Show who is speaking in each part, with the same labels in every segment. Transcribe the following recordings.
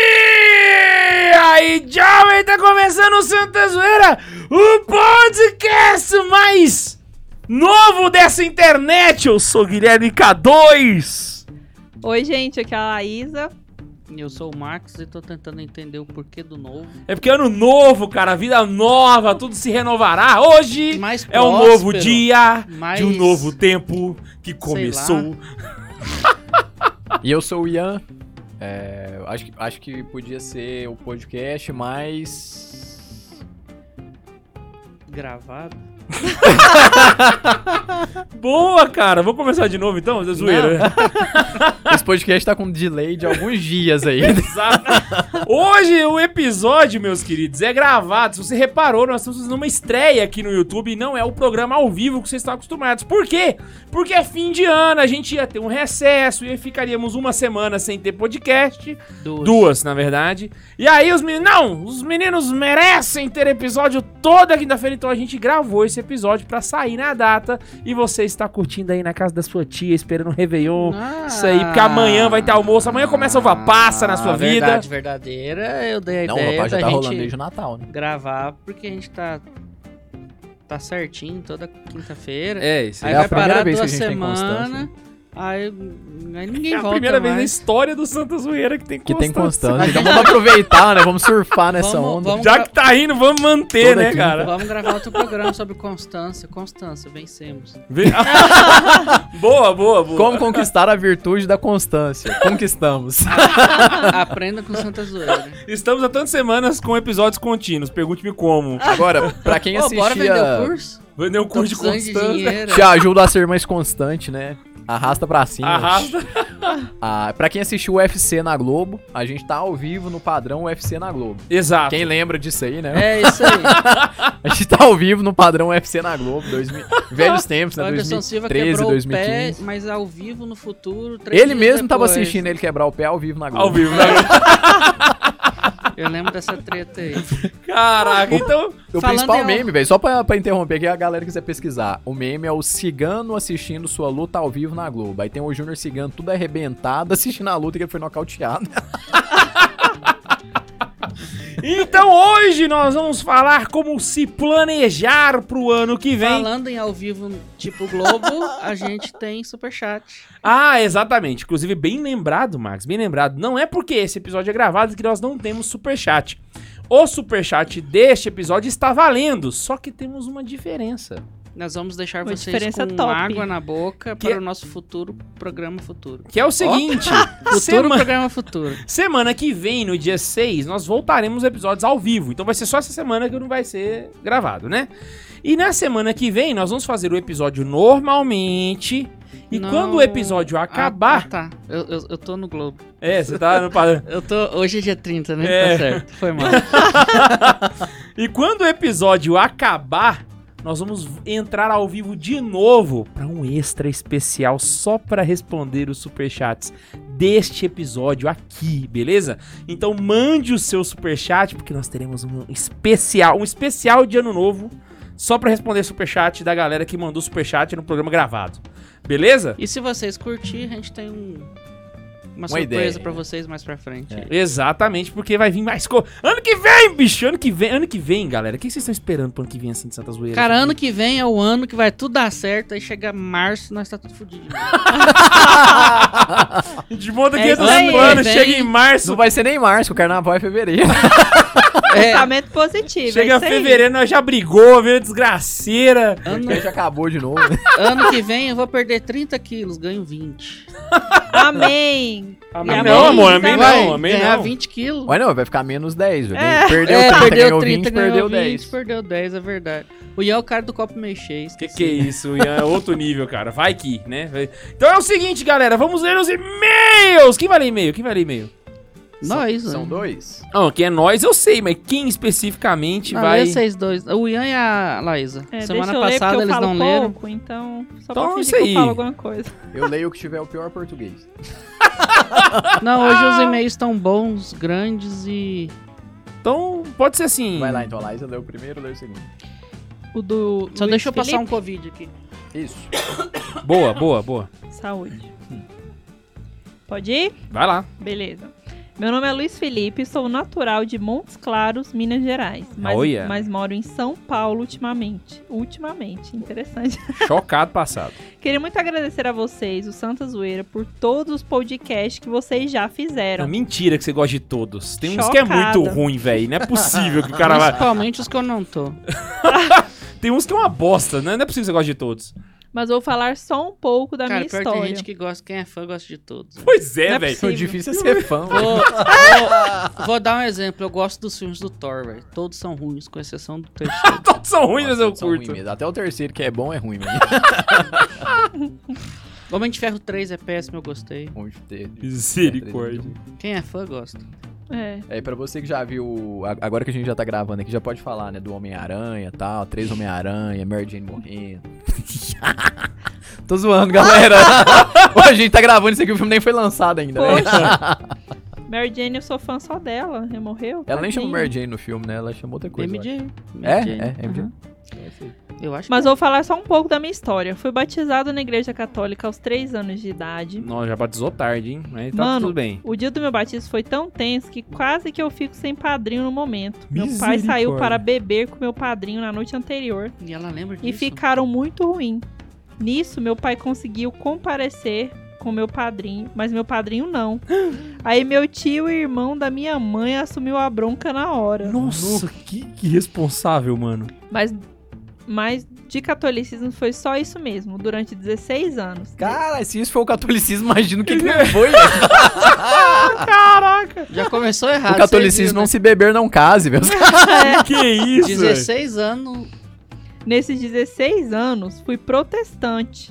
Speaker 1: E aí, jovem, tá começando o Santa Zoeira, o podcast mais novo dessa internet. Eu sou Guilherme K2.
Speaker 2: Oi, gente, aqui é a Laísa.
Speaker 3: Eu sou o Marcos e tô tentando entender o porquê do novo.
Speaker 1: É porque é ano novo, cara, vida nova, tudo se renovará. Hoje
Speaker 3: Mais
Speaker 1: é um
Speaker 3: próspero,
Speaker 1: novo dia
Speaker 3: mais...
Speaker 1: de um novo tempo que começou.
Speaker 4: E eu sou o Ian. É, eu acho, que- acho que podia ser o podcast mais.
Speaker 3: Gravado.
Speaker 1: Boa, cara. Vou começar de novo então, Zé zoeira.
Speaker 4: Esse podcast tá com um delay de alguns dias aí.
Speaker 1: Exato. Hoje o episódio, meus queridos, é gravado. Se você reparou, nós estamos fazendo uma estreia aqui no YouTube e não é o programa ao vivo que vocês estão acostumados. Por quê? Porque é fim de ano, a gente ia ter um recesso e aí ficaríamos uma semana sem ter podcast.
Speaker 3: Duas.
Speaker 1: Duas, na verdade. E aí os meninos. Não! Os meninos merecem ter episódio toda quinta-feira, então a gente gravou esse episódio pra sair na data. E você está curtindo aí na casa da sua tia, esperando o Réveillon.
Speaker 3: Ah,
Speaker 1: Isso aí, porque amanhã vai ter almoço, amanhã começa uva passa na sua
Speaker 3: a
Speaker 1: vida.
Speaker 3: Ah, Verdade verdadeira, eu dei a
Speaker 4: Não,
Speaker 3: ideia
Speaker 4: rapaz, já
Speaker 3: da
Speaker 4: tá
Speaker 3: gente
Speaker 4: rolando desde o Natal, né?
Speaker 3: gravar, porque a gente tá tá certinho toda quinta-feira.
Speaker 1: É, isso
Speaker 3: aí
Speaker 4: é a
Speaker 3: vai
Speaker 4: primeira
Speaker 3: parar
Speaker 4: vez que
Speaker 3: duas
Speaker 4: a gente tem
Speaker 3: semanas. Aí, aí ninguém
Speaker 1: né? É a
Speaker 3: volta
Speaker 1: primeira vez na
Speaker 3: mais.
Speaker 1: história do Santa Zoeira que tem
Speaker 4: Que tem
Speaker 1: constância.
Speaker 4: constância. Então vamos aproveitar, né? Vamos surfar nessa
Speaker 3: Vamos-
Speaker 4: onda.
Speaker 3: vamos-
Speaker 1: Já que tá indo, vamos manter,
Speaker 4: Toda
Speaker 1: né,
Speaker 4: quinta.
Speaker 1: cara?
Speaker 3: Vamos gravar outro programa sobre Constância. Constância, vencemos.
Speaker 1: Vê- boa, boa, boa.
Speaker 4: Como conquistar a virtude da constância? Conquistamos.
Speaker 3: Aprenda com Santa Zoeira.
Speaker 1: Estamos há tantas semanas com episódios contínuos. Pergunte-me como.
Speaker 4: Agora, pra quem
Speaker 3: Ô, bora vender o
Speaker 4: assistia.
Speaker 3: curso? né?
Speaker 1: Vendeu um
Speaker 3: Tô
Speaker 1: curso de
Speaker 3: precisando de
Speaker 1: constância.
Speaker 3: dinheiro.
Speaker 4: Te ajuda a ser mais constante, né? Arrasta pra cima.
Speaker 1: Arrasta.
Speaker 4: Ah, pra quem assistiu o UFC na Globo, a gente tá ao vivo no padrão UFC na Globo.
Speaker 1: Exato.
Speaker 4: Quem lembra disso aí, né?
Speaker 3: É isso aí.
Speaker 4: A gente tá ao vivo no padrão UFC na Globo, 2000, velhos tempos,
Speaker 3: O
Speaker 4: né?
Speaker 3: Anderson Silva
Speaker 4: 2013,
Speaker 3: quebrou o
Speaker 4: 2015.
Speaker 3: pé, mas ao vivo no futuro. três
Speaker 4: Ele
Speaker 3: dias
Speaker 4: mesmo tava
Speaker 3: depois.
Speaker 4: assistindo ele quebrar o pé ao vivo na Globo.
Speaker 1: Ao vivo, né?
Speaker 3: Eu lembro dessa treta aí.
Speaker 1: Caraca, então.
Speaker 4: O
Speaker 3: Falando
Speaker 4: principal
Speaker 3: em-
Speaker 4: meme, velho, só pra, pra interromper aqui, a galera quiser pesquisar. O meme é o cigano assistindo sua luta ao vivo na Globo. Aí tem o Júnior Cigano tudo arrebentado assistindo a luta que ele foi nocauteado.
Speaker 1: Então hoje nós vamos falar como se planejar pro ano que vem.
Speaker 3: Falando em ao vivo tipo Globo, a gente tem superchat.
Speaker 1: Ah, exatamente. Inclusive, bem lembrado, Max, bem lembrado. Não é porque esse episódio é gravado que nós não temos superchat. O superchat deste episódio está valendo, só que temos uma diferença.
Speaker 3: Nós vamos deixar
Speaker 2: Uma
Speaker 3: vocês
Speaker 2: diferença
Speaker 3: com
Speaker 2: top.
Speaker 3: água na boca
Speaker 1: Que-
Speaker 3: para o nosso futuro programa futuro.
Speaker 1: Que é o seguinte:
Speaker 3: Futuro
Speaker 1: semana,
Speaker 3: programa futuro.
Speaker 1: semana que vem, no dia 6, nós voltaremos os episódios ao vivo. Então vai ser só essa semana que não vai ser gravado, né? E na semana que vem, nós vamos fazer o episódio normalmente. E
Speaker 3: Não.
Speaker 1: quando o episódio acabar.
Speaker 3: Ah, tá. Eu, eu, eu tô no Globo.
Speaker 1: É, você tá no padrão.
Speaker 3: Eu tô. Hoje é dia 30, né?
Speaker 1: É.
Speaker 3: Tá certo. Foi mal.
Speaker 1: E quando o episódio acabar, nós vamos entrar ao vivo de novo para um extra especial só para responder os superchats deste episódio aqui, beleza? Então mande o seu superchat porque nós teremos um especial, um especial de ano novo só para responder superchat da galera que mandou superchat no programa gravado. Beleza?
Speaker 3: E se vocês curtirem, a gente tem um, uma,
Speaker 4: Uma ideia,
Speaker 3: surpresa
Speaker 4: né?
Speaker 3: pra vocês mais pra frente.
Speaker 1: É. Exatamente, porque vai vir mais coisa. Ano que vem, bicho! Ano que vem, ano que vem, galera. O que vocês estão esperando pro ano que vem assim de Santa Zoeira?
Speaker 3: Cara, ano que vem é o ano que vai tudo dar certo, aí chega março, nós tá tudo fudido. de novo.
Speaker 1: A gente monta
Speaker 2: É
Speaker 1: 500
Speaker 2: isso aí,
Speaker 1: planos,
Speaker 3: vem.
Speaker 1: chega em março,
Speaker 4: Isso vai ser nem março, o carnaval é fevereiro.
Speaker 3: Tá,
Speaker 2: Pensamento positivo.
Speaker 1: É. chega
Speaker 2: é
Speaker 1: em
Speaker 2: isso aí.
Speaker 1: fevereiro, nós já brigou, veio desgraceira.
Speaker 4: O
Speaker 3: ano,
Speaker 4: podcast acabou de novo. né?
Speaker 3: ano que vem eu vou perder 30 quilos, ganho 20.
Speaker 2: Amém.
Speaker 3: E
Speaker 1: Amém
Speaker 2: amém,
Speaker 1: Ah, não, amor, amém
Speaker 2: tá
Speaker 1: não, amém
Speaker 3: ganhar
Speaker 1: não.
Speaker 3: 20 quilos.
Speaker 4: Mas não, vai ficar menos 10. velho.
Speaker 2: É.
Speaker 4: Perdeu 30, ganhou 20, perdeu 10.
Speaker 3: perdeu 10, é verdade. O Ian é o cara do copo meio cheio.
Speaker 1: Que
Speaker 3: esqueci.
Speaker 1: que é isso, Ian? É outro nível, cara. Vai que, né? Vai- Então é o seguinte, galera, vamos ler os e-mails. Quem vai ler e-mail? Quem vai ler e-mail?
Speaker 3: Nós,
Speaker 4: São
Speaker 3: né?
Speaker 4: dois?
Speaker 1: Não, quem é nós eu sei, mas quem especificamente
Speaker 3: Não,
Speaker 1: vai...
Speaker 3: lê vocês dois. O Ian e a Laísa.
Speaker 2: É,
Speaker 3: Semana
Speaker 2: deixa eu ler,
Speaker 3: passada
Speaker 2: porque eu
Speaker 3: eles
Speaker 2: falo
Speaker 3: não leram.
Speaker 2: pouco, Então, só
Speaker 1: Então,
Speaker 2: pra fingir
Speaker 1: isso
Speaker 2: que
Speaker 1: aí.
Speaker 2: eu falo alguma coisa.
Speaker 4: Eu leio o que tiver o pior português.
Speaker 2: Ah!
Speaker 3: Não, hoje os e-mails estão bons, grandes e
Speaker 1: Então, pode ser assim.
Speaker 4: Vai lá então, Laís, leu o primeiro, leu o segundo.
Speaker 2: O do.
Speaker 3: Só
Speaker 2: Luiz
Speaker 3: deixa eu
Speaker 2: Felipe.
Speaker 3: passar um Covid aqui.
Speaker 4: Isso.
Speaker 1: Boa, boa, boa.
Speaker 2: Saúde. Pode ir?
Speaker 1: Vai lá.
Speaker 2: Beleza. Meu nome é Luiz Felipe, sou natural de Montes Claros, Minas Gerais. Mas,
Speaker 1: Olha.
Speaker 2: mas moro em São Paulo ultimamente. Ultimamente, interessante.
Speaker 1: Chocado passado.
Speaker 2: Queria muito agradecer a vocês, o Santa Zoeira, por todos os podcasts que vocês
Speaker 1: Não,
Speaker 2: já fizeram.
Speaker 1: É mentira que você gosta de todos. Tem uns que é
Speaker 2: Chocada.
Speaker 1: muito ruim, velho. Não é possível que o cara vai.
Speaker 3: Principalmente os que eu não tô.
Speaker 1: Tem uns que é uma bosta, né? Não é possível que você goste de todos.
Speaker 2: Mas vou falar só um pouco da
Speaker 3: Cara,
Speaker 2: minha
Speaker 3: pior que
Speaker 2: história.
Speaker 3: tem gente que gosta, quem é fã gosta de todos.
Speaker 1: Pois
Speaker 2: Não
Speaker 1: é,
Speaker 2: é
Speaker 1: velho.
Speaker 2: possível.
Speaker 4: O difícil é ser fã.
Speaker 3: Vou,
Speaker 4: velho.
Speaker 3: vou- vou dar um exemplo. Eu gosto dos filmes do Thor, velho. Todos são ruins, com exceção do terceiro.
Speaker 1: Todos são ruins, mas
Speaker 4: Nossa,
Speaker 1: eu
Speaker 4: são ruim
Speaker 1: curto.
Speaker 4: mesmo. Até o terceiro, que é bom, é ruim mesmo.
Speaker 3: Homem de Ferro 3 é péssimo, eu gostei.
Speaker 4: Bom de ter.
Speaker 1: Misericórdia.
Speaker 3: Quem é fã gosta.
Speaker 2: É.
Speaker 4: É, pra você que já viu, a- agora que a gente já tá gravando aqui, já pode falar, né, do Homem-Aranha e tal, três Homem-Aranha, Mary Jane morrendo. Tô zoando, galera. Pô, a gente tá gravando isso aqui, o filme nem foi lançado ainda, né?
Speaker 2: Poxa. Mary Jane, eu sou fã só dela. Já morreu?
Speaker 4: Ela
Speaker 1: é
Speaker 4: nem chamou
Speaker 2: Tadinha.
Speaker 4: Mary Jane no filme, né? Ela chamou outra coisa. eu acho.
Speaker 3: MJ.
Speaker 4: É?
Speaker 3: MJ.
Speaker 4: É, MJ.
Speaker 3: Aham. Eu acho
Speaker 2: Mas
Speaker 3: que
Speaker 2: vou falar só um pouco da minha história. Fui batizado na igreja católica aos 3 anos de idade.
Speaker 1: Não, já batizou tarde, hein? Mas tá
Speaker 2: Mano,
Speaker 1: tudo bem.
Speaker 2: O dia do meu batismo foi tão tenso que quase que eu fico sem padrinho no momento. Meu pai saiu
Speaker 1: Misericórdia.
Speaker 2: para beber com meu padrinho na noite anterior
Speaker 3: E ela lembra disso.
Speaker 2: e ficaram muito ruim. Nisso, meu pai conseguiu comparecer com meu padrinho, mas meu padrinho não. Aí meu tio e irmão da minha mãe assumiu a bronca na hora.
Speaker 1: Nossa, que, que responsável, mano.
Speaker 2: Mas, mas de catolicismo foi só isso mesmo, durante 16 anos.
Speaker 4: Cara, se isso foi o catolicismo, imagino que, que
Speaker 1: é
Speaker 4: não foi. né? velho.
Speaker 3: Já começou errado.
Speaker 4: o catolicismo
Speaker 1: né?
Speaker 4: não
Speaker 3: você
Speaker 4: se beber não case, velho.
Speaker 1: Que isso?
Speaker 3: viu, né?
Speaker 1: velho?
Speaker 3: 16 anos.
Speaker 2: É, Nesses 16 anos, fui protestante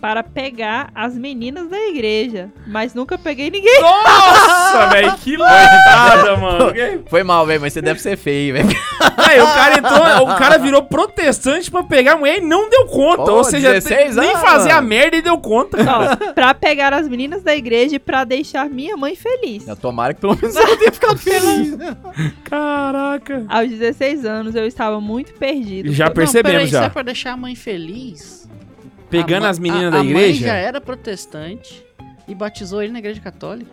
Speaker 2: para pegar as meninas da igreja, mas nunca peguei ninguém.
Speaker 1: Nossa, velho, que coitada, mano.
Speaker 4: Foi mal, velho, mas você deve ser feio, velho.
Speaker 1: Aí, o cara entrou, o cara virou protestante pra pegar a mulher e não deu conta.
Speaker 4: Pô,
Speaker 1: Ou seja,
Speaker 4: 16
Speaker 1: nem
Speaker 4: anos,
Speaker 1: fazer a
Speaker 4: mano.
Speaker 1: merda e deu conta.
Speaker 2: Ó, para pegar as meninas da igreja e para deixar minha mãe feliz.
Speaker 4: Já Tomara que pelo menos ela tenha ficado feliz.
Speaker 1: Caraca.
Speaker 2: Aos 16 anos, eu estava muito perdido.
Speaker 1: Já percebemos,
Speaker 3: não, Isso é
Speaker 1: Tá já.
Speaker 3: pra deixar a mãe feliz.
Speaker 1: Pegando
Speaker 3: A mãe-
Speaker 1: as meninas
Speaker 3: a-
Speaker 1: da
Speaker 3: a mãe já é
Speaker 1: igreja.
Speaker 3: era protestante e batizou ele na igreja católica.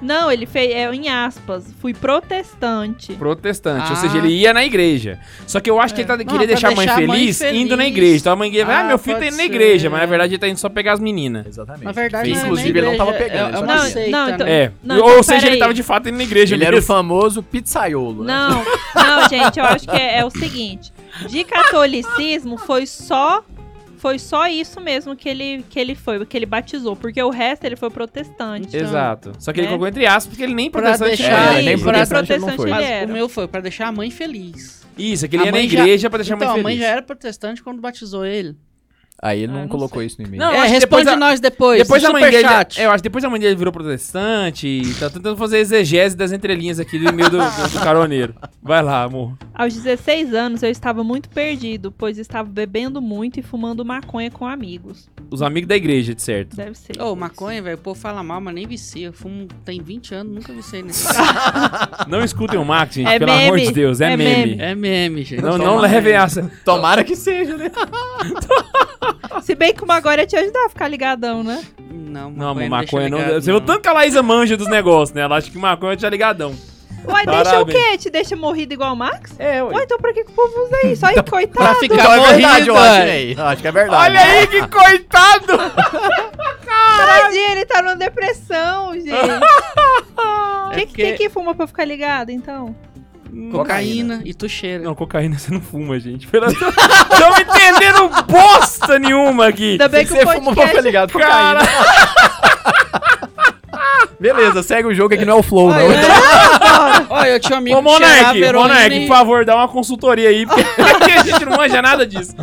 Speaker 2: Não, ele fez, é, em aspas, fui protestante.
Speaker 1: Protestante, ou
Speaker 3: Ah. É.
Speaker 1: seja, ele ia na igreja. Só que eu acho que ele tá- queria
Speaker 3: pra
Speaker 1: deixar a mãe,
Speaker 3: deixar a mãe
Speaker 1: feliz,
Speaker 3: feliz.
Speaker 1: indo na igreja. Então a mãe ia, ah,
Speaker 3: Ah,
Speaker 1: meu filho tá
Speaker 3: pode
Speaker 1: indo na
Speaker 3: ser.
Speaker 1: igreja, mas na verdade ele tá indo só pegar as meninas.
Speaker 4: Exatamente.
Speaker 3: Na verdade,
Speaker 1: Fez,
Speaker 3: não é
Speaker 1: inclusive,
Speaker 3: nem
Speaker 1: ele
Speaker 4: não tava
Speaker 3: igreja,
Speaker 4: pegando,
Speaker 3: É, é
Speaker 4: só
Speaker 3: uma
Speaker 2: tinha.
Speaker 3: seita,
Speaker 2: Não, então-
Speaker 3: né?
Speaker 1: É.
Speaker 2: Não, então
Speaker 1: ou seja,
Speaker 2: pera
Speaker 1: ele
Speaker 2: aí.
Speaker 1: tava de fato indo na igreja.
Speaker 4: Ele
Speaker 1: né?
Speaker 4: era o famoso pizzaiolo. né?
Speaker 2: Não, não, gente, eu acho que é, é o seguinte. De catolicismo foi só foi só isso mesmo que ele que ele foi, que ele batizou, porque o resto ele foi protestante.
Speaker 1: Exato. Só que ele
Speaker 2: né?
Speaker 1: colocou entre aspas, porque ele nem
Speaker 3: Então, Pra
Speaker 1: protestante
Speaker 3: deixar-
Speaker 1: era.
Speaker 3: É, nem
Speaker 4: protestante ele não foi.
Speaker 2: ele
Speaker 3: Mas
Speaker 2: era.
Speaker 3: o meu foi pra deixar a mãe feliz.
Speaker 1: Isso, é que ele
Speaker 3: A
Speaker 1: ia na
Speaker 3: mãe já-
Speaker 1: igreja pra deixar
Speaker 3: então,
Speaker 1: a mãe
Speaker 3: a mãe
Speaker 1: feliz.
Speaker 3: já era protestante quando batizou ele.
Speaker 4: Aí ele
Speaker 2: Ah,
Speaker 4: não,
Speaker 2: não
Speaker 4: colocou isso no e-mail.
Speaker 1: Não,
Speaker 3: é,
Speaker 1: acho que
Speaker 3: responde
Speaker 1: depois a-
Speaker 3: nós depois.
Speaker 1: Depois a mãe dele,
Speaker 3: superchat.
Speaker 1: é, eu acho, que depois a mãe dele virou protestante e tá tentando fazer exegese das entrelinhas aqui do meio do, do- do caroneiro. Vai lá, amor.
Speaker 2: Aos 16 anos eu estava muito perdido, pois estava bebendo muito e fumando maconha com amigos.
Speaker 1: Os amigos da igreja, de certo.
Speaker 2: Deve ser.
Speaker 3: Ô, maconha, velho, o povo fala mal, mas nem vicia. Eu fumo tem 20 anos, nunca viciei nesse
Speaker 1: Não escutem o Max, gente,
Speaker 2: É
Speaker 1: pelo amor
Speaker 2: meme,
Speaker 1: de Deus, é,
Speaker 2: é
Speaker 1: meme.
Speaker 2: meme.
Speaker 3: É meme, gente.
Speaker 1: Não, não
Speaker 4: Toma,
Speaker 1: levem
Speaker 4: é.
Speaker 1: essa.
Speaker 4: Tomara que seja, né?
Speaker 2: Se bem que uma agora ia te ajudar a ficar ligadão, né?
Speaker 3: Não,
Speaker 1: Não, amor, maconha
Speaker 3: maconha não,
Speaker 1: não.
Speaker 3: deixa ligado,
Speaker 1: Você viu tanto que a Laísa manja dos negócios, né? Ela acha que maconha é ligadão.
Speaker 2: Uai, deixa o
Speaker 1: Parabéns.
Speaker 2: quê? Te deixa morrido igual o Max?
Speaker 1: É,
Speaker 2: Ué, então pra que, que o povo usa isso? Aí, coitado.
Speaker 3: Pra ficar
Speaker 4: Então é
Speaker 3: morrido,
Speaker 4: verdade, eu acho,
Speaker 3: velho.
Speaker 4: velho. Eu acho que é verdade.
Speaker 1: Olha aí que coitado!
Speaker 2: Tadinho, ele tá numa depressão, gente.
Speaker 3: É
Speaker 2: Quem que,
Speaker 3: porque
Speaker 2: quem que fuma pra ficar ligado, então?
Speaker 3: Cocaína e tu cheira.
Speaker 1: Não, cocaína você não fuma, gente. Pela... Não entendendo bosta nenhuma aqui.
Speaker 2: Ainda bem que
Speaker 4: Você
Speaker 2: o
Speaker 4: fumou pra ficar
Speaker 2: podcast...
Speaker 4: ligado,
Speaker 1: Cara,
Speaker 4: cocaína. Beleza, segue o jogo aqui, não é o flow,
Speaker 3: Olha,
Speaker 4: não.
Speaker 3: Olha, eu tinha um amigo
Speaker 1: Ô,
Speaker 3: que cheirava
Speaker 1: Monark,
Speaker 3: heroína
Speaker 1: Monark,
Speaker 3: e-
Speaker 1: por favor, dá uma consultoria aí, porque aqui a gente não manja nada disso.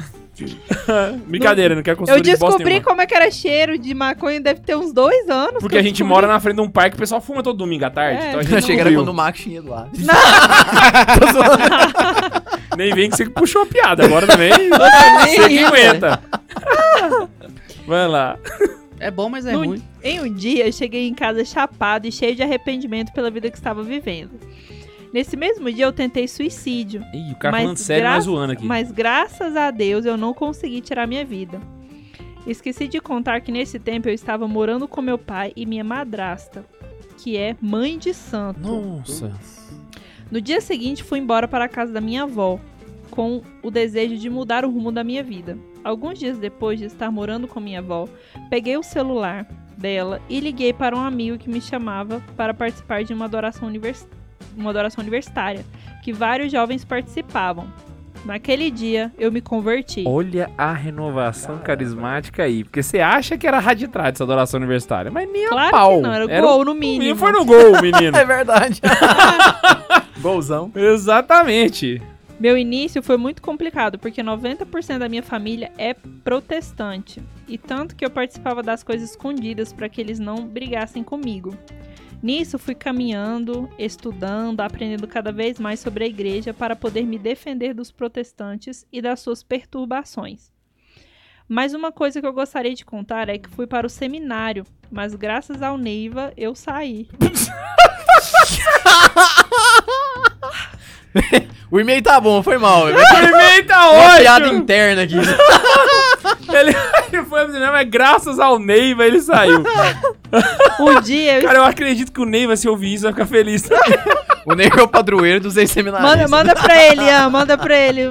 Speaker 1: Brincadeira, não, quer
Speaker 2: Eu
Speaker 1: consultoria de bosta
Speaker 2: descobri
Speaker 1: nenhuma.
Speaker 2: como é que era cheiro de maconha, deve ter uns dois anos.
Speaker 1: Porque a gente mora na frente de um parque, o pessoal fuma todo domingo à tarde.
Speaker 2: É.
Speaker 1: Então a gente
Speaker 4: Já
Speaker 1: não
Speaker 4: chegaram
Speaker 1: viu.
Speaker 4: quando o Max tinha ido lá.
Speaker 1: Nem vem que você puxou a piada agora também. você que aguenta. Vai lá.
Speaker 3: É bom, mas é
Speaker 2: No-
Speaker 3: ruim.
Speaker 2: Em um dia, eu cheguei em casa chapado e cheio de arrependimento pela vida que estava vivendo. Nesse mesmo dia eu tentei suicídio,
Speaker 1: Ih, o cara
Speaker 2: Mas
Speaker 1: falando sério, mas
Speaker 2: graças-
Speaker 1: zoando aqui.
Speaker 2: mas graças a Deus eu não consegui tirar minha vida. Esqueci de contar que nesse tempo eu estava morando com meu pai e minha madrasta, que é mãe de santo.
Speaker 1: Nossa.
Speaker 2: No dia seguinte, fui embora para a casa da minha avó, com o desejo de mudar o rumo da minha vida. Alguns dias depois de estar morando com minha avó, peguei o celular dela e liguei para um amigo que me chamava para participar de uma adoração, univers- uma adoração universitária, que vários jovens participavam. Naquele dia, eu me converti.
Speaker 1: Olha a renovação carismática aí. Porque você acha que era raditrado essa adoração universitária, mas nem a
Speaker 2: Claro
Speaker 1: pau.
Speaker 2: que não, era,
Speaker 1: Era
Speaker 2: gol no
Speaker 1: o
Speaker 2: mínimo.
Speaker 1: menino foi no gol, menino.
Speaker 4: É verdade. Golzão.
Speaker 1: Exatamente.
Speaker 2: Meu início foi muito complicado, porque 90% da minha família é protestante. E tanto que eu participava das coisas escondidas para que eles não brigassem comigo. Nisso fui caminhando, estudando, aprendendo cada vez mais sobre a igreja para poder me defender dos protestantes e das suas perturbações. Mas uma coisa que eu gostaria de contar é que fui para o seminário, mas graças ao Neiva eu saí.
Speaker 4: O e-mail tá bom, foi mal. velho.
Speaker 1: Pimenta
Speaker 4: Uma piada
Speaker 1: hoje!
Speaker 4: interna aqui.
Speaker 1: Ele, ele foi pro cinema, mas graças ao Neiva ele saiu.
Speaker 2: Um dia eu
Speaker 1: Cara, eu acredito que o Neiva, se ouvir isso, vai ficar feliz.
Speaker 4: O Ney é o padroeiro dos
Speaker 2: Manda,
Speaker 4: ex-seminaristas.
Speaker 2: manda pra ele, Ian, manda pra ele.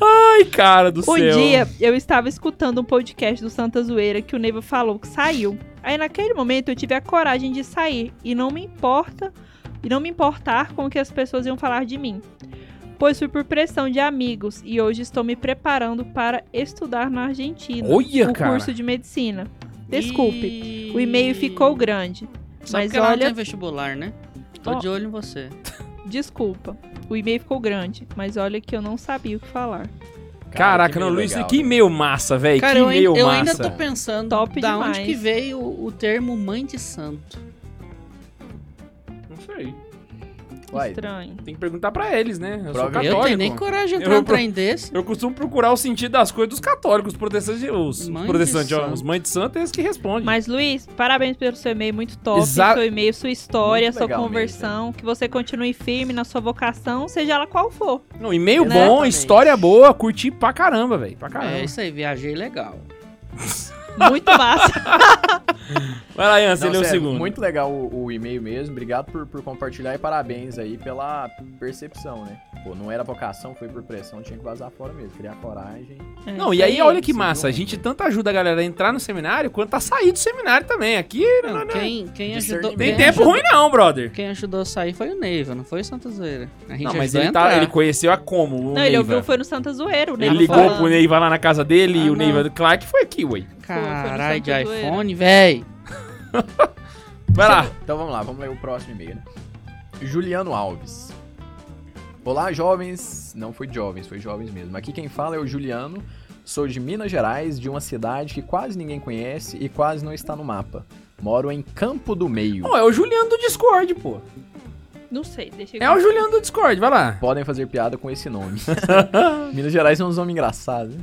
Speaker 1: Ai, cara do
Speaker 2: Um
Speaker 1: céu.
Speaker 2: dia eu estava escutando um podcast do Santa Zoeira que o Neiva falou que saiu. Aí naquele momento eu tive a coragem de sair e não me importa e não me importar com o que as pessoas iam falar de mim. Pois fui por pressão de amigos e hoje estou me preparando para estudar na Argentina
Speaker 1: Olha,
Speaker 2: o
Speaker 1: cara.
Speaker 2: curso de medicina. Desculpe, o e-mail ficou grande.
Speaker 3: Só
Speaker 2: mas
Speaker 3: porque ela não
Speaker 2: olha-
Speaker 3: tem vestibular, né? Tô
Speaker 2: Ó.
Speaker 3: de olho em você.
Speaker 2: Desculpa, o e-mail ficou grande, mas olha que eu não sabia o que falar.
Speaker 1: Caraca, não, Luiz, que
Speaker 4: né?
Speaker 1: e-mail massa, velho. É Que
Speaker 3: Cara, eu,
Speaker 1: e-mail
Speaker 3: ain- eu
Speaker 1: massa.
Speaker 3: ainda tô pensando
Speaker 2: Top
Speaker 3: da onde
Speaker 2: demais.
Speaker 3: que veio o termo mãe de santo.
Speaker 1: Não sei.
Speaker 4: Uai.
Speaker 2: Estranho.
Speaker 1: Tem que perguntar pra eles, né? Eu sou
Speaker 4: Prova-
Speaker 1: católico.
Speaker 3: Eu tenho nem coragem de
Speaker 1: Eu
Speaker 3: entrar num
Speaker 1: pro-
Speaker 3: trem desse.
Speaker 1: Eu costumo procurar o sentido das coisas dos católicos, os protestantes, os
Speaker 3: Mãe de
Speaker 1: protestantes, ó,
Speaker 3: santo.
Speaker 1: os mães de santo é eles que respondem.
Speaker 2: Mas, Luiz, parabéns pelo seu e-mail, muito top.
Speaker 1: Exa-
Speaker 2: Seu e-mail, sua história,
Speaker 4: Muito
Speaker 2: sua
Speaker 4: legal
Speaker 2: conversão. Que você continue firme na sua vocação, seja ela qual for.
Speaker 1: Não, e-mail
Speaker 3: Né?
Speaker 1: bom,
Speaker 3: Exatamente.
Speaker 1: história boa, curti pra caramba, velho. Pra caramba.
Speaker 3: É isso aí, viajei legal.
Speaker 2: Muito massa.
Speaker 1: Vai lá, Ian, você
Speaker 4: Não,
Speaker 1: lê é o
Speaker 4: sério,
Speaker 1: segundo.
Speaker 4: Muito legal o, o e-mail mesmo. Obrigado por, por compartilhar e parabéns aí pela percepção, né? Pô, não era vocação, foi por pressão, tinha que vazar fora mesmo. Criar coragem.
Speaker 1: Não, e aí olha que massa, a
Speaker 4: Segundo.
Speaker 1: gente tanto ajuda a galera a entrar no seminário quanto a sair do seminário também. Aqui não,
Speaker 3: Não, quem, quem ajudou.
Speaker 4: Discernimento.
Speaker 1: né? tem
Speaker 3: quem
Speaker 1: tempo
Speaker 3: ajudou-
Speaker 1: ruim não, brother.
Speaker 3: Quem ajudou a sair foi o Neiva, não foi o Santa Zoeira. A gente
Speaker 1: Não, mas
Speaker 3: ajudou a
Speaker 1: ele, tá,
Speaker 3: entrar.
Speaker 1: ele conheceu a como, o
Speaker 2: Não, ele
Speaker 1: Neiva.
Speaker 2: ouviu, foi no Santa Zoeiro, né?
Speaker 1: Ele ligou
Speaker 2: falando.
Speaker 1: pro Neiva lá na casa dele
Speaker 3: Ah,
Speaker 1: e o
Speaker 3: não.
Speaker 1: Neiva Clark foi aqui, ué.
Speaker 3: Caralho, de
Speaker 2: Santa Zoeira.
Speaker 3: iPhone, véi.
Speaker 1: Vai lá.
Speaker 4: Então vamos lá, vamos ler o próximo e-mail, né? Juliano Alves. Olá, jovens. Não foi jovens, foi jovens mesmo. Aqui quem fala é o Juliano. Sou de Minas Gerais, de uma cidade que quase ninguém conhece e quase não está no mapa. Moro em Campo do Meio.
Speaker 1: Não, é o Juliano do Discord, pô.
Speaker 2: Não sei, deixa eu
Speaker 1: É o Juliano do Discord, vai lá.
Speaker 4: Podem fazer piada com esse nome. Minas Gerais é uns homens engraçados, né?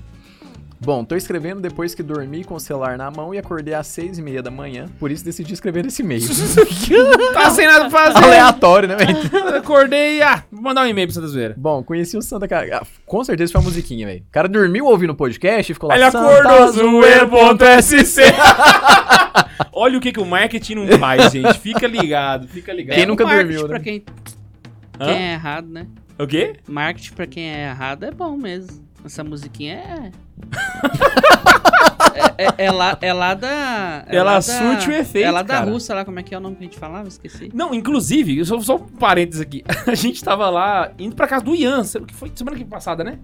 Speaker 4: Bom, tô escrevendo depois que dormi com o celular na mão e acordei às seis e meia da manhã, por isso decidi escrever esse e-mail.
Speaker 1: tá sem nada pra fazer.
Speaker 4: Aleatório, né, velho?
Speaker 1: Acordei, ah, vou mandar um e-mail pra Santa Zoeira.
Speaker 4: Bom, conheci o Santa Cara. ah, Com certeza foi a musiquinha, velho. O cara dormiu ouvindo o podcast e ficou lá.
Speaker 1: Ele
Speaker 4: "Santa
Speaker 1: acordou
Speaker 4: zoeira".
Speaker 1: zoeiro.sc Olha o que, que o marketing não faz, gente. Fica ligado, fica ligado.
Speaker 4: Quem nunca
Speaker 3: O marketing
Speaker 4: dormiu, né?
Speaker 3: pra quem...
Speaker 1: Hã?
Speaker 3: quem é errado, né?
Speaker 1: O quê?
Speaker 3: Marketing pra quem é errado é bom mesmo. Essa musiquinha é. é, é- é lá, é lá da. é
Speaker 1: Ela
Speaker 3: lá da-
Speaker 1: surte o efeito,
Speaker 3: É lá da
Speaker 1: cara.
Speaker 3: Rússia, lá como é que é o nome que a gente falava? Esqueci.
Speaker 1: Não, inclusive, eu só, só um parênteses aqui. A gente tava lá indo pra casa do Ian, sei- que foi semana que passada, né?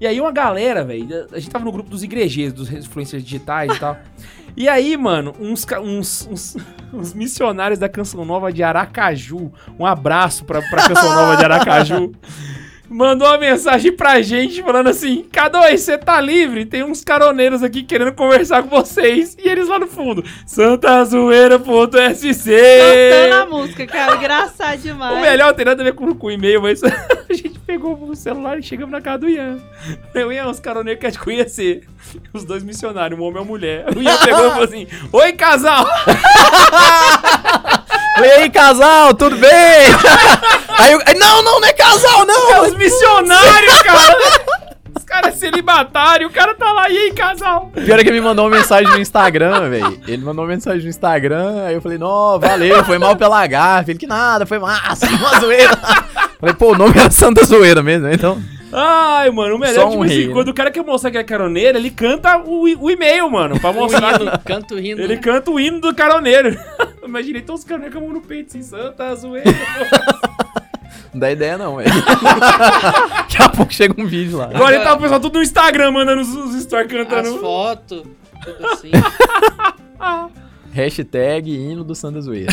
Speaker 1: E aí uma galera, velho, a gente tava no grupo dos igrejeiros, dos influencers digitais e tal. E aí, mano, uns, ca- uns, uns, uns missionários da Canção Nova de Aracaju, um abraço pra, pra Canção Nova de Aracaju, mandou uma mensagem pra gente falando assim, K2, você tá livre? Tem uns caroneiros aqui querendo conversar com vocês. E eles lá no fundo, santazoeira.sc
Speaker 2: Cantando a música, cara, engraçado demais.
Speaker 1: o melhor tem nada a ver com, com o e-mail, mas a gente pegou pegou o celular e chegamos na casa do Ian. Eu, Ian, os caroneiros querem te conhecer. Os dois missionários, um homem e uma mulher. O Ian pegou e falou assim: Oi, casal!
Speaker 4: E aí, casal, tudo bem? aí eu, aí, não, não, não é casal,
Speaker 1: É
Speaker 4: não!
Speaker 1: os missionários, cara! Os caras é celibatário, o cara tá lá, e aí, casal?
Speaker 4: Pior é que ele me mandou uma mensagem no Instagram, velho. Ele mandou uma mensagem no Instagram, aí eu falei, não, valeu, foi mal pela garfa. Ele, que nada, foi massa, uma zoeira. falei, pô, o nome era Santa Zoeira mesmo, né? então...
Speaker 1: Ai, mano, o melhor
Speaker 4: Só
Speaker 1: é que,
Speaker 4: um
Speaker 1: tipo assim,
Speaker 4: rei,
Speaker 1: quando o cara quer mostrar que é caroneiro, ele canta o, i- o e-mail, mano, pra mostrar.
Speaker 3: Rindo, canto rindo. né?
Speaker 1: ele canta o hino do caroneiro. Imaginei todos os caroneiros com a mão no peito, assim, santa, zoeira.
Speaker 4: Não dá ideia não, velho. Daqui a pouco chega um vídeo lá.
Speaker 1: Agora ele tá o pessoal tudo no Instagram mandando os, os stories
Speaker 3: As
Speaker 1: cantando.
Speaker 3: fotos, tudo assim.
Speaker 1: Ah.
Speaker 4: Hashtag hino do Santa Zoeira.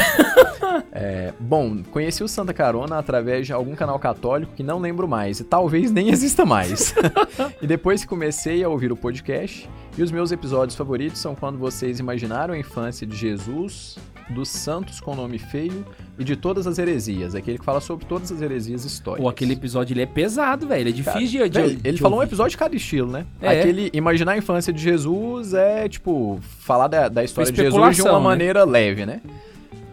Speaker 4: É, bom, conheci o Santa Carona através de algum canal católico que não lembro mais e talvez nem exista mais. e depois que comecei a ouvir o podcast, e os meus episódios favoritos são quando vocês imaginaram a infância de Jesus, dos santos com nome feio e de todas as heresias. Aquele que fala sobre todas as heresias históricas.
Speaker 1: Pô, aquele episódio ele é pesado, velho. É
Speaker 4: Cara,
Speaker 1: difícil de, de,
Speaker 4: Véi,
Speaker 1: de
Speaker 4: ele falou um
Speaker 1: ouvir.
Speaker 4: episódio de cada estilo, né?
Speaker 1: É.
Speaker 4: Aquele imaginar a infância de Jesus é, tipo, falar da, da história de Jesus de
Speaker 1: Especulação,
Speaker 4: uma
Speaker 1: né?
Speaker 4: maneira leve, né?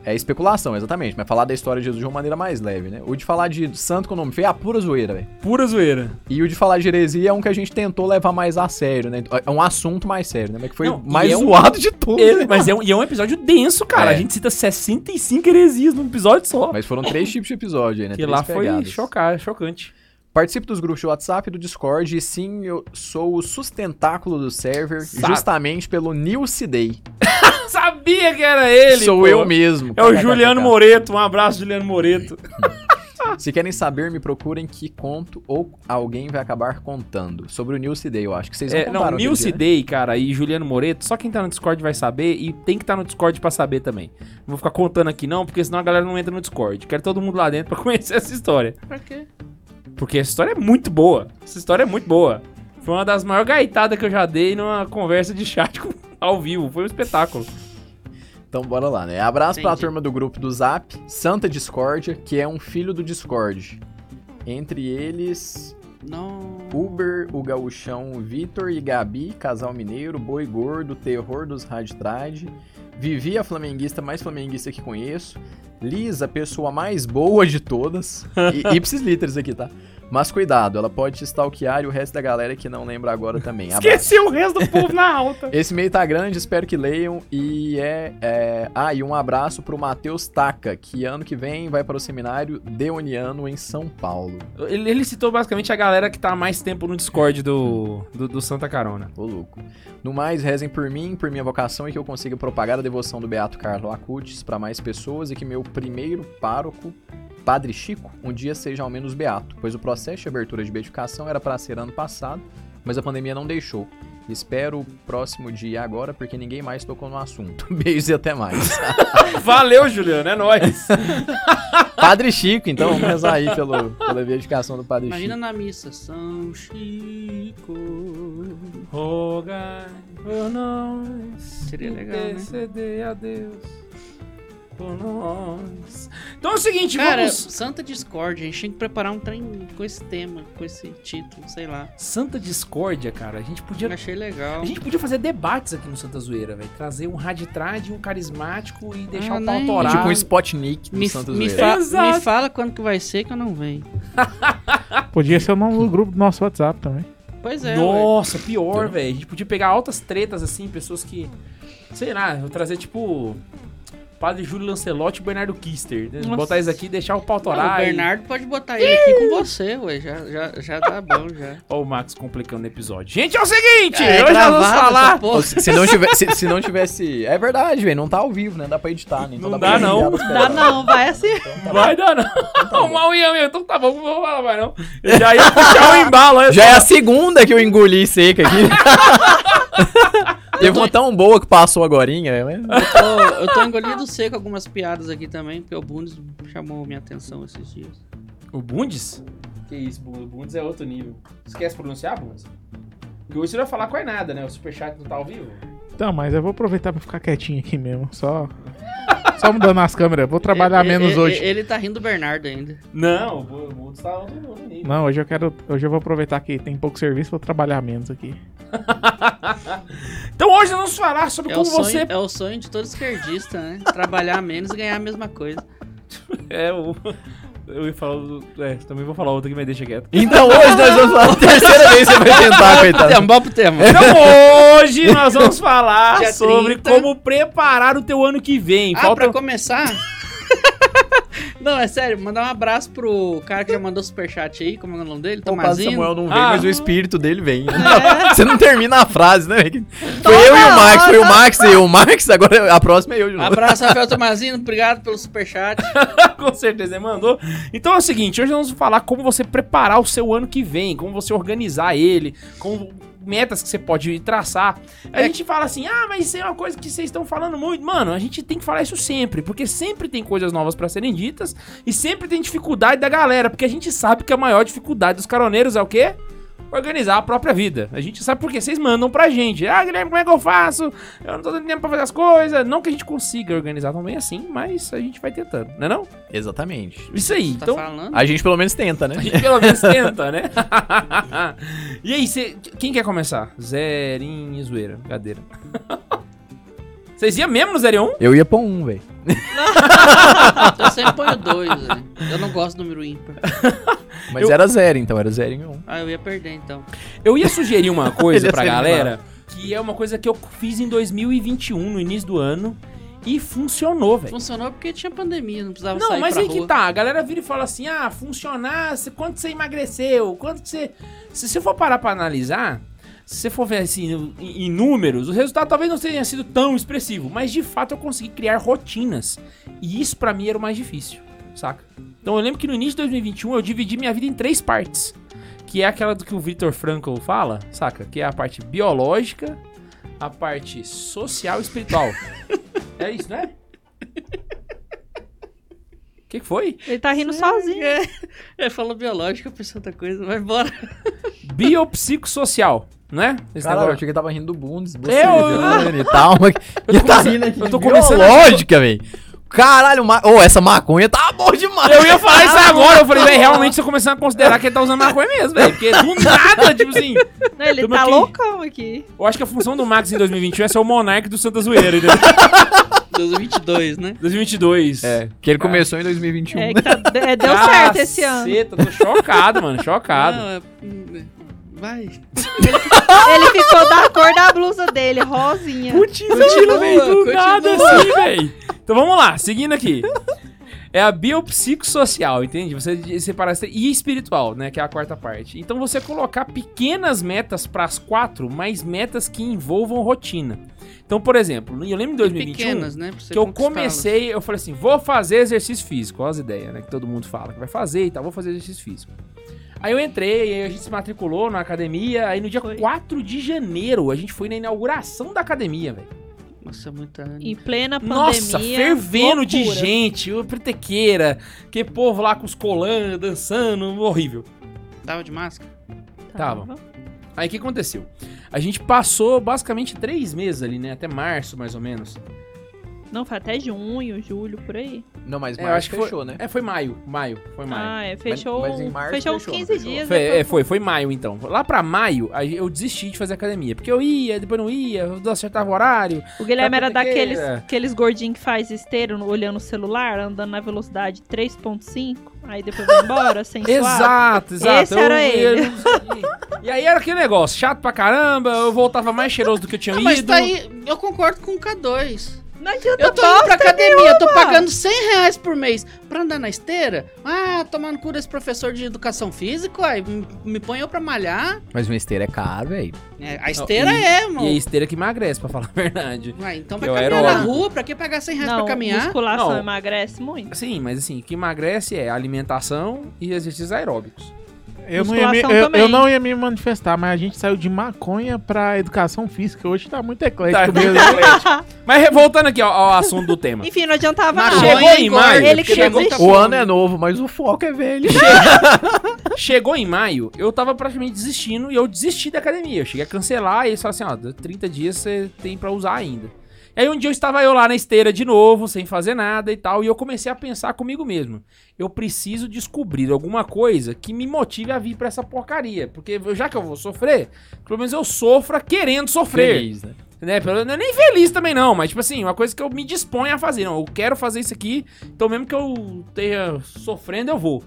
Speaker 4: É especulação, exatamente, mas falar da história de Jesus de uma maneira mais leve, né? O de falar de santo com nome feio é a pura zoeira, velho.
Speaker 1: Pura zoeira.
Speaker 4: E o de falar de heresia é um que a gente tentou levar mais a sério, né? É um assunto mais sério, né? Mas que foi
Speaker 1: Não, e
Speaker 4: mais
Speaker 1: é um-
Speaker 4: zoado de tudo.
Speaker 1: Ele-
Speaker 4: né?
Speaker 1: mas é um, e é um episódio denso, cara.
Speaker 4: É.
Speaker 1: A gente cita 65 heresias num episódio só.
Speaker 4: Mas foram três tipos de episódio aí, né?
Speaker 1: que
Speaker 4: Três
Speaker 1: lá foi
Speaker 4: pegadas.
Speaker 1: chocar, chocante.
Speaker 4: Participe dos grupos de WhatsApp e do Discord e sim, eu sou o sustentáculo do server
Speaker 1: Sabe.
Speaker 4: justamente pelo Nilce Day.
Speaker 1: Sabia que era ele!
Speaker 4: Sou
Speaker 1: pô.
Speaker 4: eu mesmo.
Speaker 1: É o Juliano Moreto. Um abraço, Juliano Moreto.
Speaker 4: Se querem saber, me procurem que conto ou alguém vai acabar contando. Sobre o Nilce Day, eu acho que vocês não
Speaker 1: É, não,
Speaker 4: contaram. aquele
Speaker 1: Nilce
Speaker 4: dia, né?
Speaker 1: Day, cara, e Juliano Moreto, só quem tá no Discord vai saber e tem que estar no Discord pra saber também. Não vou ficar contando aqui não, porque senão a galera não entra no Discord. Quero todo mundo lá dentro pra conhecer essa história.
Speaker 3: pra quê?
Speaker 1: Porque essa história é muito boa. Essa história é muito boa. Foi uma das maiores gaitadas que eu já dei numa conversa de chat com- ao vivo. Foi um espetáculo.
Speaker 4: Então bora lá, né? Abraço pra
Speaker 3: Entendi.
Speaker 4: turma do grupo do Zap, Santa Discordia, que é um filho do Discord. Entre eles,
Speaker 3: Não.
Speaker 4: Uber, o Gaúchão, Vitor e Gabi, casal mineiro, boi gordo, terror dos raditrade, Vivi, a flamenguista mais flamenguista que conheço, Liz, a pessoa mais boa de todas, e ipsis literis aqui, tá? Mas cuidado, ela pode te stalkear e o resto da galera que não lembra agora também. Abraço.
Speaker 1: Esqueceu o resto do povo na alta.
Speaker 4: Esse meio tá grande, espero que leiam. E é. é- Ah, e um abraço pro Matheus Taca, que ano que vem vai para o seminário Deoniano em São Paulo.
Speaker 1: Ele, ele citou basicamente a galera que tá há mais tempo no Discord do, do, do Santa Carona.
Speaker 4: Ô, louco. No mais, rezem por mim, por minha vocação e que eu consiga propagar a devoção do Beato Carlo Acutis para mais pessoas e que meu primeiro pároco, Padre Chico, um dia seja ao menos beato, pois o processo de abertura de beatificação era para ser ano passado, mas a pandemia não deixou. Espero o próximo dia agora, porque ninguém mais tocou no assunto. Beijos e até mais.
Speaker 1: Valeu, Juliano, é nóis.
Speaker 4: Padre Chico, então, vamos rezar aí pelo, pela beatificação do Padre
Speaker 3: Imagina
Speaker 4: Chico.
Speaker 3: na missa. São Chico.
Speaker 1: Rogai por nós.
Speaker 3: Seria legal, né?
Speaker 1: Intercedei a Deus por nós. Então é o seguinte,
Speaker 3: Cara,
Speaker 1: vamos...
Speaker 3: Santa Discord, a gente tinha que preparar um trem com esse tema, com esse título, sei lá.
Speaker 1: Santa Discórdia, cara, a gente podia...
Speaker 3: Eu achei legal.
Speaker 1: A gente podia fazer debates aqui no Santa Zoeira, velho. Trazer um raditrade, um carismático e deixar
Speaker 3: Ah,
Speaker 1: o pau
Speaker 3: né?
Speaker 1: autorar.
Speaker 4: Tipo um Spotnik do
Speaker 3: Me,
Speaker 4: Santos
Speaker 3: me,
Speaker 4: Zoeira.
Speaker 3: fa-
Speaker 1: Exato.
Speaker 3: me fala quando que vai ser que eu não venho.
Speaker 5: Podia ser o nome do grupo do nosso WhatsApp também.
Speaker 3: Pois é, ué.
Speaker 1: Nossa, pior, velho. A gente podia pegar altas tretas, assim, pessoas que. Sei lá, vou trazer tipo. Padre Júlio Lancelotti e Bernardo Kister. né?
Speaker 2: Nossa.
Speaker 1: Botar isso aqui e deixar o pau
Speaker 3: Não,
Speaker 1: torar.
Speaker 3: o Bernardo pode botar ele aqui com você, ué. Já, já, já tá bom, já.
Speaker 1: Olha o Max complicando o episódio. Gente, é o seguinte!
Speaker 3: É
Speaker 1: hoje nós
Speaker 3: gravado
Speaker 1: vamos
Speaker 3: essa
Speaker 1: falar.
Speaker 3: porra.
Speaker 4: Se, se não tiver- se- se não tivesse. É verdade, velho. Não tá ao vivo, né? Dá pra editar, né? Então
Speaker 1: Não
Speaker 4: pra
Speaker 1: dá, não.
Speaker 4: enviar pras
Speaker 2: Dá
Speaker 4: pessoas.
Speaker 2: não, vai assim.
Speaker 4: Então tá
Speaker 1: Vai dar,
Speaker 4: bom,
Speaker 1: não.
Speaker 4: então
Speaker 1: o
Speaker 4: tá bom.
Speaker 1: mal ia mesmo. Então tá bom, não vou falar mais não. Eu já ia puxar o embalo. né? eu-
Speaker 4: Já é a segunda que eu engoli seca aqui. Teve uma tão boa que passou agorinha, né?
Speaker 3: Eu tô, eu tô engolindo seco algumas piadas aqui também, porque o Bundes chamou minha atenção esses dias.
Speaker 1: O Bundes? Que isso, Bu- o Bundes é outro nível. Esquece de pronunciar, Bundes? Porque hoje você não vai falar quase nada, né? O Superchat não tá ao vivo.
Speaker 5: Então, mas eu vou aproveitar pra ficar quietinho aqui mesmo. Só Só mudando as câmeras. Vou trabalhar
Speaker 3: Ele-
Speaker 5: menos
Speaker 3: ele-
Speaker 5: hoje.
Speaker 3: Ele tá rindo do Bernardo ainda.
Speaker 1: Não, o mundo está todo mundo nível.
Speaker 5: Não, hoje eu quero. Hoje eu vou aproveitar que tem pouco serviço, vou trabalhar menos aqui.
Speaker 1: Então hoje nós vamos falar sobre
Speaker 3: É o,
Speaker 1: como
Speaker 3: sonho,
Speaker 1: você.
Speaker 3: é o sonho de todo esquerdista, né? Trabalhar menos e ganhar a mesma coisa.
Speaker 1: É, o. Eu ia falar. do- É, também vou falar outra que me deixa quieto.
Speaker 4: Então hoje nós vamos falar. Terceira vez que você vai tentar,
Speaker 5: tá
Speaker 4: coitado.
Speaker 3: Tema, bora pro um tema.
Speaker 5: É.
Speaker 1: Então hoje nós vamos falar
Speaker 3: Dia
Speaker 1: sobre
Speaker 3: 30.
Speaker 1: como preparar o teu ano que vem.
Speaker 3: Ah,
Speaker 1: Falta
Speaker 3: pra começar. Não, é sério, mandar um abraço pro cara que já mandou superchat aí, como é o nome dele?
Speaker 4: O padre
Speaker 3: Tomazinho.
Speaker 4: Samuel não vem,
Speaker 1: Ah.
Speaker 4: mas o espírito dele vem. né?
Speaker 3: É.
Speaker 4: Você não termina a frase, né? Foi eu e o Max, foi o Max e o Max, agora a próxima é eu de
Speaker 1: Ah,
Speaker 4: novo.
Speaker 3: Abraço, Rafael Tomazino, obrigado pelo superchat. tá
Speaker 1: Com certeza, ele mandou. Então é o seguinte, hoje nós vamos falar como você preparar o seu ano que vem, como você organizar ele, com metas que você pode traçar. A
Speaker 3: É.
Speaker 1: gente fala assim, ah, mas isso é uma coisa que vocês estão falando muito. Mano, a gente tem que falar isso sempre, porque sempre tem coisas novas pra serem ditas e sempre tem dificuldade da galera, porque a gente sabe que a maior dificuldade dos caroneiros é o quê? Organizar a própria vida. A gente sabe porque vocês mandam pra gente. Ah, Guilherme, como é que eu faço? Eu não tô tendo tempo pra fazer as coisas. Não que a gente consiga organizar também assim, mas a gente vai tentando, né não?
Speaker 4: Exatamente.
Speaker 1: Isso aí,
Speaker 3: Tá
Speaker 1: então
Speaker 3: falando?
Speaker 4: A gente pelo menos tenta, né?
Speaker 1: a gente pelo menos tenta, né? e aí, cê- quem quer começar? Zerinho e zoeira, brincadeira. Vocês iam mesmo no Zerinho 1?
Speaker 4: Eu ia pôr um, velho.
Speaker 3: Eu sempre ponho dois, né? Eu não gosto do número ímpar.
Speaker 4: Mas
Speaker 1: Eu-
Speaker 4: era zero, então era zero em um.
Speaker 3: Ah, eu ia perder então.
Speaker 1: Eu ia sugerir uma coisa
Speaker 4: Ele
Speaker 1: pra
Speaker 4: ia ser
Speaker 1: galera, que é uma coisa que eu fiz em 2021, no início do ano, e funcionou, velho.
Speaker 3: Funcionou porque tinha pandemia, não precisava
Speaker 1: Não,
Speaker 3: sair
Speaker 1: mas
Speaker 3: pra
Speaker 1: aí
Speaker 3: rua.
Speaker 1: que tá. A galera vira e fala assim: ah, funcionar, cê- quanto você emagreceu, quanto que você. Se você for parar pra analisar, se você for ver assim, em, em números, o resultado talvez não tenha sido tão expressivo, mas de fato eu consegui criar rotinas. E isso pra mim era o mais difícil, saca? Então eu lembro que no início de 2021 eu dividi minha vida em três partes. Que é aquela do que o Victor Frankl fala, saca? Que é a parte biológica, a parte social e espiritual. é isso, né? O que que foi?
Speaker 2: Ele tá rindo sozinho.
Speaker 3: É, ele falou biológico, eu pensei outra coisa, vai embora.
Speaker 1: biopsicossocial, né? Esse
Speaker 4: Caralho,
Speaker 1: negócio.
Speaker 4: eu achei que ele tava rindo do Bundes,
Speaker 1: Eu- Ah!
Speaker 4: Bolsonaro e tal. Mas...
Speaker 1: Eu tô
Speaker 4: Eu tá
Speaker 1: começando-
Speaker 4: rindo aqui
Speaker 1: eu
Speaker 4: eu
Speaker 1: tô
Speaker 4: tô
Speaker 1: começando-
Speaker 4: biológica, velho. Caralho, ma... Ô, essa maconha tá boa demais.
Speaker 1: Eu ia falar isso agora, eu falei, velho, realmente tô começando a considerar que ele tá usando maconha mesmo, velho. Porque do nada, tipo assim.
Speaker 2: Não, ele
Speaker 1: Tamo
Speaker 2: tá
Speaker 1: aqui.
Speaker 2: loucão aqui.
Speaker 1: Eu acho que a função do Max em 2021 é ser o monarca do Santa Zoeira, entendeu?
Speaker 3: 2022, né?
Speaker 1: 2022.
Speaker 4: É, que ele começou em 2021.
Speaker 1: né?
Speaker 2: É, que tá- é, deu
Speaker 1: Ah,
Speaker 2: certo esse ano.
Speaker 1: Caceta, tô chocado, mano, chocado.
Speaker 3: Não, é... Vai. É
Speaker 2: Ele ficou da cor da blusa dele, rosinha.
Speaker 1: Continua, velho, do
Speaker 3: continua.
Speaker 1: nada assim, velho. Então vamos lá, seguindo aqui. É a biopsicossocial, entende? Você separar essa- e espiritual, né? Que é a quarta parte. Então você colocar pequenas metas pras quatro, mas metas que envolvam rotina. Então, por exemplo, eu lembro em 2021
Speaker 3: Pequenas, né? pra você
Speaker 1: que eu
Speaker 3: conquistá-las.
Speaker 1: comecei, eu falei assim, vou fazer exercício físico. Olha as ideias, né? Que todo mundo fala que vai fazer e tal, vou fazer exercício físico. Aí eu entrei, aí a gente se matriculou na academia, aí no dia
Speaker 2: Foi.
Speaker 1: 4 de janeiro a gente foi na inauguração da academia, velho.
Speaker 3: Nossa, muita...
Speaker 2: Em plena pandemia.
Speaker 1: Nossa, fervendo de
Speaker 2: loucura.
Speaker 1: gente, o pretequeira, que povo lá com os colãs, dançando, horrível.
Speaker 3: Tava de máscara?
Speaker 2: Tá,
Speaker 1: Tava. Aí o que aconteceu? A gente passou basicamente três meses ali, né? Até março, mais ou menos.
Speaker 2: Não, foi até junho, julho, por aí.
Speaker 4: Não, mas
Speaker 1: É,
Speaker 4: Marcos
Speaker 1: acho que
Speaker 4: fechou, né?
Speaker 1: É, foi maio, maio, foi maio.
Speaker 2: Ah, é, fechou,
Speaker 4: mas em março
Speaker 2: fechou uns
Speaker 4: fechou,
Speaker 2: 15
Speaker 4: não fechou?
Speaker 2: dias.
Speaker 1: Foi,
Speaker 2: depois-
Speaker 1: é, foi, foi maio então. Lá pra maio, aí eu desisti de fazer academia. Porque eu ia, depois não ia, eu não acertava o horário.
Speaker 2: O Guilherme era
Speaker 1: Tá porque-
Speaker 2: daqueles aqueles gordinhos que faz esteiro no- olhando o celular, andando na velocidade 3.5, aí depois vai embora, sem suar.
Speaker 1: Exato, exato.
Speaker 2: Esse era ele.
Speaker 1: eu- e aí era aquele negócio, chato pra caramba, eu voltava mais cheiroso do que eu tinha
Speaker 3: Ah,
Speaker 1: ido.
Speaker 3: mas tá aí... Eu concordo com o K2.
Speaker 2: Não adianta
Speaker 3: Eu tô indo pra academia, eu tô pagando 100 reais por mês pra andar na esteira? Ah, tomando cura esse professor de educação física, uai, me- me põe eu pra malhar.
Speaker 4: Mas o esteira é caro, velho.
Speaker 3: É, a esteira
Speaker 1: e-
Speaker 3: é,
Speaker 1: E
Speaker 3: mano.
Speaker 1: é esteira que emagrece, pra falar a verdade.
Speaker 3: Uai, então
Speaker 1: que
Speaker 3: vai
Speaker 1: eu
Speaker 3: caminhar
Speaker 1: era
Speaker 3: na
Speaker 1: óbvio.
Speaker 3: rua, pra que pagar 100 reais
Speaker 2: Não,
Speaker 3: pra caminhar?
Speaker 2: musculação
Speaker 1: Não.
Speaker 2: emagrece muito.
Speaker 1: Sim, mas assim, o que emagrece é alimentação e exercícios aeróbicos.
Speaker 5: Eu não, ia me,
Speaker 2: Musculação
Speaker 5: eu,
Speaker 2: também.
Speaker 5: eu não ia me manifestar, mas a gente saiu de maconha pra educação física. Hoje tá muito
Speaker 1: Tá,
Speaker 5: eclético mesmo.
Speaker 1: Mas re- voltando aqui ao, ao assunto do tema.
Speaker 2: Enfim, não adiantava
Speaker 3: Maconha
Speaker 2: nada.
Speaker 1: Chegou em
Speaker 3: engorda,
Speaker 1: maio,
Speaker 2: ele
Speaker 3: porque
Speaker 2: chegou-
Speaker 3: muita
Speaker 4: O
Speaker 3: fome.
Speaker 4: ano é novo, mas o foco é velho.
Speaker 1: Chegou em maio, eu tava praticamente desistindo e eu desisti da academia. Eu cheguei a cancelar e eles falaram assim: ó, 30 dias você tem pra usar ainda. E aí um dia eu estava eu lá na esteira de novo, sem fazer nada e tal, e eu comecei a pensar comigo mesmo. Eu preciso descobrir alguma coisa que me motive a vir pra essa porcaria, porque eu- já que eu vou sofrer, pelo menos eu sofra querendo sofrer
Speaker 4: Feliz, né?
Speaker 1: né? Pelo, não é nem feliz também não, mas tipo assim, uma coisa que eu me disponho a fazer. Não, eu quero fazer isso aqui, então mesmo que eu esteja sofrendo, eu vou.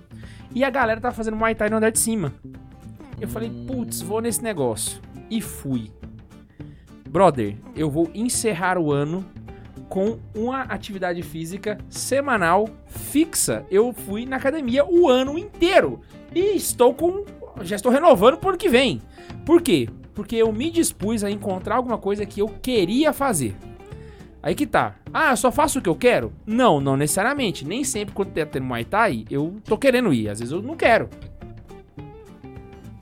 Speaker 1: E a galera tá fazendo Muay Thai no andar de cima. Eu falei, putz, vou nesse negócio. E fui. Brother, eu vou encerrar o ano com uma atividade física semanal fixa. Eu fui na academia o ano inteiro. E estou com. Já estou renovando pro ano que vem. Por quê? Porque eu me dispus a encontrar alguma coisa que eu queria fazer. Aí que tá. Ah, eu só faço o que eu quero? Não, não necessariamente. Nem sempre quando tá tendo Muay Thai, eu tô querendo ir. Às vezes eu não quero.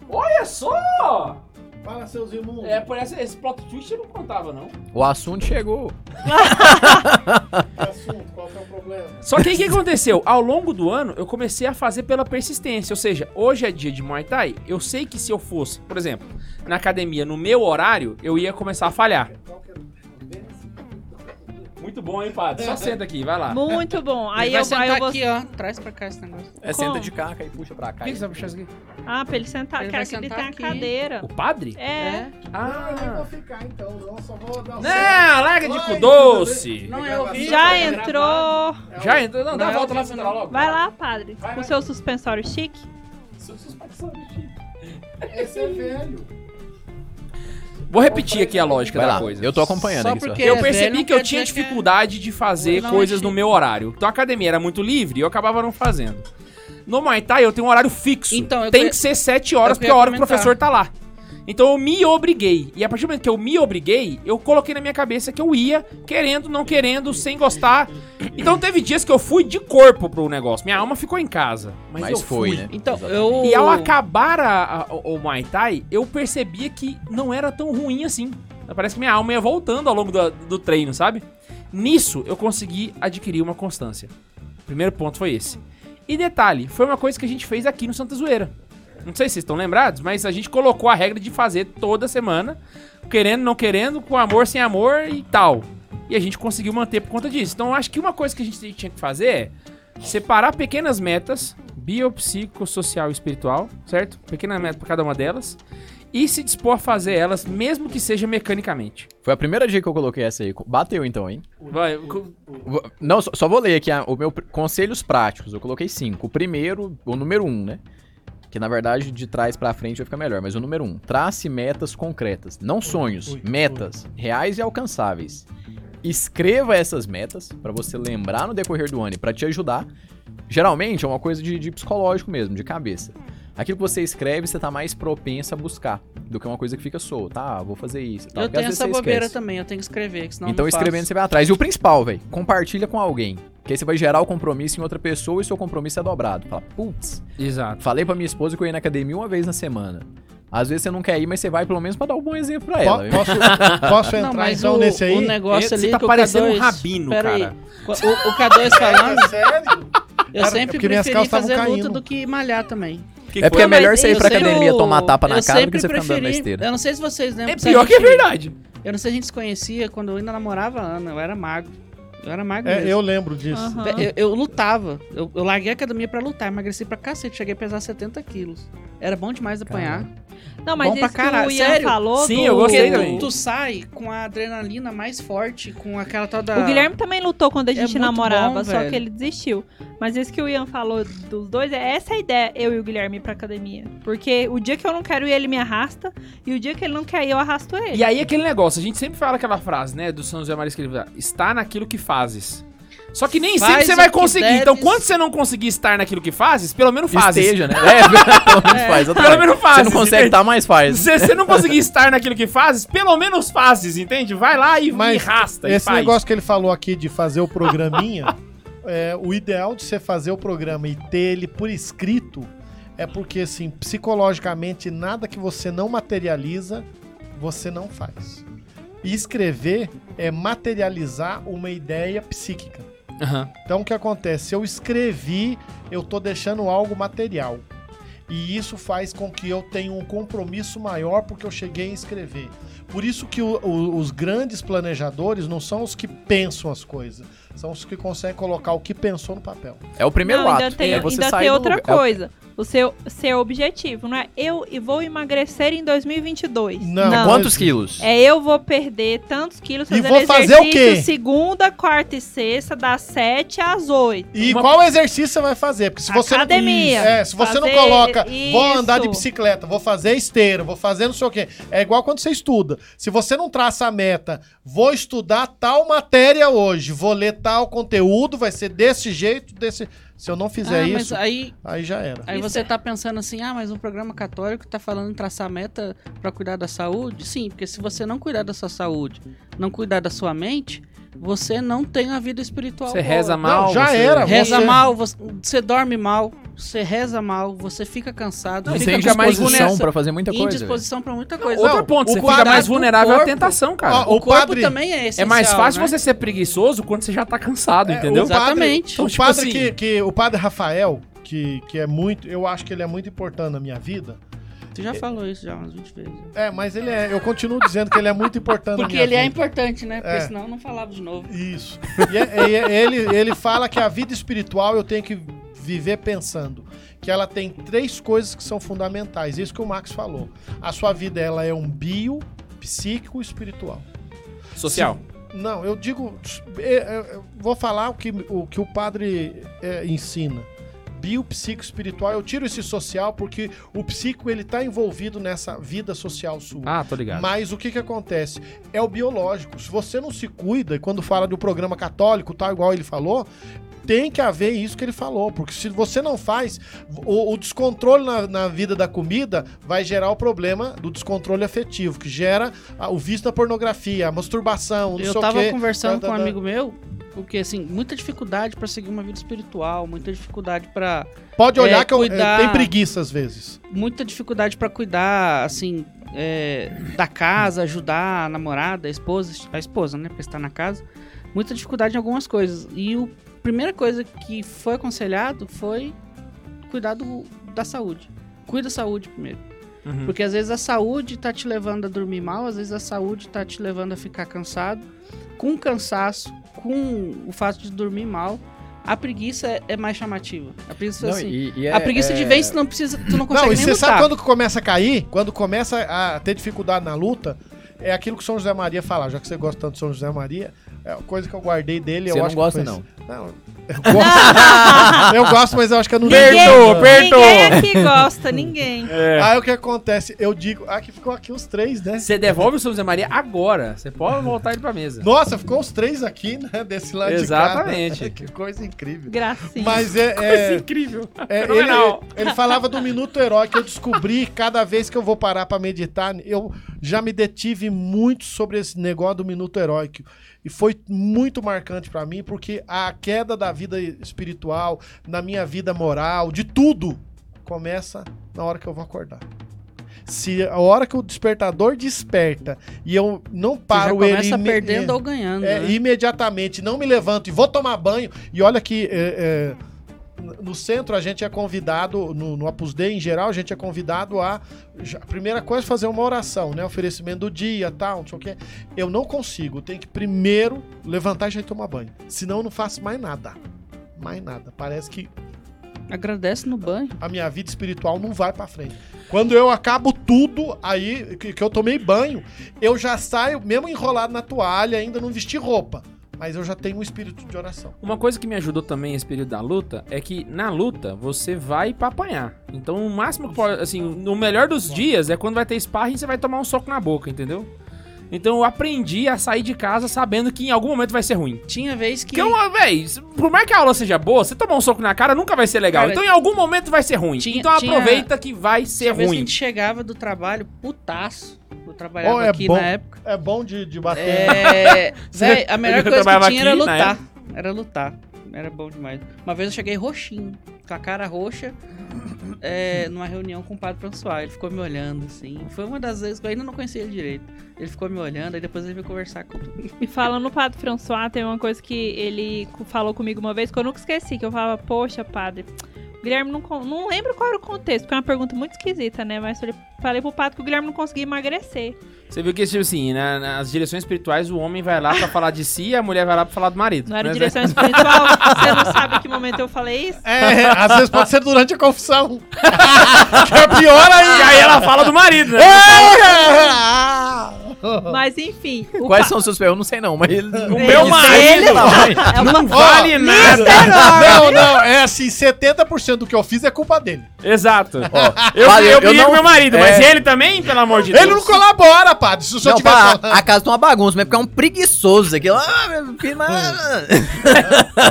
Speaker 1: Olha só!
Speaker 6: Fala, seus irmãos.
Speaker 1: É, por essa, esse plot twist eu não contava, não.
Speaker 4: O assunto chegou.
Speaker 6: Que assunto? Qual que é o problema?
Speaker 1: Só que aí o que aconteceu? Ao longo do ano, eu comecei a fazer pela persistência. Ou seja, hoje é dia de Muay Thai. Eu sei que se eu fosse, por exemplo, na academia, no meu horário, eu ia começar a falhar.
Speaker 6: Qual que é o problema?
Speaker 1: Muito bom, hein, Padre? Só senta aqui, vai lá.
Speaker 2: Muito bom. Aí
Speaker 3: Ele vai
Speaker 2: eu, aí
Speaker 3: sentar
Speaker 2: eu vou.
Speaker 3: aqui, ó. Traz pra cá esse negócio.
Speaker 4: É,
Speaker 2: Como?
Speaker 4: senta de caca e puxa pra cá.
Speaker 1: Por que que você vai puxar isso aqui?
Speaker 2: Ah, pra ele sentar.
Speaker 3: Ele
Speaker 2: Quero
Speaker 3: vai
Speaker 2: que ele
Speaker 3: sentar
Speaker 2: tenha a
Speaker 3: aqui.
Speaker 2: cadeira.
Speaker 1: O padre?
Speaker 2: É.
Speaker 6: Ah, eu nem vou
Speaker 1: Ah. Né?
Speaker 6: ficar então, não. Só vou dar o
Speaker 1: Não, larga de cu doce.
Speaker 3: Não, eu vi.
Speaker 2: Já
Speaker 3: é
Speaker 2: entrou.
Speaker 1: Já entrou. Não, dá
Speaker 3: Não
Speaker 1: a
Speaker 3: é
Speaker 1: volta lá,
Speaker 3: horrível,
Speaker 1: senta
Speaker 3: não.
Speaker 1: logo.
Speaker 2: Vai lá, padre.
Speaker 1: Vai,
Speaker 2: Com
Speaker 1: vai.
Speaker 2: seu suspensório chique.
Speaker 6: Esse é velho.
Speaker 1: Vou repetir aqui a lógica
Speaker 4: Vai
Speaker 1: da
Speaker 4: lá,
Speaker 1: coisa.
Speaker 4: eu tô acompanhando
Speaker 3: Só
Speaker 4: aqui.
Speaker 3: porque-
Speaker 1: Eu
Speaker 3: É, velho,
Speaker 1: percebi
Speaker 3: não
Speaker 1: que eu
Speaker 3: quer
Speaker 1: tinha
Speaker 3: dizer que é-
Speaker 1: dificuldade de fazer
Speaker 3: Não, é
Speaker 1: coisas
Speaker 3: achei.
Speaker 1: no meu horário. Então a academia era muito livre e eu acabava não fazendo. No Muay Thai eu tenho um horário fixo.
Speaker 3: Então, eu
Speaker 1: Tem
Speaker 3: que-
Speaker 1: que ser 7 horas,
Speaker 3: eu
Speaker 1: porque
Speaker 3: ia
Speaker 1: é a hora que o
Speaker 3: comentar.
Speaker 1: professor tá lá. Então eu me obriguei. E a partir do momento que eu me obriguei, eu coloquei na minha cabeça que eu ia, querendo, não querendo, sem gostar. Então teve dias que eu fui de corpo pro negócio. Minha alma ficou em casa. Mas,
Speaker 4: Mas
Speaker 1: eu
Speaker 4: foi,
Speaker 1: fui.
Speaker 4: né?
Speaker 3: Então,
Speaker 4: Exatamente.
Speaker 3: eu.
Speaker 1: E ao acabar a- a- o o Muay Thai, eu percebia que não era tão ruim assim. Parece que minha alma ia voltando ao longo da- do, treino, sabe? Nisso, eu consegui adquirir uma constância. Primeiro ponto foi esse. E detalhe, foi uma coisa que a gente fez aqui no Santa Zoeira. Não sei se vocês estão lembrados, mas a gente colocou a regra de fazer toda semana, querendo, não querendo, com amor, sem amor e tal. E a gente conseguiu manter por conta disso. Então, eu acho que uma coisa que a gente tinha que fazer é separar pequenas metas, biopsicossocial e espiritual, certo? Pequena meta para cada uma delas. E se dispor a fazer elas, mesmo que seja mecanicamente.
Speaker 4: Foi a primeira dica que eu coloquei essa aí. Bateu então, hein?
Speaker 1: Vai, co-
Speaker 4: Vou- Não, só, só vou ler aqui ah, o meu pr- conselhos práticos. Eu coloquei cinco. O primeiro, o número um, né? Que na verdade de trás pra frente vai ficar melhor. Mas o número um, trace metas concretas, não sonhos,
Speaker 5: ui,
Speaker 4: metas reais e alcançáveis. Escreva essas metas pra você lembrar no decorrer do ano e pra te ajudar. Geralmente é uma coisa de, de psicológico mesmo, de cabeça. Aquilo que você escreve, você tá mais propensa a buscar do que uma coisa que fica solta. Tá, vou fazer isso. e tal,
Speaker 3: Eu
Speaker 4: porque às
Speaker 3: tenho
Speaker 4: vezes
Speaker 3: essa
Speaker 4: você
Speaker 3: bobeira
Speaker 4: esquece.
Speaker 3: também, eu tenho que escrever, que senão eu
Speaker 4: Então
Speaker 3: não faço.
Speaker 4: escrevendo você vai atrás. E o principal, velho, compartilha com alguém. Que aí você vai gerar o compromisso em outra pessoa e seu compromisso é dobrado. Fala, putz,
Speaker 1: Exato.
Speaker 4: falei pra minha esposa que eu ia na academia uma vez na semana. Às vezes você não quer ir, mas você vai pelo menos pra dar um bom exemplo pra ela. viu?
Speaker 6: posso, posso entrar
Speaker 3: Não, mas
Speaker 6: então
Speaker 3: o,
Speaker 6: nesse aí?
Speaker 3: o negócio ali
Speaker 1: Você tá
Speaker 3: que o
Speaker 1: parecendo um
Speaker 3: K2
Speaker 1: rabino,
Speaker 3: Pera aí.
Speaker 1: cara.
Speaker 3: O, o K2 falando,
Speaker 6: Ah, Sério?
Speaker 3: eu
Speaker 6: Cara,
Speaker 3: sempre
Speaker 6: é porque minhas
Speaker 3: preferi
Speaker 6: calças
Speaker 3: fazer
Speaker 6: estavam
Speaker 3: luta
Speaker 6: caindo.
Speaker 3: do que malhar também.
Speaker 1: Que
Speaker 4: É porque é
Speaker 1: coisa-
Speaker 4: melhor você ir
Speaker 3: Eu
Speaker 4: pra
Speaker 3: sempre-
Speaker 4: academia tomar tapa na
Speaker 3: eu
Speaker 4: cara do
Speaker 3: sempre
Speaker 4: que você ficar andando na
Speaker 3: preferi-
Speaker 4: esteira.
Speaker 3: Eu não sei se vocês lembram.
Speaker 1: É
Speaker 3: se a
Speaker 1: pior que é
Speaker 3: gente-
Speaker 1: verdade.
Speaker 3: Eu não sei se a gente se conhecia quando eu ainda namorava a Ana, eu era magro. Eu era magro
Speaker 6: É,
Speaker 3: mesmo.
Speaker 6: eu lembro disso.
Speaker 2: Aham.
Speaker 3: Eu, eu lutava. Eu, eu larguei a academia pra lutar, emagreci pra cacete, cheguei a pesar 70 quilos. Era bom demais apanhar.
Speaker 2: Não, mas
Speaker 3: Bom pra
Speaker 2: isso que
Speaker 3: caralho,
Speaker 2: o Ian
Speaker 3: sério?
Speaker 2: falou.
Speaker 1: Sim,
Speaker 2: do-
Speaker 1: eu gostei também.
Speaker 3: Porque tu, tu sai com a adrenalina mais forte, com aquela tal da.
Speaker 2: O Guilherme também lutou quando a
Speaker 3: É
Speaker 2: gente
Speaker 3: muito
Speaker 2: namorava,
Speaker 3: bom,
Speaker 2: só
Speaker 3: velho.
Speaker 2: que ele desistiu. Mas isso que o Ian falou dos dois, é essa a ideia, eu e o Guilherme ir pra academia. Porque o dia que eu não quero ir, ele me arrasta, e o dia que ele não quer ir, eu arrasto ele.
Speaker 4: é
Speaker 1: E aí aquele negócio, a gente sempre fala aquela frase, né, do São José Maria Escrivá, está naquilo que fazes. Só que nem
Speaker 3: Faz
Speaker 1: sempre você vai
Speaker 3: o que
Speaker 1: conseguir. Então,
Speaker 3: deves.
Speaker 1: quando você não conseguir estar naquilo que fazes, pelo menos fazes.
Speaker 4: Esteja, né? É, pelo menos faz.
Speaker 1: Pelo
Speaker 4: exatamente.
Speaker 1: menos
Speaker 4: Você
Speaker 1: fazes.
Speaker 4: não consegue
Speaker 1: entende?
Speaker 4: estar, mas faz.
Speaker 1: Se você não conseguir estar naquilo que fazes, pelo menos fazes, entende? Vai lá e,
Speaker 6: Mas
Speaker 1: e rasta e
Speaker 6: Esse
Speaker 1: faz.
Speaker 6: negócio que ele falou aqui de fazer o programinha, é, o ideal de você fazer o programa e ter ele por escrito é porque, assim, psicologicamente, nada que você não materializa, você não faz. E escrever é materializar uma ideia psíquica.
Speaker 1: Aham.
Speaker 6: Então, o que acontece? Eu escrevi, eu tô deixando algo material. E isso faz com que eu tenha um compromisso maior porque eu cheguei a escrever. Por isso que o- o- os grandes planejadores não são os que pensam as coisas, são os que conseguem colocar o que pensou no papel.
Speaker 4: É o primeiro
Speaker 2: não,
Speaker 4: ato.
Speaker 2: ainda tem,
Speaker 4: é você
Speaker 2: ainda
Speaker 4: sair
Speaker 2: tem
Speaker 4: do
Speaker 2: outra
Speaker 4: lugar. É o-
Speaker 2: coisa. O seu, seu objetivo, não é eu e vou emagrecer em 2022.
Speaker 6: Não,
Speaker 4: Quantos quilos?
Speaker 2: É eu vou perder tantos quilos
Speaker 6: E
Speaker 2: fazendo
Speaker 6: vou fazer o
Speaker 2: exercício
Speaker 6: quê?
Speaker 2: segunda, quarta e sexta, das 7 às 8.
Speaker 6: E
Speaker 1: Uma-
Speaker 6: qual exercício você vai fazer? Porque se você
Speaker 2: Academia.
Speaker 6: Não, é, se você não
Speaker 2: Fazer
Speaker 6: coloca, vou
Speaker 2: isso.
Speaker 6: andar de bicicleta, vou fazer esteira, vou fazer não sei o quê. É igual quando você estuda. Se você não traça a meta, vou estudar tal matéria hoje, vou ler tal conteúdo, vai ser desse jeito, desse. Se eu não
Speaker 3: Ah,
Speaker 6: fizer
Speaker 3: mas
Speaker 6: É isso,
Speaker 3: aí,
Speaker 6: aí já era.
Speaker 3: aí
Speaker 2: Isso
Speaker 3: você
Speaker 2: é.
Speaker 3: tá pensando assim, ah, mas um programa católico tá falando em traçar meta pra cuidar da saúde? Sim, porque se você não cuidar da sua saúde, não cuidar da sua mente, você não tem uma vida espiritual
Speaker 1: Você
Speaker 3: boa.
Speaker 1: reza
Speaker 6: Não,
Speaker 1: mal.
Speaker 6: já
Speaker 1: você-
Speaker 6: era.
Speaker 3: Reza
Speaker 6: você-
Speaker 3: mal, você, você dorme mal, você reza mal, você fica cansado,
Speaker 4: Não, você
Speaker 3: fica
Speaker 4: tem é mais
Speaker 3: com
Speaker 4: disposição
Speaker 3: disposição
Speaker 4: pra fazer muita coisa. velho.
Speaker 3: indisposição pra muita coisa.
Speaker 6: Não,
Speaker 1: Outro ponto,
Speaker 6: o
Speaker 1: você fica
Speaker 6: cuidado
Speaker 1: mais
Speaker 3: do
Speaker 1: vulnerável à
Speaker 3: corpo.
Speaker 1: tentação, cara.
Speaker 6: Ó,
Speaker 3: o,
Speaker 6: o
Speaker 3: corpo
Speaker 6: padre-
Speaker 3: também é essencial,
Speaker 1: é mais fácil
Speaker 3: né?
Speaker 1: você ser preguiçoso quando você já tá cansado,
Speaker 6: É,
Speaker 1: entendeu?
Speaker 6: O padre,
Speaker 3: Exatamente.
Speaker 6: o
Speaker 1: Então, tipo
Speaker 6: padre
Speaker 1: assim-
Speaker 6: que, que- o padre Rafael, que, que é muito, eu acho que ele é muito importante na minha vida.
Speaker 3: Tu já falou isso já umas 20 vezes.
Speaker 6: É, mas ele é, eu continuo dizendo que ele é muito importante na
Speaker 3: Porque
Speaker 6: minha
Speaker 3: ele é
Speaker 6: vida.
Speaker 3: importante, né? Porque
Speaker 6: É.
Speaker 3: senão eu não falava de novo.
Speaker 6: Isso. E é- é- é- ele, ele fala que a vida espiritual eu tenho que viver pensando que ela tem três coisas que são fundamentais. Isso que o Max falou. A sua vida ela é um bio, psíquico e espiritual.
Speaker 1: Social.
Speaker 6: Não, eu digo, eu- eu- eu vou falar o que o, que o padre é, ensina. Bio, psico, espiritual. Eu tiro esse social porque o psico ele tá envolvido nessa vida social sua.
Speaker 1: Ah, tô ligado.
Speaker 6: Mas o que que acontece? É o biológico. Se você não se cuida, e quando fala do programa católico, tal, igual ele falou, tem que haver isso que ele falou. Porque se você não faz, o, o descontrole na, na vida da comida vai gerar o problema do descontrole afetivo, que gera ah, o vício da pornografia, a masturbação, não
Speaker 3: Eu
Speaker 6: sei
Speaker 3: tava
Speaker 6: o quê.
Speaker 3: conversando
Speaker 6: tá,
Speaker 3: com um
Speaker 6: tá.
Speaker 3: amigo meu, porque assim, muita dificuldade pra seguir uma vida espiritual, muita dificuldade pra
Speaker 6: Pode olhar
Speaker 3: é,
Speaker 6: que eu,
Speaker 3: cuidar-
Speaker 6: tem preguiça às vezes.
Speaker 3: muita dificuldade pra cuidar, assim, é, da casa, ajudar a namorada, a esposa, a esposa, né, porque está na casa. Muita dificuldade em algumas coisas. E o- a primeira coisa que foi aconselhado foi cuidar do- da saúde. Cuida da saúde primeiro.
Speaker 1: Uhum.
Speaker 3: Porque às vezes a saúde tá te levando a dormir mal, às vezes a saúde tá te levando a ficar cansado. Com o cansaço, com o fato de dormir mal, a preguiça é, é mais chamativa. A preguiça,
Speaker 4: Não,
Speaker 3: assim,
Speaker 4: e- e é-
Speaker 3: a preguiça de
Speaker 4: é-
Speaker 3: vez tu não precisa, tu não consegue
Speaker 6: Não, e
Speaker 3: nem
Speaker 6: você
Speaker 3: lutar.
Speaker 6: sabe quando que começa a cair? Quando começa a ter dificuldade na luta, é aquilo que São José Maria fala. Já que você gosta tanto de São José Maria, é uma coisa que eu guardei dele.
Speaker 4: Você
Speaker 6: eu
Speaker 4: não
Speaker 6: acho
Speaker 4: gosta,
Speaker 6: que foi
Speaker 4: não.
Speaker 6: Não, eu gosto. eu gosto, mas eu acho que eu não
Speaker 1: Perdoa,
Speaker 6: lembro.
Speaker 1: perdoa.
Speaker 2: Ninguém aqui gosta, ninguém.
Speaker 1: É.
Speaker 6: Aí o que acontece? Eu digo, ah, que ficou aqui os três, né?
Speaker 1: Você devolve o São José Maria agora. Você pode voltar ele pra mesa.
Speaker 6: Nossa, ficou os três aqui, né? Desse lado de
Speaker 1: Exatamente.
Speaker 6: cá. né? Que coisa incrível.
Speaker 2: Gracinha.
Speaker 6: Mas é. é-
Speaker 1: incrível.
Speaker 6: é, ele,
Speaker 1: Fenomenal.
Speaker 6: ele falava do minuto herói que eu descobri cada vez que eu vou parar pra meditar. Eu já me detive muito sobre esse negócio do minuto heróico. E foi muito marcante pra mim, porque a queda da vida espiritual, na minha vida moral, de tudo, começa na hora que eu vou acordar. Se a hora que o despertador desperta e eu não
Speaker 3: Tu já
Speaker 6: paro ele.
Speaker 3: começa
Speaker 6: ime-
Speaker 3: perdendo
Speaker 6: é,
Speaker 3: ou ganhando.
Speaker 6: é,
Speaker 3: né?
Speaker 6: imediatamente, não me levanto e vou tomar banho. E olha que é, é, n- no centro a gente é convidado, no, no Opus Dei em geral, a gente é convidado a. já- A primeira coisa é fazer uma oração, né? Oferecimento do dia, tal, não sei o quê. Eu não consigo, eu tenho que primeiro levantar e já ir tomar banho. Senão eu não faço mais nada. Mais nada. Parece que
Speaker 3: Agradece no banho.
Speaker 6: a minha vida espiritual não vai pra frente. Quando eu acabo tudo, aí que, que eu tomei banho, eu já saio, mesmo enrolado na toalha, ainda não vesti roupa. Mas eu já tenho um espírito de oração.
Speaker 1: Uma coisa que me ajudou também esse período da luta é que na luta você vai pra apanhar. Então o máximo que pode, assim, no melhor dos dias é quando vai ter sparring e você vai tomar um soco na boca, entendeu? Então eu aprendi a sair de casa sabendo que em algum momento vai ser ruim.
Speaker 3: Tinha vez que.
Speaker 1: Porque, é uma véi, por mais que a aula seja boa, você tomar um soco na cara nunca vai ser legal.
Speaker 3: Cara,
Speaker 1: então, em algum momento vai ser ruim.
Speaker 3: tinha-
Speaker 1: então,
Speaker 3: tinha-
Speaker 1: aproveita que vai ser
Speaker 3: Tinha vez que a
Speaker 1: ruim.
Speaker 3: gente chegava do trabalho, putaço. Eu trabalhava
Speaker 6: Oh, é
Speaker 3: aqui
Speaker 6: bom.
Speaker 3: na época.
Speaker 6: É bom de, de bater. né?
Speaker 3: É, véi, a melhor
Speaker 1: Eu
Speaker 3: coisa que
Speaker 1: trabalhava
Speaker 3: tinha era
Speaker 1: aqui na
Speaker 3: lutar. Era lutar. Era bom demais. Uma vez eu cheguei roxinho, com a cara roxa, é, numa reunião com o padre François. Ele ficou me olhando, assim. Foi uma das vezes que eu ainda não conhecia ele direito. Ele ficou me olhando, aí depois ele veio conversar comigo.
Speaker 2: E falando no Padre François, tem uma coisa que ele co- falou comigo uma vez que eu nunca esqueci, que eu falava, poxa, padre, Guilherme não, con- não lembro qual era o contexto, porque é uma pergunta muito esquisita, né? Mas falei, falei pro Pato que o Guilherme não conseguia emagrecer.
Speaker 1: Você viu que, tipo assim, na- nas direções espirituais, o homem vai lá pra falar de si e a mulher vai lá pra falar do marido.
Speaker 2: Não era
Speaker 1: Mas, é-
Speaker 2: direção espiritual? Você não sabe em que momento eu falei isso?
Speaker 6: É, às vezes pode ser durante a confissão.
Speaker 1: né? É pior aí! E aí ela fala do marido, né?
Speaker 2: Mas enfim. O
Speaker 4: Quais
Speaker 2: pa-
Speaker 4: são os seus Eu não sei não, mas ele.
Speaker 1: O
Speaker 2: Ele-
Speaker 1: meu marido
Speaker 2: É
Speaker 1: não
Speaker 2: uma...
Speaker 1: vale nada.
Speaker 6: não, não, é assim, 70% do que eu fiz é culpa dele.
Speaker 1: Exato. eu
Speaker 4: Olha,
Speaker 1: eu,
Speaker 4: eu
Speaker 1: briguei
Speaker 4: não-
Speaker 1: com meu marido, mas
Speaker 4: é.
Speaker 1: ele também, pelo amor de
Speaker 6: Ele não
Speaker 1: Deus.
Speaker 6: colabora, padre. Se o senhor
Speaker 4: Não,
Speaker 6: tiver
Speaker 4: pá,
Speaker 6: falando.
Speaker 4: a casa tá uma bagunça, mas é porque é um preguiçoso aqui. Ah, meu filho, mas...
Speaker 1: Só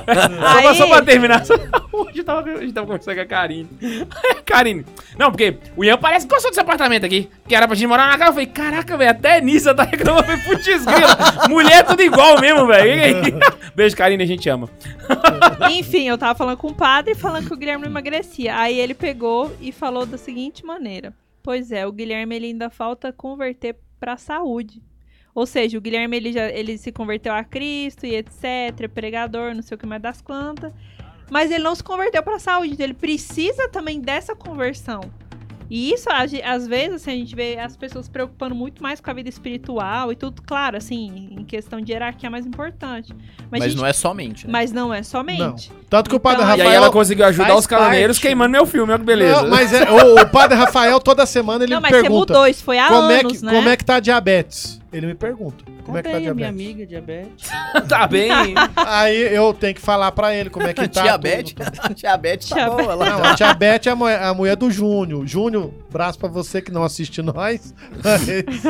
Speaker 1: pra,
Speaker 2: Aí-
Speaker 1: só pra terminar, só- hoje eu tava, hoje eu tava conversando com a Karine. Karine, não, porque o Ian parece que gostou desse apartamento aqui, que era pra gente morar na casa. Eu falei, caraca, velho, até nisso ela tá reclamando. Eu falei, putz, grila, mulher é tudo igual mesmo, velho. E aí? Beijo, Karine, a gente ama.
Speaker 2: Enfim, eu tava falando com o padre falando que o Guilherme não emagrecia. Aí ele pegou e falou da seguinte maneira: Pois é, o Guilherme ele ainda falta converter pra saúde. Ou seja, o Guilherme ele já ele se converteu a Cristo e etc, é pregador, não sei o que mais das plantas. Mas ele não se converteu pra saúde, então ele precisa também dessa conversão. E isso, a ge- às vezes, assim, a gente vê as pessoas se preocupando muito mais com a vida espiritual e tudo, claro, assim, em questão de hierarquia é mais importante. Mas,
Speaker 4: mas
Speaker 2: a gente
Speaker 4: não é somente, né?
Speaker 2: mas não é somente.
Speaker 6: Tanto que o padre
Speaker 2: Então,
Speaker 1: E
Speaker 6: Rafael.
Speaker 1: aí ela conseguiu ajudar
Speaker 4: faz
Speaker 1: os calaneiros
Speaker 4: parte.
Speaker 1: queimando meu filme, olha que beleza.
Speaker 6: Não, mas é- o, o padre Rafael, toda semana, ele
Speaker 2: não,
Speaker 6: me
Speaker 2: mas você
Speaker 6: pergunta.
Speaker 2: mudou, isso foi há
Speaker 6: Como é,
Speaker 2: anos,
Speaker 6: que,
Speaker 2: né?
Speaker 6: como é que tá a diabetes? Ele me pergunta. Como é que tá a
Speaker 3: bem, a minha
Speaker 6: diabetes?
Speaker 3: amiga, diabetes.
Speaker 1: tá bem.
Speaker 6: Aí eu tenho que falar pra ele como é que tá.
Speaker 4: diabetes,
Speaker 6: tudo.
Speaker 4: diabetes tá boa lá.
Speaker 6: Não, a diabetes é a mulher, a mulher do Júnior. Júnior, braço pra você que não assiste nós. Mas,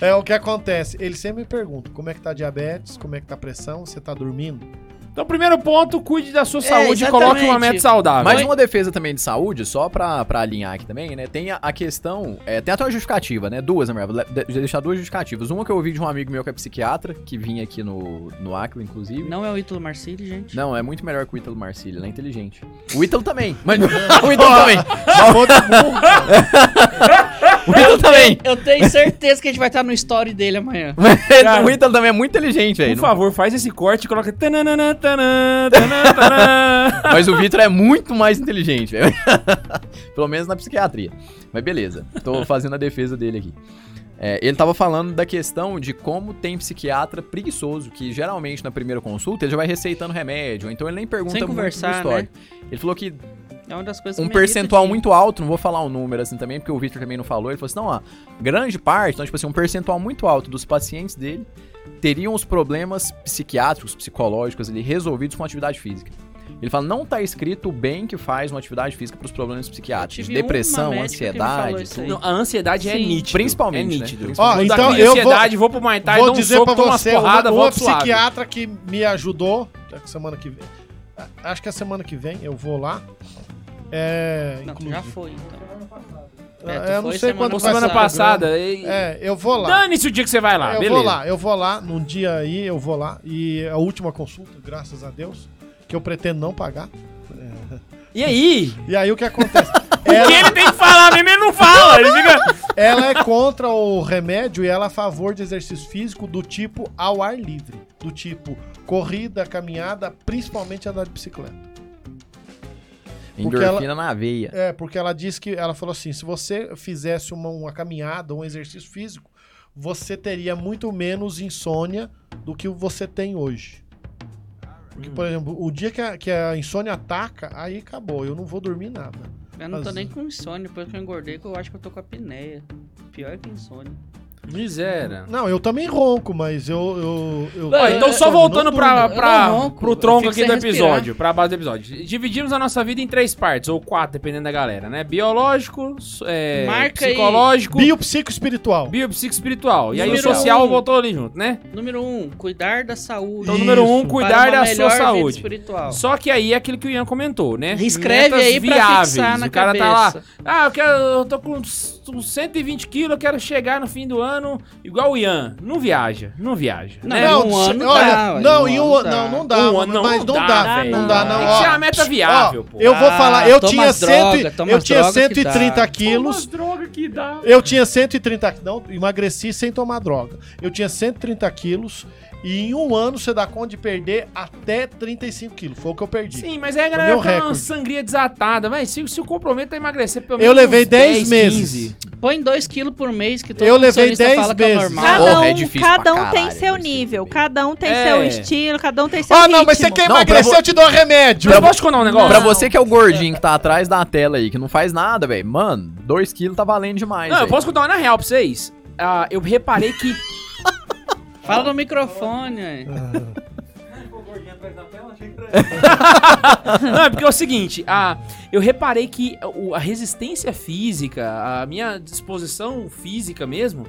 Speaker 6: é o que acontece. Ele sempre me pergunta como é que tá a diabetes, como é que tá a pressão, você tá dormindo?
Speaker 1: Então, primeiro ponto, cuide da sua
Speaker 3: É,
Speaker 1: saúde e coloque uma
Speaker 3: exatamente.
Speaker 1: meta saudável.
Speaker 4: Mais uma defesa também de saúde, só pra, pra alinhar aqui também, né? Tem a, a questão. é, tem até uma justificativa, né? Duas, na verdade. Le- de- Deixar duas justificativas. Uma que eu ouvi de um amigo meu que é psiquiatra, que vinha aqui no, no Acre, inclusive.
Speaker 3: Não é o Ítalo Marcílio, gente.
Speaker 4: Não, é muito melhor que o Ítalo Marcílio, ele é inteligente. O Ítalo também, mas o Ítalo também. o Ítalo também.
Speaker 3: Eu tenho certeza que a gente vai estar no story dele amanhã.
Speaker 1: Cara,
Speaker 4: o Ítalo também é muito inteligente,
Speaker 1: Por
Speaker 4: velho.
Speaker 1: favor, faz esse corte e coloca. tananã, tanã, tanã, tanã.
Speaker 4: Mas o Vitor é muito mais inteligente, velho. Pelo menos na psiquiatria. Mas beleza, tô fazendo a defesa dele aqui. É, ele tava falando da questão de como tem psiquiatra preguiçoso, que geralmente na primeira consulta ele já vai receitando remédio, então ele nem pergunta
Speaker 3: Sem
Speaker 4: muito do
Speaker 3: conversar,
Speaker 1: né?
Speaker 4: histórico. Ele falou que
Speaker 3: É uma das coisas
Speaker 4: um
Speaker 3: que me irrita
Speaker 4: percentual
Speaker 3: de-
Speaker 4: muito alto, não vou falar o número assim também, porque o Victor também não falou. Ele falou assim: não, ó, grande parte, então, tipo assim, um percentual muito alto dos pacientes dele teriam os problemas psiquiátricos, psicológicos ali, resolvidos com atividade física. Ele fala, não tá escrito o bem que faz uma atividade física pros problemas psiquiátricos.
Speaker 3: tive uma
Speaker 4: Depressão,
Speaker 3: médica que me falou
Speaker 4: ansiedade.
Speaker 3: isso aí.
Speaker 4: tudo.
Speaker 1: Não, a ansiedade é
Speaker 2: Sim.
Speaker 1: nítida.
Speaker 4: Principalmente,
Speaker 1: É
Speaker 4: né?
Speaker 1: nítido.
Speaker 4: Principalmente.
Speaker 6: Ó, então
Speaker 1: da
Speaker 6: eu
Speaker 1: ansiedade, vou, pro Muay Thai,
Speaker 6: Vou
Speaker 1: dou um
Speaker 6: dizer
Speaker 1: soco,
Speaker 6: pra
Speaker 1: tomo umas
Speaker 6: você,
Speaker 1: porradas,
Speaker 6: uma, uma
Speaker 1: volto suave.
Speaker 6: psiquiatra que me ajudou, tá, que semana que vem. a- Acho que a semana que vem eu vou lá. É,
Speaker 3: Não,
Speaker 6: inclusive.
Speaker 3: já foi, então. é, tu
Speaker 6: eu não
Speaker 3: foi
Speaker 6: sei
Speaker 3: semana
Speaker 6: quando
Speaker 1: Ou
Speaker 6: vai
Speaker 1: semana
Speaker 6: sair.
Speaker 1: passada. e-
Speaker 6: É, eu vou lá.
Speaker 1: Dane-se o dia que você vai lá,
Speaker 6: eu
Speaker 1: Ah, beleza.
Speaker 6: vou lá, eu vou lá, num dia aí eu vou lá. E a última consulta, graças a Deus, que eu pretendo não pagar.
Speaker 1: E aí?
Speaker 6: E aí o que acontece?
Speaker 1: O que
Speaker 6: ela,
Speaker 1: ele tem que falar mesmo? Ele não fala. Ele fica...
Speaker 6: ela é contra o remédio e ela é a favor de exercício físico do tipo ao ar livre. Do tipo corrida, caminhada, principalmente andar de bicicleta.
Speaker 4: Endorfina na veia.
Speaker 6: É, porque ela disse que ela falou assim: se você fizesse uma, uma caminhada, um exercício físico, você teria muito menos insônia do que você tem hoje. Porque,
Speaker 3: Hum.
Speaker 6: por exemplo, o dia que a, que a insônia ataca, aí acabou, eu não vou dormir nada.
Speaker 3: Eu não tô
Speaker 6: Mas-
Speaker 3: nem com insônia, depois que eu engordei, que eu acho que eu tô com apneia. Pior que insônia.
Speaker 1: Miséria.
Speaker 6: Não, eu também ronco, mas eu. eu, eu
Speaker 1: Ó, então, só voltando pra,
Speaker 3: eu
Speaker 1: pra,
Speaker 3: não ronco,
Speaker 1: pro
Speaker 3: eu
Speaker 1: tronco
Speaker 3: fico
Speaker 1: aqui
Speaker 3: sem
Speaker 1: do
Speaker 3: respirar.
Speaker 1: episódio, pra base do episódio. Dividimos a nossa vida em três partes, ou quatro, dependendo da galera, né? Biológico, so- é,
Speaker 3: Marca e-
Speaker 1: psicológico, bio...
Speaker 6: Biopsico-espiritual.
Speaker 1: biopsico-espiritual. E aí o
Speaker 3: Número
Speaker 1: social
Speaker 3: um.
Speaker 1: botou ali junto, né?
Speaker 3: Número um, cuidar da saúde.
Speaker 1: Então, número um,
Speaker 6: Isso.
Speaker 1: cuidar
Speaker 3: para uma
Speaker 1: da sua
Speaker 3: melhor vida
Speaker 1: saúde.
Speaker 3: espiritual.
Speaker 1: Só que aí é aquilo que o Ian comentou, né?
Speaker 3: Escreve
Speaker 1: Metas
Speaker 3: aí pra
Speaker 1: viáveis.
Speaker 3: fixar na
Speaker 1: o cara
Speaker 3: cabeça.
Speaker 1: tá lá, ah, eu, quero, eu tô com uns- uns 120 quilos, eu quero chegar no fim do ano igual o Ian. Não viaja, não viaja.
Speaker 3: Não,
Speaker 1: né?
Speaker 3: em um ano
Speaker 6: se-
Speaker 3: dá,
Speaker 6: olha,
Speaker 3: ué,
Speaker 6: não,
Speaker 3: em
Speaker 6: em
Speaker 3: um
Speaker 6: um
Speaker 3: ano
Speaker 6: ano não,
Speaker 3: dá.
Speaker 6: não dá,
Speaker 1: Um ano não,
Speaker 6: mas
Speaker 1: não
Speaker 6: não
Speaker 1: dá,
Speaker 6: dá,
Speaker 1: velho.
Speaker 6: não dá, não.
Speaker 1: Tem que ser
Speaker 6: ó.
Speaker 1: uma meta viável,
Speaker 6: Ó,
Speaker 1: pô.
Speaker 6: Eu vou
Speaker 3: Ah,
Speaker 6: falar, eu
Speaker 3: toma
Speaker 6: tinha,
Speaker 3: droga,
Speaker 6: cento,
Speaker 3: toma
Speaker 6: eu tinha
Speaker 3: droga que dá.
Speaker 6: 130 quilos,
Speaker 1: Umas drogas que que dá.
Speaker 6: Eu tinha 130 não, emagreci sem tomar droga. Eu tinha 130 quilos e em um ano você dá conta de perder até 35 quilos. Foi o que eu perdi.
Speaker 1: Sim, mas aí a galera
Speaker 6: meu
Speaker 1: fica uma
Speaker 6: recorde.
Speaker 1: sangria desatada. Mas se, se o comprometo é emagrecer pelo menos
Speaker 6: Eu levei
Speaker 1: uns
Speaker 6: 10 meses.
Speaker 3: Põe 2 quilos por mês que todo
Speaker 6: Eu levei
Speaker 3: nutricionista
Speaker 6: 10
Speaker 3: fala que é
Speaker 6: meses.
Speaker 1: Ah,
Speaker 3: normal.
Speaker 2: Cada
Speaker 4: Porra,
Speaker 2: um,
Speaker 4: é difícil pra
Speaker 2: cada um
Speaker 4: caralho,
Speaker 2: tem seu
Speaker 4: mas tudo
Speaker 2: nível,
Speaker 4: bem.
Speaker 2: cada um tem
Speaker 1: É.
Speaker 2: seu estilo, cada um tem
Speaker 3: é
Speaker 2: seu
Speaker 6: Ah, não, mas
Speaker 2: ritmo.
Speaker 6: você quer
Speaker 4: Não, pra
Speaker 6: emagrecer,
Speaker 4: vo-
Speaker 6: eu te dou um remédio.
Speaker 1: Mas eu posso te contar um negócio?
Speaker 4: Pra você que é o gordinho que tá atrás da tela aí, que não faz nada, velho. Mano, 2kg tá valendo demais.
Speaker 1: Não, eu
Speaker 4: velho.
Speaker 1: posso contar uma na real pra vocês. Ah, eu reparei que.
Speaker 3: Fala no microfone. aí.
Speaker 1: Ah, Não, é porque é o seguinte, a, eu reparei que o- a resistência física, a minha disposição física mesmo,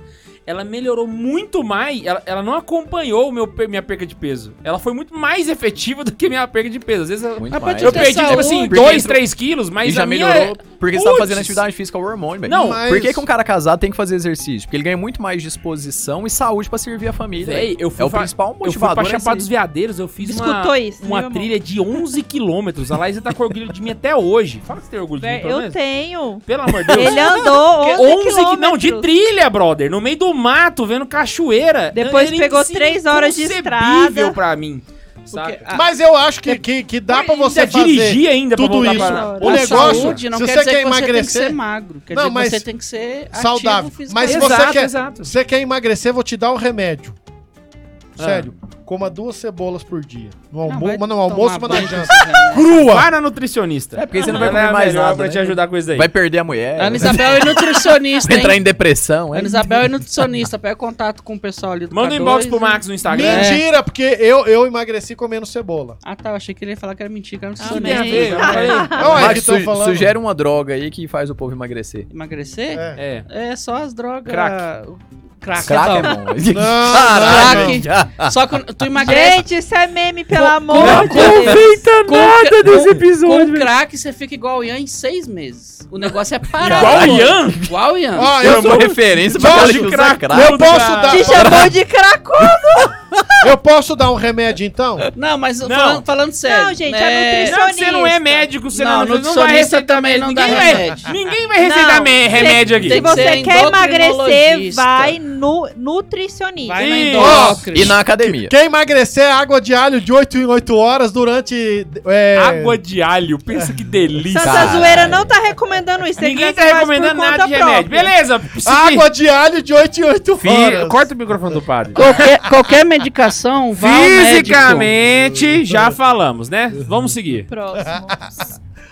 Speaker 1: ela melhorou muito mais. Ela, ela não acompanhou o meu, per- minha perca de peso. Ela foi muito mais efetiva do que minha perca de peso. Às vezes eu,
Speaker 4: Muito
Speaker 3: Mas
Speaker 4: mais.
Speaker 3: pode
Speaker 1: eu
Speaker 3: ter
Speaker 1: perdi, tipo
Speaker 3: saúde.
Speaker 1: assim,
Speaker 4: Porque
Speaker 1: 2,
Speaker 4: entrou-
Speaker 1: 3 quilos, mas
Speaker 4: e já
Speaker 1: a minha. é-
Speaker 4: melhorou porque você tá
Speaker 1: Putz.
Speaker 4: fazendo atividade física ao hormônio, velho.
Speaker 1: Não,
Speaker 6: mas-
Speaker 4: Por que, que um cara casado tem que fazer exercício? Porque ele ganha muito mais disposição e saúde pra servir a família.
Speaker 1: Véi, eu
Speaker 4: é
Speaker 1: fui,
Speaker 4: o
Speaker 1: fa-
Speaker 4: principal
Speaker 1: eu fui pra
Speaker 4: motivador. é
Speaker 1: Chapada dos
Speaker 4: esse
Speaker 1: Veadeiros, eu fiz uma,
Speaker 2: Escutou isso, né,
Speaker 1: uma
Speaker 2: meu
Speaker 1: trilha de 11 quilômetros. A Laísa tá com orgulho de mim até hoje. Fala que você tem orgulho de mim,
Speaker 2: Véi,
Speaker 1: pelo
Speaker 2: Eu
Speaker 1: menos.
Speaker 2: tenho.
Speaker 1: Pelo amor de Deus.
Speaker 2: Ele é andou 11,
Speaker 1: 11
Speaker 2: quilômetros.
Speaker 1: que não, de trilha, brother. No meio do mato, vendo cachoeira.
Speaker 2: Depois
Speaker 1: Era
Speaker 2: pegou três horas de
Speaker 1: inconcebível
Speaker 2: estrada.
Speaker 1: pra mim.
Speaker 3: Porque
Speaker 1: Sabe?
Speaker 3: a-
Speaker 6: Mas eu acho que, que, que dá pra você
Speaker 1: ainda
Speaker 6: fazer.
Speaker 1: dirigir ainda pra
Speaker 6: tudo
Speaker 1: voltar
Speaker 6: isso.
Speaker 1: pra...
Speaker 6: O
Speaker 3: a
Speaker 6: negócio,
Speaker 3: saúde não
Speaker 6: se
Speaker 3: quer dizer
Speaker 6: você quer
Speaker 3: que você tem que
Speaker 6: emagrecer-
Speaker 3: ser magro. Quer
Speaker 6: Não,
Speaker 3: dizer
Speaker 6: mas
Speaker 3: que você tem que ser ativo
Speaker 6: saudável. Mas
Speaker 3: fisicamente.
Speaker 6: se
Speaker 1: Exato,
Speaker 6: você quer-
Speaker 1: exato.
Speaker 6: Você quer emagrecer, vou te dar o remédio.
Speaker 1: Ah.
Speaker 6: Sério, coma duas cebolas por dia. No
Speaker 3: Não, vai
Speaker 6: almoço, mas no
Speaker 3: tomar
Speaker 6: almoço, mas na
Speaker 3: banho,
Speaker 6: janta.
Speaker 3: você-
Speaker 1: Vai na nutricionista.
Speaker 4: É, porque você não vai
Speaker 1: Ela
Speaker 4: comer
Speaker 1: a
Speaker 4: mais
Speaker 1: melhor
Speaker 4: nada,
Speaker 1: pra
Speaker 4: né?
Speaker 1: te ajudar com isso daí.
Speaker 4: Vai perder a mulher.
Speaker 3: Ana
Speaker 4: né?
Speaker 3: Isabel é nutricionista,
Speaker 4: Vai
Speaker 3: hein?
Speaker 4: entrar em depressão, é?
Speaker 3: Ana Isabel é nutricionista, pega contato com o pessoal ali do né?
Speaker 1: Manda um
Speaker 3: K2
Speaker 1: inbox pro
Speaker 3: e-
Speaker 1: Max no
Speaker 6: É.
Speaker 1: Instagram.
Speaker 3: Me-
Speaker 6: Mentira, porque eu, eu emagreci comendo cebola.
Speaker 3: Ah tá, eu achei que ele ia falar que era mentira, que era
Speaker 1: Isso Ah, tem a
Speaker 3: nutricionista.
Speaker 1: ver, eu falei.
Speaker 6: Não, é
Speaker 4: Max,
Speaker 6: que estão
Speaker 4: su-
Speaker 6: falando.
Speaker 4: sugere uma droga aí que faz o povo emagrecer.
Speaker 3: Emagrecer? É.
Speaker 6: É.
Speaker 1: É.
Speaker 3: só as drogas...
Speaker 1: Crack.
Speaker 3: O- Crack.
Speaker 4: Crack é
Speaker 3: então.
Speaker 4: bom.
Speaker 6: Não,
Speaker 4: Caralho.
Speaker 3: Só que tu emagrece...
Speaker 2: Gente, isso é meme, pelo amor
Speaker 3: Não
Speaker 2: de Deus.
Speaker 1: É
Speaker 3: Com, nada
Speaker 1: desse episódio,
Speaker 3: com
Speaker 1: velho.
Speaker 3: crack você fica igual o Ian em seis meses. O negócio é parar.
Speaker 1: Igual o Ian?
Speaker 3: Igual o Ian.
Speaker 6: Ó,
Speaker 4: Eu
Speaker 6: eu,
Speaker 4: sou
Speaker 6: sou-
Speaker 4: referência pra
Speaker 6: Jorge
Speaker 4: galera que usa crack.
Speaker 1: um
Speaker 6: eu posso dar,
Speaker 2: Te chamou de cracudo.
Speaker 6: eu posso dar um remédio então?
Speaker 3: Não, mas
Speaker 1: Não.
Speaker 3: Falando, falando sério. né?
Speaker 2: Não, gente, é nutrição.
Speaker 1: Não, que você não é
Speaker 2: nutricionista.
Speaker 1: médico, você não, você
Speaker 3: Não,
Speaker 1: não vai
Speaker 3: nutricionista
Speaker 1: receitar
Speaker 3: também não dá
Speaker 1: ninguém vai-
Speaker 3: remédio.
Speaker 1: Ninguém vai receitar
Speaker 2: Não,
Speaker 1: me-
Speaker 2: tem-
Speaker 1: remédio aqui.
Speaker 2: Se
Speaker 3: tem que ser
Speaker 2: você quer emagrecer,
Speaker 3: endocrinologista.
Speaker 2: vai no nutricionista.
Speaker 3: Vai na
Speaker 1: Ih,
Speaker 3: endócrina.
Speaker 4: E na academia.
Speaker 6: Quem emagrecer é água de alho de 8 em 8 horas durante. é,
Speaker 1: Água de alho, pensa que delícia.
Speaker 2: Santa
Speaker 4: Caralho.
Speaker 2: Zoeira não tá recomendando isso.
Speaker 1: Ninguém
Speaker 2: Ele
Speaker 1: tá
Speaker 2: faz por
Speaker 1: recomendando
Speaker 2: conta
Speaker 1: nada de
Speaker 2: própria.
Speaker 1: remédio. Beleza, se-
Speaker 6: água de alho de 8 em 8
Speaker 1: Fi-
Speaker 6: horas.
Speaker 1: Corta o microfone do padre.
Speaker 3: Qualquer, qualquer medicação vá ao médico.
Speaker 1: Fisicamente, já falamos, né? Vamos seguir.
Speaker 2: Próximo.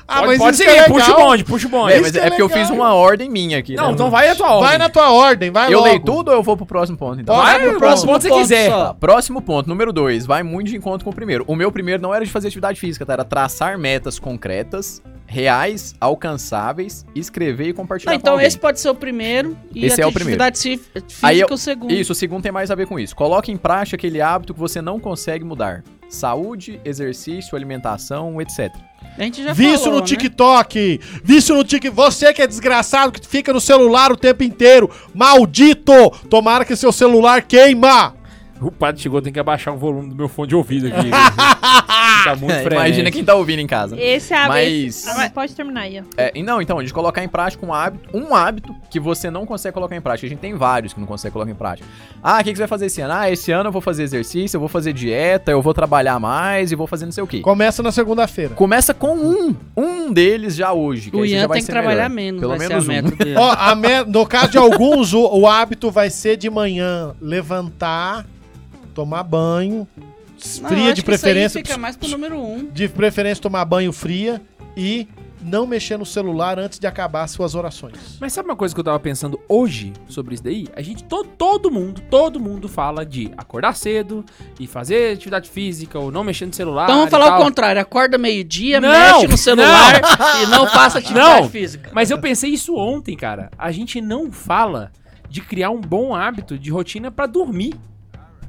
Speaker 6: Ah,
Speaker 1: pode
Speaker 6: mas
Speaker 1: pode
Speaker 6: isso
Speaker 1: seguir,
Speaker 6: é
Speaker 1: puxa o
Speaker 6: legal.
Speaker 1: bonde, puxa o bonde.
Speaker 4: É,
Speaker 6: isso
Speaker 4: mas
Speaker 6: que é
Speaker 4: é porque eu
Speaker 6: legal.
Speaker 4: fiz uma ordem minha aqui.
Speaker 1: não,
Speaker 4: né?
Speaker 1: então vai a tua ordem.
Speaker 6: Vai na tua ordem, vai
Speaker 4: Eu
Speaker 6: logo.
Speaker 4: leio tudo ou eu vou pro próximo ponto? Então?
Speaker 1: Vai
Speaker 6: Vai
Speaker 1: pro
Speaker 6: pro
Speaker 1: próximo ponto se
Speaker 3: ponto
Speaker 1: quiser.
Speaker 3: só.
Speaker 4: Tá, próximo ponto, número 2. Vai muito de encontro com o primeiro. O meu primeiro não era de fazer atividade física, tá? Era traçar metas concretas, reais, alcançáveis, escrever e compartilhar
Speaker 3: Não,
Speaker 4: com
Speaker 3: então
Speaker 4: alguém.
Speaker 3: esse pode ser o primeiro. E
Speaker 4: Esse é o
Speaker 3: atividade fí- física é
Speaker 4: Aí eu-
Speaker 3: o segundo.
Speaker 4: Isso, o segundo tem mais a ver com isso. Coloque em prática aquele hábito que você não consegue mudar. Saúde, exercício, alimentação, etc.
Speaker 3: A gente já
Speaker 6: Vício
Speaker 3: falou,
Speaker 6: no
Speaker 3: né?
Speaker 6: TikTok, vício no TikTok. Você que é desgraçado, que fica no celular o tempo inteiro. Maldito! Tomara que seu celular queima!
Speaker 1: O padre chegou, tem que abaixar o volume do meu fone de ouvido aqui. tá muito frenético.
Speaker 4: Imagina quem tá ouvindo em casa.
Speaker 3: É,
Speaker 2: Esse é abre.
Speaker 4: Mas-
Speaker 2: esse- Pode terminar, Ian.
Speaker 4: É, e não, então, de colocar em prática um hábito, um hábito que você não consegue colocar em prática. A gente tem vários que não consegue colocar em prática. Ah, o que, que você vai fazer esse ano? Ah, esse ano eu vou fazer exercício, eu vou fazer dieta, eu vou trabalhar mais e vou fazer não sei o quê.
Speaker 6: Começa na segunda-feira.
Speaker 4: Começa com um, um deles já hoje. Que
Speaker 3: O
Speaker 4: aí você já
Speaker 3: Ian
Speaker 4: vai
Speaker 3: tem que
Speaker 4: ser
Speaker 3: trabalhar
Speaker 4: melhor.
Speaker 3: menos,
Speaker 4: Pelo
Speaker 3: vai
Speaker 4: menos
Speaker 3: ser a
Speaker 4: um.
Speaker 3: meta dele.
Speaker 6: Ó, a me- no caso de alguns, o, o hábito vai ser de manhã levantar, tomar banho, s-
Speaker 3: Não,
Speaker 6: fria
Speaker 3: acho
Speaker 6: de
Speaker 3: que isso aí
Speaker 6: preferência,
Speaker 3: fica mais pro número um.
Speaker 6: de preferência tomar banho fria e não mexer no celular antes de acabar suas orações.
Speaker 1: Mas sabe uma coisa que eu tava pensando hoje sobre isso daí? A gente, to- todo mundo, todo mundo fala de acordar cedo e fazer atividade física ou não mexer no celular.
Speaker 3: Então vamos
Speaker 1: e
Speaker 3: falar
Speaker 1: tal.
Speaker 3: o contrário. Acorda meio-dia,
Speaker 1: Não,
Speaker 3: mexe no celular e não faça atividade
Speaker 1: Não.
Speaker 3: física.
Speaker 1: Mas eu pensei isso ontem, cara. A gente não fala de criar um bom hábito de rotina pra dormir.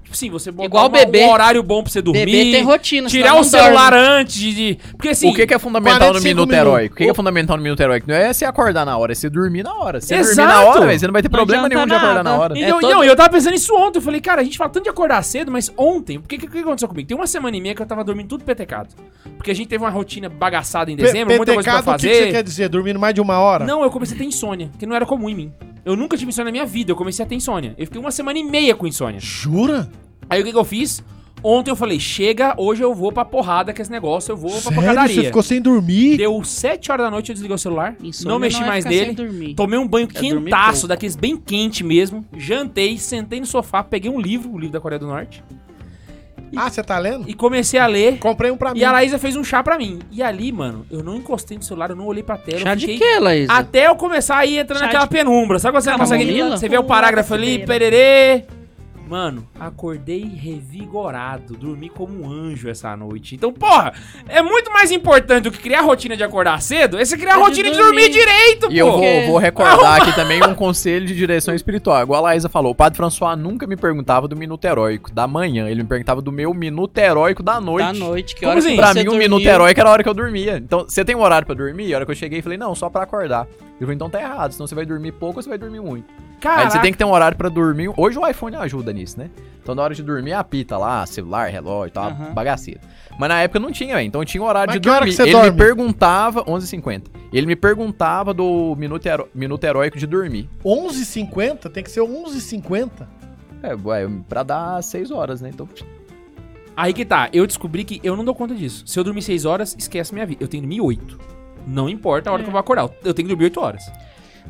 Speaker 1: Tipo assim, você botar
Speaker 3: Igual
Speaker 1: uma-
Speaker 3: bebê.
Speaker 1: um horário bom pra você dormir.
Speaker 3: Bebê tem rotina.
Speaker 1: tirar
Speaker 3: senão
Speaker 1: o
Speaker 3: não dorme.
Speaker 1: celular antes de. Porque assim.
Speaker 4: o que, que é fundamental no
Speaker 6: 45
Speaker 4: minuto
Speaker 6: minutos.
Speaker 4: heróico? O que, que é fundamental no minuto heróico? Não é você acordar na hora, é você dormir na hora. Se você dormir na
Speaker 1: Exato.
Speaker 4: hora, velho, você não vai ter
Speaker 2: Não
Speaker 4: problema
Speaker 2: adianta
Speaker 4: nenhum de acordar na
Speaker 2: nada.
Speaker 4: hora.
Speaker 1: E eu,
Speaker 3: É todo-
Speaker 1: não, e eu tava pensando isso ontem. Eu falei, cara, a gente fala tanto de acordar cedo, mas ontem, o que, que, que aconteceu comigo? Tem uma semana e meia que eu tava dormindo tudo petecado. Porque a gente teve uma rotina bagaçada em
Speaker 6: Pe-
Speaker 1: dezembro, muita coisa pra
Speaker 6: petecado, o que,
Speaker 1: fazer.
Speaker 6: que você quer dizer? Dormindo mais de uma hora?
Speaker 1: Não, eu comecei a ter insônia, que não era comum em mim. Eu nunca tive insônia na minha vida, eu comecei a ter insônia. Eu fiquei uma semana e meia com insônia.
Speaker 6: Jura?
Speaker 1: Aí o que, que eu fiz? Ontem eu falei, chega, hoje eu vou pra porrada com esse negócio, eu vou pra
Speaker 6: Sério? Você
Speaker 1: porcadaria.
Speaker 6: ficou sem dormir?
Speaker 1: Deu 7 horas da noite, eu desliguei o celular,
Speaker 3: Insônia
Speaker 1: não mexi
Speaker 3: é
Speaker 1: mais
Speaker 3: ficar sem
Speaker 1: nele.
Speaker 3: dormir.
Speaker 1: Tomei um banho
Speaker 3: É dormir
Speaker 1: quentaço,
Speaker 3: pouco.
Speaker 1: daqueles bem quente mesmo. Jantei, sentei no sofá, peguei um livro, o livro da Coreia do Norte,
Speaker 6: Ah, você tá lendo?
Speaker 1: e comecei a ler.
Speaker 6: Comprei um pra mim.
Speaker 1: E a Laísa fez um chá pra mim. E ali, mano, eu não encostei no celular, eu não olhei pra tela.
Speaker 3: Chá
Speaker 1: eu
Speaker 3: de
Speaker 1: fiquei...
Speaker 3: quê, Laís?
Speaker 1: Até eu começar a ir entrando
Speaker 2: Chá
Speaker 1: naquela
Speaker 2: de-
Speaker 1: penumbra. Sabe quando você não consegue.
Speaker 3: Camomila?
Speaker 1: Você vê o parágrafo ali, pererê. Mano, acordei revigorado, dormi como um anjo essa noite. Então, porra, é muito mais importante do que criar a rotina de acordar cedo, é você criar a
Speaker 3: É de
Speaker 1: rotina de dormir
Speaker 3: dormir.
Speaker 1: direito,
Speaker 4: E eu
Speaker 1: pô.
Speaker 4: vou, vou recordar aqui também um conselho de direção espiritual. Igual a Laísa falou, o Padre François nunca me perguntava do minuto heróico da manhã. Ele me perguntava do meu minuto heróico da noite.
Speaker 3: Da noite, que
Speaker 1: Como
Speaker 3: hora que
Speaker 1: assim?
Speaker 4: Pra
Speaker 3: você
Speaker 4: mim, um
Speaker 3: dormiu?
Speaker 4: minuto heróico era a hora que eu dormia. Então, você tem um horário pra dormir? A hora que eu cheguei, eu falei, não, só pra acordar. Ele falou, então tá errado, senão você vai dormir pouco ou você vai dormir muito.
Speaker 1: Ah,
Speaker 4: Aí
Speaker 1: né?
Speaker 4: você tem que ter um horário pra dormir. Hoje o iPhone ajuda nisso, né? Então, na hora de dormir, apita lá, celular, relógio, tal,
Speaker 3: Aham.
Speaker 4: bagaceira. Mas na época não tinha, velho. Então tinha um horário
Speaker 6: Mas
Speaker 4: de
Speaker 6: que hora
Speaker 4: dormir.
Speaker 6: que você
Speaker 4: Ele me
Speaker 6: dorme?
Speaker 4: perguntava, 11h50. Ele me perguntava do minuto, heró- minuto heróico de dormir.
Speaker 6: 11h50? Tem que ser 11h50.
Speaker 4: É, ué, pra dar 6 horas, né? Então,
Speaker 1: Aí que tá, eu descobri que eu não dou conta disso. Se eu dormir 6 horas, esquece minha vida. Eu tenho que dormir 8. Não importa a
Speaker 3: É.
Speaker 1: hora que eu vou acordar, eu tenho que dormir 8 horas.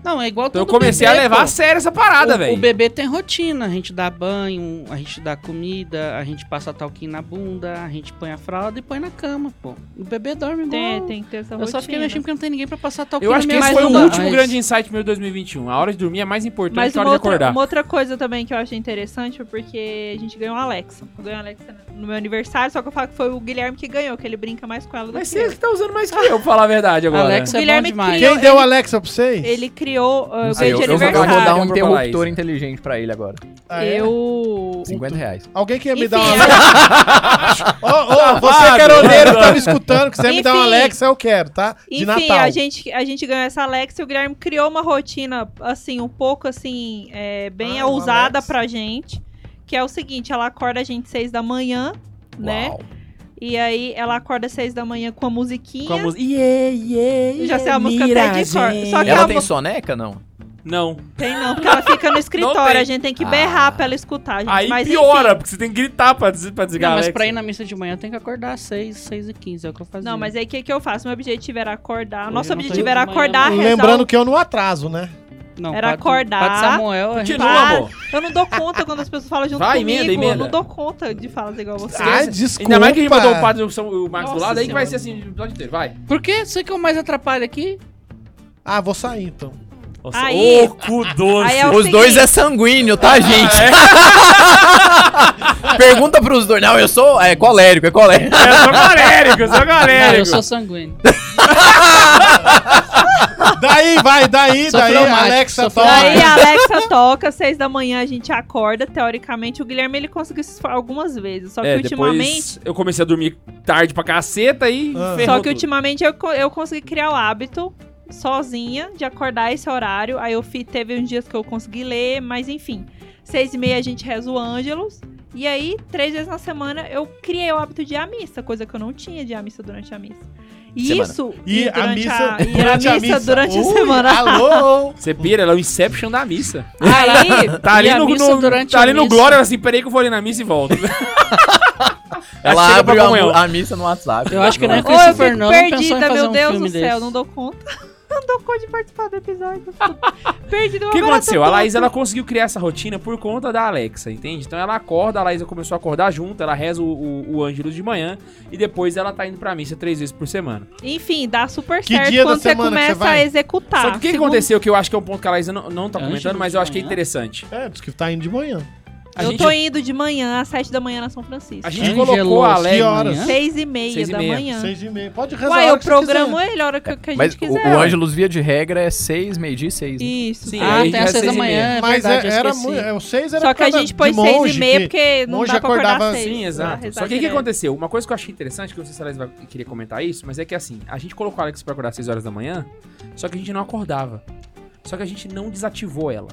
Speaker 3: Não, é igual
Speaker 1: Então eu
Speaker 3: todo
Speaker 1: comecei
Speaker 3: bebê,
Speaker 1: a levar
Speaker 3: pô.
Speaker 1: a sério essa parada,
Speaker 3: O- O
Speaker 1: velho.
Speaker 3: bebê tem rotina, a gente dá banho, a gente dá comida, a gente passa talquinho na bunda, a gente põe a fralda e põe na cama, pô. O bebê dorme
Speaker 2: Tem,
Speaker 3: igual.
Speaker 2: tem que ter essa
Speaker 3: Eu
Speaker 2: rotina.
Speaker 3: só fiquei mexendo porque não tem ninguém pra passar talquinho
Speaker 1: Eu acho que
Speaker 3: na
Speaker 1: esse
Speaker 3: minha
Speaker 1: foi o
Speaker 3: bunda.
Speaker 1: último
Speaker 3: Mas-
Speaker 1: grande insight meu de 2021. A hora de dormir é mais importante
Speaker 2: Mas
Speaker 1: que a
Speaker 2: uma
Speaker 1: hora de
Speaker 2: outra,
Speaker 1: acordar.
Speaker 2: uma outra coisa também que eu achei interessante foi porque a gente ganhou um Alexa. Eu ganhei um Alexa no meu aniversário, só que eu falo que foi o Guilherme que ganhou, que ele brinca mais com ela do
Speaker 1: Mas
Speaker 2: que eu.
Speaker 1: você que tá usando mais que eu, pra falar a verdade agora. né?
Speaker 3: Alexa é bom
Speaker 2: Guilherme
Speaker 3: demais.
Speaker 2: criou-
Speaker 6: Quem deu
Speaker 2: ele-
Speaker 6: o Alexa pra vocês?
Speaker 2: Ele criou. uh, Eu
Speaker 4: sei,
Speaker 2: ganhei
Speaker 4: eu,
Speaker 2: de
Speaker 4: eu vou eu vou dar
Speaker 2: aniversário.
Speaker 4: um
Speaker 1: Vamos pra falar
Speaker 4: interruptor inteligente pra ele agora.
Speaker 6: Ah, é?
Speaker 2: Eu.
Speaker 4: 50 reais.
Speaker 6: Alguém quer me
Speaker 2: Enfim,
Speaker 6: dar uma
Speaker 2: é-
Speaker 6: Alexa? Ô, ô, você
Speaker 1: Safado.
Speaker 6: caroneiro que tá me escutando, quiser me dar uma
Speaker 2: Enfim.
Speaker 6: Alexa, eu quero, tá? De
Speaker 2: Enfim,
Speaker 6: Natal.
Speaker 2: a gente, a gente ganhou essa Alexa e o Guilherme criou uma rotina, assim, um pouco, assim, é, bem
Speaker 6: Ah, uma
Speaker 2: ousada
Speaker 6: Alexa.
Speaker 2: pra gente. Que é o seguinte, ela acorda a gente seis da manhã, né?
Speaker 4: Uau.
Speaker 2: E aí ela acorda seis da manhã com a musiquinha.
Speaker 1: Com a música. Yeah, yeah,
Speaker 2: Já sei a música
Speaker 1: mira
Speaker 2: até de cor.
Speaker 1: gente.
Speaker 2: Só que
Speaker 4: Ela
Speaker 2: ela-
Speaker 4: tem soneca, não?
Speaker 1: Não.
Speaker 2: Tem não, porque ela fica no escritório,
Speaker 1: tem.
Speaker 2: a gente tem que
Speaker 4: Ah.
Speaker 2: berrar pra ela escutar, gente.
Speaker 1: Aí
Speaker 2: Mas,
Speaker 1: piora,
Speaker 2: enfim.
Speaker 1: porque você tem que gritar pra, des- pra
Speaker 3: Não,
Speaker 1: desligar né? a
Speaker 3: mas
Speaker 1: Alexa.
Speaker 3: pra ir na missa de manhã tem que acordar às 6, 6 e 15, é o que eu fazia.
Speaker 2: Não, mas aí o que, que eu faço? Meu objetivo era acordar.
Speaker 3: Hoje
Speaker 2: Nosso
Speaker 3: eu não tô
Speaker 2: objetivo
Speaker 3: indo
Speaker 2: era
Speaker 3: de manhã,
Speaker 2: acordar,
Speaker 3: não.
Speaker 2: rezar
Speaker 6: Lembrando
Speaker 2: o-
Speaker 6: que eu não atraso, né?
Speaker 3: Não,
Speaker 2: era
Speaker 3: padre-
Speaker 2: acordar.
Speaker 3: Padre Samuel, a gente-
Speaker 1: Continua,
Speaker 2: Para.
Speaker 1: amor.
Speaker 2: Eu não dou conta quando as pessoas falam junto
Speaker 1: Vai,
Speaker 2: comigo.
Speaker 1: emenda, emenda.
Speaker 2: Eu não dou conta de falas igual você.
Speaker 6: Ai, desculpa.
Speaker 1: Ainda mais que a gente mandou um o padre e o São- o Marcos do
Speaker 3: Nossa
Speaker 1: lado, aí que vai ser
Speaker 3: Senhora.
Speaker 1: assim o episódio inteiro. Vai.
Speaker 3: Por quê? Você que eu mais atrapalho aqui?
Speaker 6: Ah, vou sair então.
Speaker 1: Nossa,
Speaker 2: Aí-
Speaker 1: ô, cu doce.
Speaker 2: Aí é o
Speaker 4: Os
Speaker 2: seguinte,
Speaker 4: dois é sanguíneo, tá, gente? Pergunta pros dois. Não, eu sou. É colérico, é colérico.
Speaker 1: Eu sou galérico, eu sou
Speaker 3: Ah,
Speaker 1: galérico.
Speaker 3: eu sou sanguíneo.
Speaker 6: Daí, vai, daí,
Speaker 3: Sou
Speaker 6: daí,
Speaker 3: traumático,
Speaker 6: Alexa
Speaker 3: sou
Speaker 6: toca.
Speaker 2: Aí a Alexa toca, seis da manhã a gente acorda, teoricamente. O Guilherme ele conseguiu se esfor- algumas vezes, só que
Speaker 1: É,
Speaker 2: ultimamente.
Speaker 1: depois eu comecei a dormir tarde pra caceta e
Speaker 6: Ah.
Speaker 1: ferrou
Speaker 2: Só que
Speaker 1: tudo.
Speaker 2: ultimamente eu, co- eu consegui criar o hábito sozinha de acordar esse horário. Aí eu fi, teve uns dias que eu consegui ler, mas enfim. Seis e meia a gente reza o Ângelos. E aí, três vezes na semana, eu criei o hábito de ir à missa, coisa que eu não tinha de ir à missa durante a missa. E
Speaker 4: Semana.
Speaker 2: isso.
Speaker 6: E a
Speaker 2: durante
Speaker 6: missa
Speaker 2: a- e a missa durante a
Speaker 6: Ui,
Speaker 2: semana.
Speaker 6: Alô?
Speaker 1: Você pira, ela é o Inception da missa.
Speaker 2: Aí,
Speaker 1: Tá ali
Speaker 3: a
Speaker 1: no,
Speaker 3: missa
Speaker 1: no-
Speaker 3: durante
Speaker 1: tá
Speaker 3: a
Speaker 1: ali no
Speaker 3: missa?
Speaker 1: Glória, assim, peraí que eu vou ali na missa e volto. Ela
Speaker 4: Ela
Speaker 1: chega
Speaker 4: abre
Speaker 1: pra
Speaker 4: a,
Speaker 1: comunhão.
Speaker 4: mu- a missa no WhatsApp.
Speaker 3: Eu acho que não é
Speaker 2: Ô, eu fico
Speaker 3: Christopher Nolan pensou em
Speaker 2: perdida,
Speaker 3: fazer
Speaker 2: meu
Speaker 3: um
Speaker 2: Deus
Speaker 3: filme
Speaker 2: do céu,
Speaker 3: desse.
Speaker 2: não dou conta. não dou conta de participar do episódio. perdida,
Speaker 1: O que aconteceu? A Laís ela conseguiu criar essa rotina por conta da Alexa, entende? Então ela acorda, a Laís começou a acordar junto, ela reza o, o, o Ângelus de manhã e depois ela tá indo pra missa três vezes por semana.
Speaker 2: Enfim, dá super
Speaker 6: Que
Speaker 2: certo
Speaker 6: dia da
Speaker 2: quando você
Speaker 6: semana que você
Speaker 2: começa a
Speaker 6: vai?
Speaker 2: executar.
Speaker 1: Só que o que
Speaker 2: Segundo-
Speaker 1: aconteceu, que eu acho que é um ponto que a Laís não, não tá
Speaker 3: Ângelus
Speaker 1: comentando, mas eu
Speaker 3: de
Speaker 1: acho que é
Speaker 3: manhã?
Speaker 1: interessante.
Speaker 6: É, diz que tá indo de manhã.
Speaker 1: A
Speaker 2: eu
Speaker 1: gente-
Speaker 2: tô indo de manhã, às 7 da manhã na São Francisco.
Speaker 1: A gente
Speaker 3: Angelo,
Speaker 1: colocou a
Speaker 6: que
Speaker 1: Alex.
Speaker 6: horas?
Speaker 3: amanhã?
Speaker 2: 6 e meia
Speaker 1: Seis e
Speaker 2: da
Speaker 1: meia.
Speaker 2: manhã.
Speaker 6: Seis e meia. Pode rezar
Speaker 2: Uai,
Speaker 6: a
Speaker 2: eu
Speaker 6: hora que você quiser.
Speaker 2: programo ele a hora que, que a gente
Speaker 4: Mas o,
Speaker 2: quiser.
Speaker 4: o
Speaker 2: ué.
Speaker 4: Ângelos, via de regra, é seis, meio-dia e seis. né?
Speaker 2: Isso.
Speaker 1: Sim,
Speaker 3: Ah,
Speaker 1: aí
Speaker 3: tem
Speaker 1: já é
Speaker 3: às seis da
Speaker 1: seis e meia.
Speaker 3: manhã, é
Speaker 6: Mas
Speaker 3: verdade, eu
Speaker 6: é- era
Speaker 3: esqueci.
Speaker 6: muito. é, O seis era
Speaker 2: Só
Speaker 6: por
Speaker 2: que a
Speaker 6: causa
Speaker 2: gente
Speaker 6: de
Speaker 2: põe seis
Speaker 6: monge
Speaker 2: e meia,
Speaker 6: que-
Speaker 2: porque não
Speaker 6: monge
Speaker 2: dá pra acordar
Speaker 6: acordava-
Speaker 2: seis.
Speaker 1: Sim, exato.
Speaker 2: né?
Speaker 1: Só que o que
Speaker 2: Exato.
Speaker 1: aconteceu? Uma coisa que eu achei interessante, que eu não sei se a Alex vai querer comentar isso, mas é que assim, a gente colocou a Alex pra acordar às 6 horas da manhã, só que a gente não acordava. Só que a gente não desativou ela.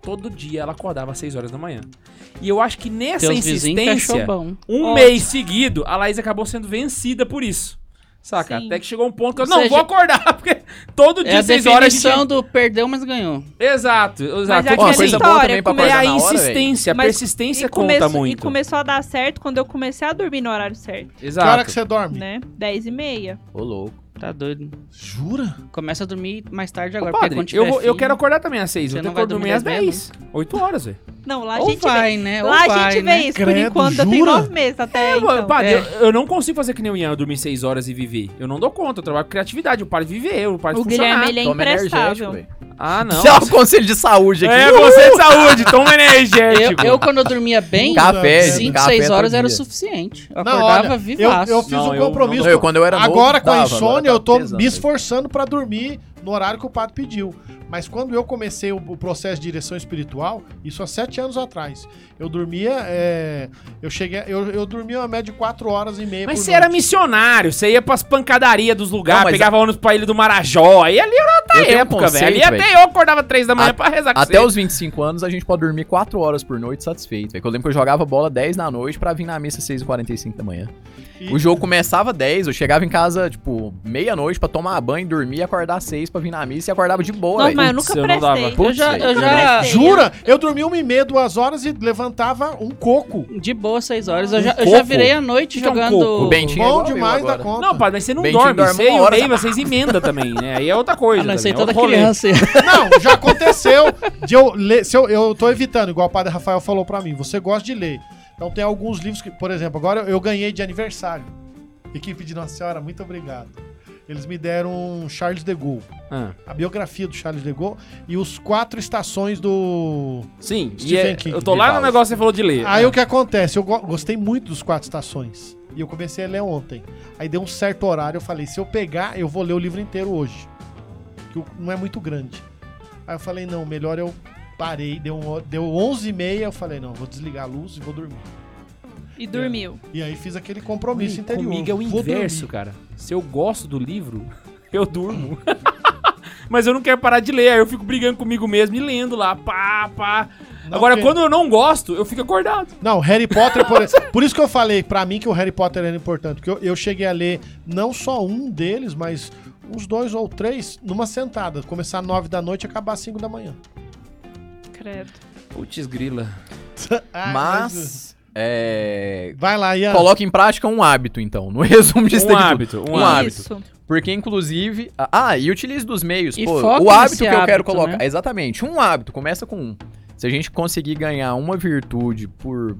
Speaker 1: Todo dia ela acordava às 6 horas da manhã. E eu acho que nessa
Speaker 3: Teus vizinhos tá que achou
Speaker 1: insistência,
Speaker 3: bom.
Speaker 1: um
Speaker 2: Ótimo.
Speaker 1: mês seguido, a Laís acabou sendo vencida por isso. Saca?
Speaker 2: Sim.
Speaker 1: Até que chegou um ponto que eu
Speaker 3: Ou
Speaker 1: não
Speaker 3: seja,
Speaker 1: vou acordar, porque todo dia
Speaker 3: É a
Speaker 1: às 6 horas a
Speaker 3: definição é
Speaker 1: gente...
Speaker 3: do perdeu, mas ganhou.
Speaker 1: Exato, exato.
Speaker 2: aquela
Speaker 1: Uma
Speaker 3: assim,
Speaker 1: coisa
Speaker 2: história,
Speaker 4: boa também
Speaker 3: então,
Speaker 2: como é
Speaker 4: pra
Speaker 3: né?
Speaker 1: é
Speaker 4: acordar
Speaker 1: a
Speaker 4: na hora, velho.
Speaker 1: insistência, a
Speaker 2: Mas-
Speaker 1: persistência
Speaker 2: e começo-
Speaker 1: é conta
Speaker 2: E
Speaker 1: muito.
Speaker 2: começou a dar certo quando eu comecei a dormir no horário certo,
Speaker 6: Que hora
Speaker 1: Exato.
Speaker 6: que você dorme?
Speaker 2: né? 10 e meia.
Speaker 4: Ô, louco.
Speaker 3: Tá doido.
Speaker 6: Jura?
Speaker 3: Começa a dormir mais tarde agora, porque
Speaker 1: Padre,
Speaker 3: quando tiver
Speaker 1: eu, vou- eu
Speaker 3: filho-
Speaker 1: quero acordar também às 6.
Speaker 3: Você
Speaker 1: Eu tenho que
Speaker 3: não vai
Speaker 1: dormir
Speaker 3: dormir
Speaker 1: às
Speaker 3: às dez,
Speaker 1: 10. 8 horas, velho.
Speaker 2: Não, lá a
Speaker 3: Ou
Speaker 2: gente
Speaker 3: vai,
Speaker 2: vê.
Speaker 3: né?
Speaker 2: Lá
Speaker 3: Ou
Speaker 2: a
Speaker 3: vai,
Speaker 2: gente
Speaker 3: né?
Speaker 2: vê isso, por
Speaker 6: Credo,
Speaker 2: enquanto eu tenho
Speaker 6: jura?
Speaker 2: 9 meses até então.
Speaker 1: Padre,
Speaker 3: É.
Speaker 1: eu, eu não consigo fazer que nem o Ian, eu dormir 6 horas e viver. Eu não dou conta, eu trabalho com criatividade, eu paro de viver, eu paro de
Speaker 2: O
Speaker 1: funcionar.
Speaker 2: Guilherme, ele é
Speaker 4: Toma energético,
Speaker 2: imprestável.
Speaker 4: velho.
Speaker 1: Ah, não.
Speaker 4: Isso é um conselho de saúde aqui.
Speaker 1: É, você de saúde, toma energético.
Speaker 3: Eu, tipo- eu, quando eu dormia bem,
Speaker 6: Cara,
Speaker 4: Café,
Speaker 6: Cinco,
Speaker 4: gente,
Speaker 3: 5,
Speaker 4: café
Speaker 3: 6
Speaker 4: todo
Speaker 3: horas era o
Speaker 4: dia.
Speaker 3: suficiente. Eu
Speaker 6: Não,
Speaker 3: acordava
Speaker 6: olha, Eu,
Speaker 3: vivaço.
Speaker 6: eu fiz
Speaker 1: Não,
Speaker 6: um
Speaker 1: eu não-
Speaker 6: compromisso.
Speaker 4: Eu, quando eu era novo,
Speaker 6: agora com a
Speaker 4: dava,
Speaker 6: insônia,
Speaker 4: tá
Speaker 6: eu tô
Speaker 4: pesando,
Speaker 6: me
Speaker 4: velho.
Speaker 6: esforçando pra dormir no horário que o padre pediu. Mas quando eu comecei o, o processo de direção espiritual, isso há sete anos atrás, eu dormia. é, eu cheguei. Eu, eu dormia uma média de quatro horas e meia.
Speaker 1: Mas
Speaker 6: por
Speaker 1: você era
Speaker 6: noite.
Speaker 1: missionário, você ia pras pancadarias dos lugares,
Speaker 4: Não, mas
Speaker 1: pegava ônibus pra Ilha do Marajó, aí ali era outra
Speaker 4: Eu tenho um
Speaker 1: época,
Speaker 4: conceito,
Speaker 1: velho. Ali
Speaker 4: velho.
Speaker 1: até eu acordava 3 da manhã
Speaker 4: A-
Speaker 1: pra rezar Tá com
Speaker 4: Até
Speaker 1: você.
Speaker 4: os 25 anos, a gente pode dormir 4 horas por noite satisfeito. velho. Que Eu lembro que eu jogava bola 10 na noite pra vir na missa 6h45 da manhã.
Speaker 6: E-
Speaker 4: O jogo começava 10, eu chegava em casa, tipo, meia-noite pra tomar banho, dormir e acordar 6 pra vir na missa e acordava de boa.
Speaker 2: Não,
Speaker 4: velho.
Speaker 2: mas eu
Speaker 1: Putz,
Speaker 2: nunca
Speaker 1: eu não dava.
Speaker 2: prestei.
Speaker 4: Putz,
Speaker 3: Eu já,
Speaker 4: velho.
Speaker 3: eu já
Speaker 6: Jura? Eu dormia uma e meia, duas horas e levantava um coco.
Speaker 3: de boa 6 horas. Eu já, eu
Speaker 1: Um coco?
Speaker 3: já virei a noite
Speaker 1: O que que é um
Speaker 3: jogando.
Speaker 1: coco?
Speaker 4: O Bentinho é
Speaker 6: Bom
Speaker 4: igual eu
Speaker 6: demais da
Speaker 4: agora.
Speaker 6: conta.
Speaker 1: Não, padre, mas você não
Speaker 4: Bentinho
Speaker 1: dorme.
Speaker 4: dorme
Speaker 1: Você
Speaker 4: uma
Speaker 1: e o
Speaker 4: hora,
Speaker 1: Ney, vocês emendam também, né? Aí é outra coisa.
Speaker 3: Ah, não, isso aí
Speaker 1: também, é
Speaker 3: toda
Speaker 1: outro rolê.
Speaker 3: criança.
Speaker 6: Não, já aconteceu de eu ler. Se eu, eu tô evitando, igual o padre Rafael falou pra mim. Você gosta de ler. Então tem alguns livros que, por exemplo, agora eu ganhei de aniversário. Equipe de Nossa Senhora, muito obrigado. Eles me deram um Charles de Gaulle,
Speaker 1: Ah,
Speaker 6: a biografia do Charles de Gaulle e os quatro estações do.
Speaker 1: sim, e
Speaker 6: Stephen
Speaker 1: é-
Speaker 6: King,
Speaker 1: eu tô lá no
Speaker 4: Vivaldi.
Speaker 1: negócio que você falou de ler.
Speaker 6: Aí o que acontece? Ah, Eu go- gostei muito dos quatro estações. E eu comecei a ler ontem. Aí deu um certo horário, eu falei, se eu pegar, eu vou ler o livro inteiro hoje. Que o- não é muito grande. Aí eu falei, não, melhor eu parei. Deu, um, ho- deu 11 e meia, eu falei, não, vou desligar a luz e vou dormir.
Speaker 2: E dormiu.
Speaker 6: E aí fiz aquele compromisso
Speaker 1: Ui,
Speaker 6: interior.
Speaker 1: Comigo é o
Speaker 6: Vou
Speaker 1: inverso, cara. Se eu gosto do livro, eu durmo. Mas eu não quero parar de ler, aí eu fico brigando comigo mesmo e lendo lá, pá, pá.
Speaker 6: dormir. Não
Speaker 1: Agora,
Speaker 6: quero-
Speaker 1: quando eu não gosto, eu fico acordado.
Speaker 6: Não, Harry Potter, por, por isso que eu falei pra mim que o Harry Potter era importante, porque eu, eu cheguei a ler não só um deles, mas uns dois ou três numa sentada. Começar às nove da noite e acabar às cinco da manhã.
Speaker 2: Credo.
Speaker 1: Putz, grila.
Speaker 6: Ah,
Speaker 4: Mas, é...
Speaker 6: Vai lá, Ian.
Speaker 4: Coloque em prática um hábito, então, no resumo disso
Speaker 1: Um
Speaker 4: daqui tudo.
Speaker 1: hábito, um
Speaker 4: Um
Speaker 1: hábito.
Speaker 4: hábito.
Speaker 2: Isso.
Speaker 4: Porque, inclusive. Ah, e utilize dos meios.
Speaker 3: E
Speaker 4: pô,
Speaker 3: foca
Speaker 4: o hábito
Speaker 3: nesse
Speaker 4: que eu quero
Speaker 3: hábito,
Speaker 4: colocar.
Speaker 3: né?
Speaker 4: Exatamente. Um hábito. Começa com um. Se a gente conseguir ganhar uma virtude por,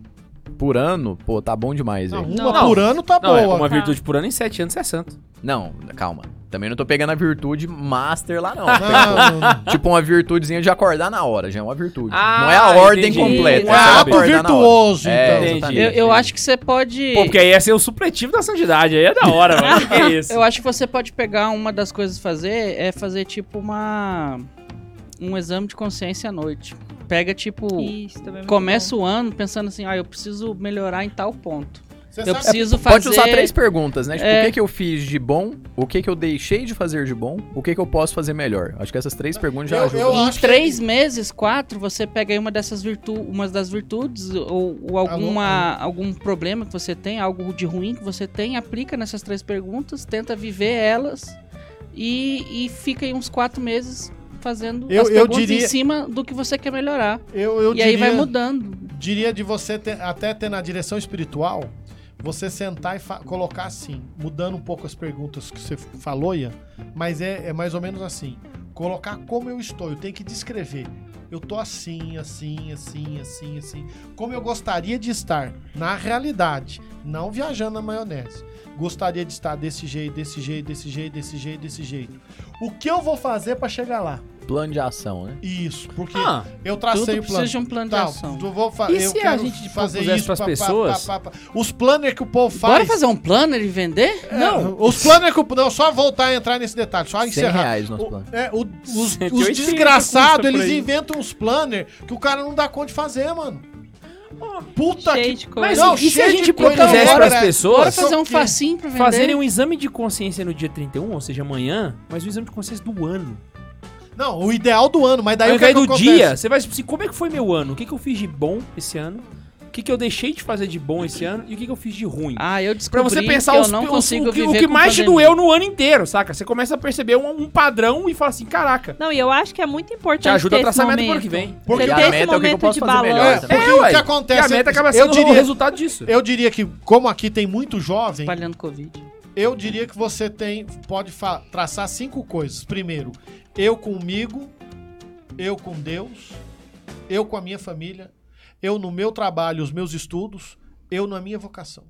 Speaker 4: por ano, pô, tá bom demais,
Speaker 6: Não,
Speaker 4: velho.
Speaker 6: uma
Speaker 1: Não.
Speaker 6: por ano tá
Speaker 1: Não, é
Speaker 6: boa.
Speaker 1: uma
Speaker 2: Tá.
Speaker 1: virtude por ano em sete anos é santo.
Speaker 4: Não, calma. Também não tô pegando a virtude master lá, não.
Speaker 6: Não, não.
Speaker 4: tipo, uma virtudezinha de acordar na hora, já é uma virtude.
Speaker 1: Ah,
Speaker 4: não é a ordem
Speaker 1: entendi.
Speaker 4: completa.
Speaker 6: É
Speaker 3: Um
Speaker 4: é só
Speaker 6: ato
Speaker 4: acordar na hora.
Speaker 6: virtuoso,
Speaker 4: É,
Speaker 6: então.
Speaker 1: Entendi.
Speaker 4: exatamente.
Speaker 3: Eu, eu acho que você pode.
Speaker 1: né? Pô, porque é aí ia ser o supletivo da santidade, aí é da hora, mano. Que que é isso?
Speaker 3: Eu acho que você pode pegar uma das coisas a fazer é fazer tipo uma um exame de consciência à noite. Pega tipo
Speaker 2: Isso, também é muito
Speaker 3: começa o ano pensando assim, ah, eu preciso melhorar em tal ponto.
Speaker 6: Você
Speaker 3: Eu
Speaker 6: sabe-
Speaker 3: preciso fazer
Speaker 4: Pode usar três perguntas, né? Tipo,
Speaker 3: É.
Speaker 4: o que, que eu fiz de bom, o que, que eu deixei de fazer de bom, o que, que eu posso fazer melhor. Acho que essas três perguntas já
Speaker 6: Eu- eu
Speaker 4: ajudam.
Speaker 6: acho
Speaker 3: Em
Speaker 6: que-
Speaker 3: três meses, quatro, você pega aí uma dessas virtu uma das virtudes ou, ou alguma, algum problema que você tem, algo de ruim que você tem, aplica nessas três perguntas, tenta viver elas e, e fica aí uns quatro meses fazendo
Speaker 6: Eu-
Speaker 3: as
Speaker 6: eu
Speaker 3: perguntas
Speaker 6: diria-
Speaker 3: em cima do que você quer melhorar.
Speaker 6: Eu, eu
Speaker 3: e
Speaker 6: diria,
Speaker 3: aí vai mudando.
Speaker 6: diria de você ter- até ter na direção espiritual, você sentar e fa- colocar assim, mudando um pouco as perguntas que você falou, Ian, mas é, é mais ou menos assim. Colocar como eu estou, eu tenho que descrever. Eu tô assim, assim, assim, assim, assim. Como eu gostaria de estar na realidade, não viajando na maionese. Gostaria de estar desse jeito, desse jeito, desse jeito, desse jeito, desse jeito. O que eu vou fazer pra chegar lá?
Speaker 4: Plano de ação, né?
Speaker 6: Isso, porque
Speaker 1: Ah,
Speaker 6: eu
Speaker 3: Tudo
Speaker 6: tracei o plano. Tá,
Speaker 3: precisa de um plano de
Speaker 6: Não,
Speaker 3: ação.
Speaker 6: eu vou fa-
Speaker 1: E
Speaker 6: eu
Speaker 1: se a
Speaker 6: quero
Speaker 1: gente
Speaker 6: fazer
Speaker 1: propusesse
Speaker 6: isso
Speaker 1: pras
Speaker 6: pá, pá,
Speaker 1: pessoas?
Speaker 6: pá, pá, pá. Os planners que o povo faz.
Speaker 3: Bora fazer um planner e vender?
Speaker 6: É, Os planners que o não só voltar a entrar nesse detalhe, só
Speaker 4: 100
Speaker 6: encerrar.
Speaker 4: reais nosso plano.
Speaker 6: O- é, o- os
Speaker 1: 180
Speaker 6: os
Speaker 1: custa
Speaker 6: desgraçados,
Speaker 1: pra
Speaker 6: eles
Speaker 1: ir.
Speaker 6: inventam uns planner que o cara não dá conta de fazer, mano.
Speaker 1: Ah,
Speaker 6: Puta
Speaker 2: Cheio
Speaker 6: que.
Speaker 2: de
Speaker 1: Mas
Speaker 2: coisa.
Speaker 6: Não,
Speaker 1: e se a
Speaker 6: cheio
Speaker 1: gente
Speaker 6: de coisa
Speaker 1: propusesse
Speaker 6: agora,
Speaker 1: para as
Speaker 6: né?
Speaker 3: Bora
Speaker 1: pessoas
Speaker 6: Só
Speaker 3: fazer um
Speaker 6: que-
Speaker 3: facinho pra vender?
Speaker 1: fazerem um exame de consciência no dia 31, ou seja, amanhã, mas um exame de consciência do ano?
Speaker 6: Não, o ideal do ano, mas daí
Speaker 1: Ao
Speaker 6: o que é
Speaker 1: invés
Speaker 6: que
Speaker 1: do
Speaker 6: acontece?
Speaker 1: dia, você vai tipo assim, como é que foi meu ano? O que, que eu fiz de bom esse ano? O que, que eu deixei de fazer de bom esse ano? E o que, que eu fiz de ruim?
Speaker 3: Ah, eu
Speaker 1: Pra
Speaker 3: descobri
Speaker 1: você pensar
Speaker 3: que
Speaker 1: os,
Speaker 3: eu não
Speaker 1: os-
Speaker 3: consigo
Speaker 1: o que, o
Speaker 3: viver
Speaker 1: que
Speaker 3: com
Speaker 1: mais te
Speaker 3: pandemia.
Speaker 1: doeu no ano inteiro, saca? Você começa a perceber um, um padrão e fala assim, caraca,
Speaker 2: Não, e eu acho que é muito importante.
Speaker 1: te ajuda a
Speaker 2: ter esse
Speaker 1: traçar a meta pro
Speaker 2: momento.
Speaker 1: ano que vem.
Speaker 6: Porque
Speaker 2: Você
Speaker 4: a
Speaker 2: ter
Speaker 4: meta é
Speaker 2: esse
Speaker 4: o que eu
Speaker 2: momento
Speaker 4: posso
Speaker 2: de
Speaker 4: fazer melhor,
Speaker 6: É,
Speaker 2: balanço.
Speaker 6: porque
Speaker 1: É,
Speaker 6: o
Speaker 1: ué.
Speaker 6: que
Speaker 1: E
Speaker 6: acontece?
Speaker 1: a meta acaba
Speaker 6: eu
Speaker 1: sendo o
Speaker 6: diria,
Speaker 1: resultado disso.
Speaker 6: eu diria que, como aqui tem muito jovem,
Speaker 3: Espalhando Covid.
Speaker 6: eu diria que você tem pode fa- traçar cinco coisas. Primeiro, eu comigo, eu com Deus, eu com a minha família, eu no meu trabalho, os meus estudos, eu na minha vocação.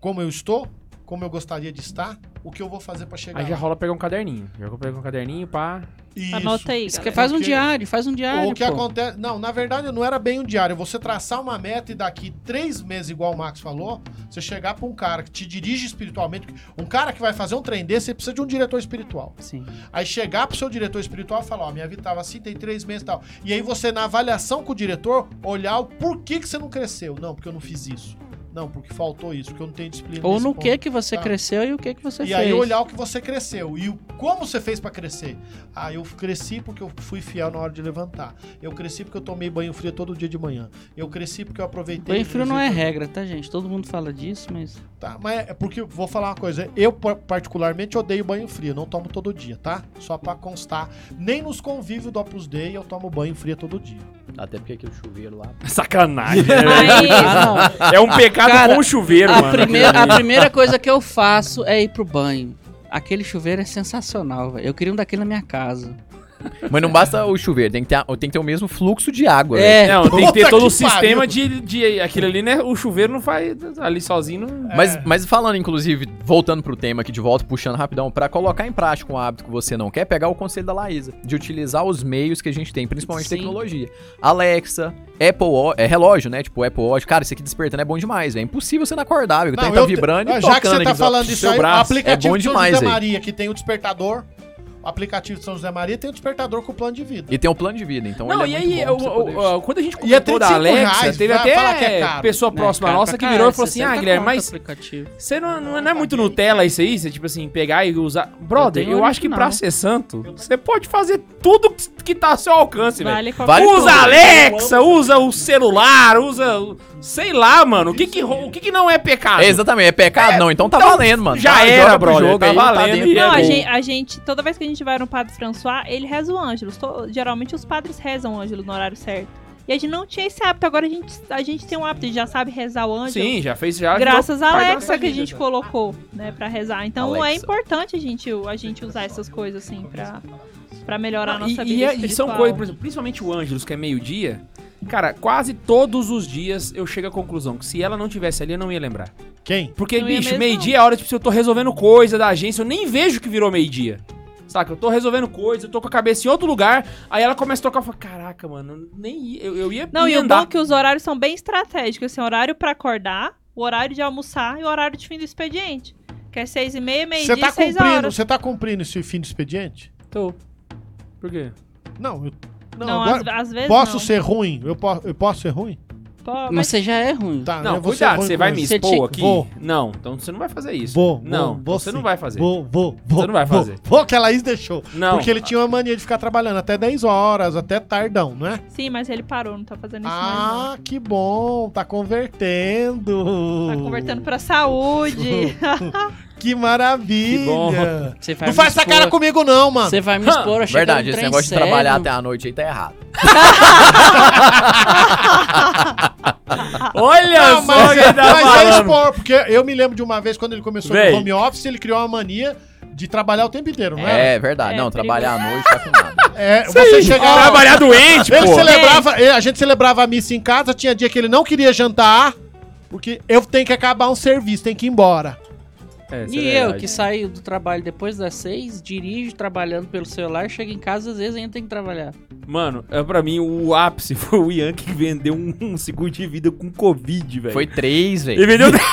Speaker 6: Como eu estou, como eu gostaria de estar, o que eu vou fazer para chegar
Speaker 1: Aí já
Speaker 6: lá.
Speaker 1: rola pegar um caderninho. Já pega um caderninho, pá.
Speaker 6: Isso.
Speaker 2: É. Anota aí,
Speaker 3: Isso que-
Speaker 2: galera.
Speaker 3: Faz um
Speaker 6: Porque-
Speaker 3: diário, faz um diário.
Speaker 6: O que
Speaker 3: pô.
Speaker 6: acontece. Não, na verdade não era bem um diário. Você traçar uma meta e daqui três meses, igual o Max falou, você chegar pra um cara que te dirige espiritualmente. Um cara que vai fazer um trem desse, você precisa de um diretor espiritual.
Speaker 3: Sim.
Speaker 6: Aí chegar pro seu diretor espiritual e falar, ó, minha vida tava assim, tem três meses e tal. E aí você, na avaliação com o diretor, olhar o porquê que você não cresceu. Não, porque eu não fiz isso. Não, porque faltou isso, porque eu não tenho disciplina.
Speaker 3: Ou
Speaker 6: nesse
Speaker 3: no
Speaker 6: ponto.
Speaker 3: que que você
Speaker 6: Tá.
Speaker 3: cresceu e o que que você
Speaker 6: E
Speaker 3: fez.
Speaker 6: aí olhar o que você cresceu e o- como você fez pra crescer. Ah, eu cresci porque eu fui fiel na hora de levantar. Eu cresci porque eu tomei banho frio todo dia de manhã. Eu cresci porque eu aproveitei.
Speaker 3: Banho frio não é
Speaker 1: então.
Speaker 6: reto.
Speaker 3: regra, tá, gente? Todo mundo fala disso, mas...
Speaker 6: Tá, mas é porque vou falar uma coisa. Eu par- particularmente odeio banho frio. Não tomo todo dia, tá? Só pra constar. Nem nos convívios do Opus Dei eu tomo banho frio todo dia.
Speaker 4: Até porque aquele chuveiro lá.
Speaker 6: né,
Speaker 1: Sacanagem.
Speaker 2: Mas,
Speaker 3: Ah, não.
Speaker 1: é um pecado
Speaker 3: Cara,
Speaker 1: com o chuveiro,
Speaker 3: a,
Speaker 1: mano.
Speaker 3: primeira, a primeira coisa que eu faço é ir pro banho. Aquele chuveiro é sensacional, velho. Eu queria um daquele na minha casa.
Speaker 4: Mas não basta o chuveiro, tem que ter, a- tem que ter o mesmo fluxo de água. velho.
Speaker 3: É,
Speaker 1: Não, tem que
Speaker 6: Puta
Speaker 1: ter todo
Speaker 6: que
Speaker 1: o sistema
Speaker 6: pariu.
Speaker 1: de, de. Aquilo ali, né? O chuveiro não faz. Ali sozinho não.
Speaker 4: Mas,
Speaker 6: É.
Speaker 4: mas falando, inclusive, voltando pro tema aqui de volta, puxando rapidão, pra colocar em prática um hábito que você não quer, pegar o conselho da Laísa, de utilizar os meios que a gente tem, principalmente
Speaker 3: Sim.
Speaker 4: tecnologia. Alexa, Apple Watch, é relógio, né? Tipo, Apple Watch. Cara, isso aqui despertando é bom demais, velho. É impossível você não acordar, velho. O trem
Speaker 6: Não,
Speaker 4: tá
Speaker 6: eu te-
Speaker 4: vibrando
Speaker 6: Ah,
Speaker 4: e
Speaker 6: Já que
Speaker 4: tocando
Speaker 6: você tá
Speaker 4: aqui do-
Speaker 6: falando
Speaker 4: do
Speaker 6: isso
Speaker 4: seu
Speaker 6: aí, o
Speaker 4: braço. é
Speaker 6: aplicativo
Speaker 4: bom
Speaker 6: de São José
Speaker 4: demais, velho.
Speaker 6: Maria, que tem o despertador. O aplicativo de São José Maria tem o despertador com o plano de vida.
Speaker 4: E tem um plano de vida, então
Speaker 1: Não,
Speaker 4: ele
Speaker 1: e
Speaker 4: é muito
Speaker 1: aí,
Speaker 4: bom
Speaker 1: o-
Speaker 4: pra você
Speaker 1: o-
Speaker 4: poder-
Speaker 1: o- quando a gente
Speaker 6: E é
Speaker 1: comentou da
Speaker 6: 35
Speaker 1: Alexa,
Speaker 6: reais,
Speaker 1: teve
Speaker 6: vai falar que
Speaker 1: até
Speaker 6: é caro.
Speaker 1: pessoa próxima
Speaker 3: Né, cara,
Speaker 1: nossa
Speaker 3: pra
Speaker 1: que virou e
Speaker 3: caralho,
Speaker 1: falou assim:
Speaker 3: 60
Speaker 1: Ah, Guilherme,
Speaker 3: conto
Speaker 1: mas
Speaker 3: o aplicativo.
Speaker 1: você não, não é- não é muito Nutella isso aí? Você, tipo assim, pegar e usar. Brother, eu,
Speaker 3: tenho
Speaker 1: acho que pra
Speaker 3: original.
Speaker 1: ser santo, você pode fazer tudo que tá ao seu alcance, velho.
Speaker 2: vale
Speaker 4: Vale
Speaker 2: qualquer
Speaker 4: tudo.
Speaker 1: Usa Alexa, usa o celular, usa. o- Sei lá, mano. O que que, ro- o que que não é pecado?
Speaker 4: É, exatamente, é pecado? não, então tá valendo, mano.
Speaker 1: já
Speaker 4: Tá,
Speaker 1: era,
Speaker 4: joga pro
Speaker 1: brother, tá
Speaker 4: aí,
Speaker 1: valendo
Speaker 4: dentro.
Speaker 1: e é
Speaker 2: Não, a
Speaker 1: bom.
Speaker 2: gente, a gente- toda vez que a gente vai no Padre François, ele reza o Ângelus. To- geralmente os padres rezam o Ângelus no horário certo. E a gente não tinha esse hábito, agora a gente, a gente tem um hábito, a gente já sabe rezar o Ângelus.
Speaker 1: Sim, já fez já.
Speaker 2: Graças a
Speaker 1: Pai da
Speaker 2: Alexa
Speaker 1: nossa
Speaker 2: que a
Speaker 1: vida,
Speaker 2: gente
Speaker 1: né?
Speaker 2: colocou, né, pra rezar. Então é
Speaker 4: Alexa.
Speaker 2: importante a gente, a gente usar essas coisas, assim, pra, pra melhorar a
Speaker 1: Não,
Speaker 2: nossa
Speaker 1: e, e
Speaker 2: vida
Speaker 1: é- e são
Speaker 2: espiritual.
Speaker 1: coisas, por exemplo, principalmente o Ângelos, que é meio-dia. Cara, quase todos os dias eu chego à conclusão que se ela não tivesse ali, eu não ia lembrar.
Speaker 6: Quem?
Speaker 1: Porque,
Speaker 2: Não ia
Speaker 1: bicho,
Speaker 2: mesmo,
Speaker 1: meio-dia é a hora, tipo, se eu tô resolvendo coisa da agência, eu nem vejo que virou meio-dia. Saca? Eu tô resolvendo coisa, eu tô com a cabeça em outro lugar, aí ela começa a tocar e fala, caraca, mano, eu nem ia, eu, eu ia
Speaker 2: Não, e
Speaker 1: ia
Speaker 2: o bom é que os horários são bem estratégicos. Assim, horário pra acordar, o horário de almoçar e o horário de fim do expediente. Que é seis e meia, meio-dia,
Speaker 6: Você tá
Speaker 2: seis
Speaker 6: cumprindo,
Speaker 2: horas.
Speaker 6: você tá cumprindo esse fim do expediente?
Speaker 1: Tô. Por quê?
Speaker 6: Não, eu não,
Speaker 2: Não,
Speaker 6: agora,
Speaker 2: às, às vezes
Speaker 6: posso
Speaker 2: não.
Speaker 6: ser ruim? Eu posso, eu posso ser ruim?
Speaker 2: Pô,
Speaker 3: Mas,
Speaker 2: mas
Speaker 3: você já é ruim.
Speaker 6: Tá,
Speaker 1: não,
Speaker 6: eu vou ser
Speaker 1: cuidado,
Speaker 6: ruim
Speaker 1: você
Speaker 6: com
Speaker 1: vai
Speaker 6: isso.
Speaker 1: me
Speaker 3: Você
Speaker 1: expor
Speaker 3: tinha-
Speaker 1: aqui?
Speaker 6: Vou.
Speaker 1: Não, então você não vai fazer isso.
Speaker 6: Vou, vou,
Speaker 1: Não,
Speaker 6: vou
Speaker 1: você
Speaker 6: sim.
Speaker 1: não vai fazer.
Speaker 6: Vou, vou, vou.
Speaker 1: Você não vai
Speaker 6: vou,
Speaker 1: fazer.
Speaker 6: Vou, que a Laís deixou.
Speaker 1: Não.
Speaker 6: Porque ele tinha uma mania de ficar trabalhando até 10 horas, até tardão, não é?
Speaker 2: sim, mas ele parou, não tá fazendo isso mais. Não.
Speaker 6: Ah, que bom, tá convertendo.
Speaker 2: Tá convertendo pra saúde.
Speaker 6: Que maravilha.
Speaker 1: Que bom. um
Speaker 3: Você vai
Speaker 6: Não
Speaker 3: me
Speaker 6: faz essa
Speaker 3: expor-
Speaker 6: cara comigo não, mano.
Speaker 3: Você vai me expor, eu chego
Speaker 4: Verdade,
Speaker 3: num
Speaker 4: esse
Speaker 3: trem
Speaker 4: negócio de
Speaker 3: sério.
Speaker 4: trabalhar até a noite aí tá errado.
Speaker 2: Ah,
Speaker 1: Olha
Speaker 6: Não,
Speaker 1: só
Speaker 6: mas,
Speaker 1: quem tá
Speaker 6: mas é
Speaker 1: falando.
Speaker 6: expor, porque eu me lembro de uma vez quando ele começou
Speaker 1: Véi.
Speaker 6: no home office, ele criou uma mania de trabalhar o tempo inteiro, não é?
Speaker 4: É, verdade.
Speaker 2: É,
Speaker 4: não,
Speaker 2: perigoso.
Speaker 4: trabalhar à noite tá com nada.
Speaker 6: É, você chegava.
Speaker 1: Trabalhar doente,
Speaker 6: Ele
Speaker 1: pô.
Speaker 6: celebrava,
Speaker 2: é.
Speaker 6: eh, a gente celebrava a missa em casa, tinha dia que ele não queria jantar, porque eu tenho que acabar um serviço, tenho que ir embora.
Speaker 4: É, isso é
Speaker 3: e eu,
Speaker 4: verdade.
Speaker 3: que saio do trabalho depois das seis, dirijo trabalhando pelo celular, chego em casa, às vezes ainda tem que trabalhar.
Speaker 1: Mano, é, pra mim o ápice foi o Ian que vendeu um, um seguro de vida com Covid, velho.
Speaker 4: Foi três,
Speaker 1: Ele
Speaker 4: velho.
Speaker 1: vendeu.
Speaker 2: Em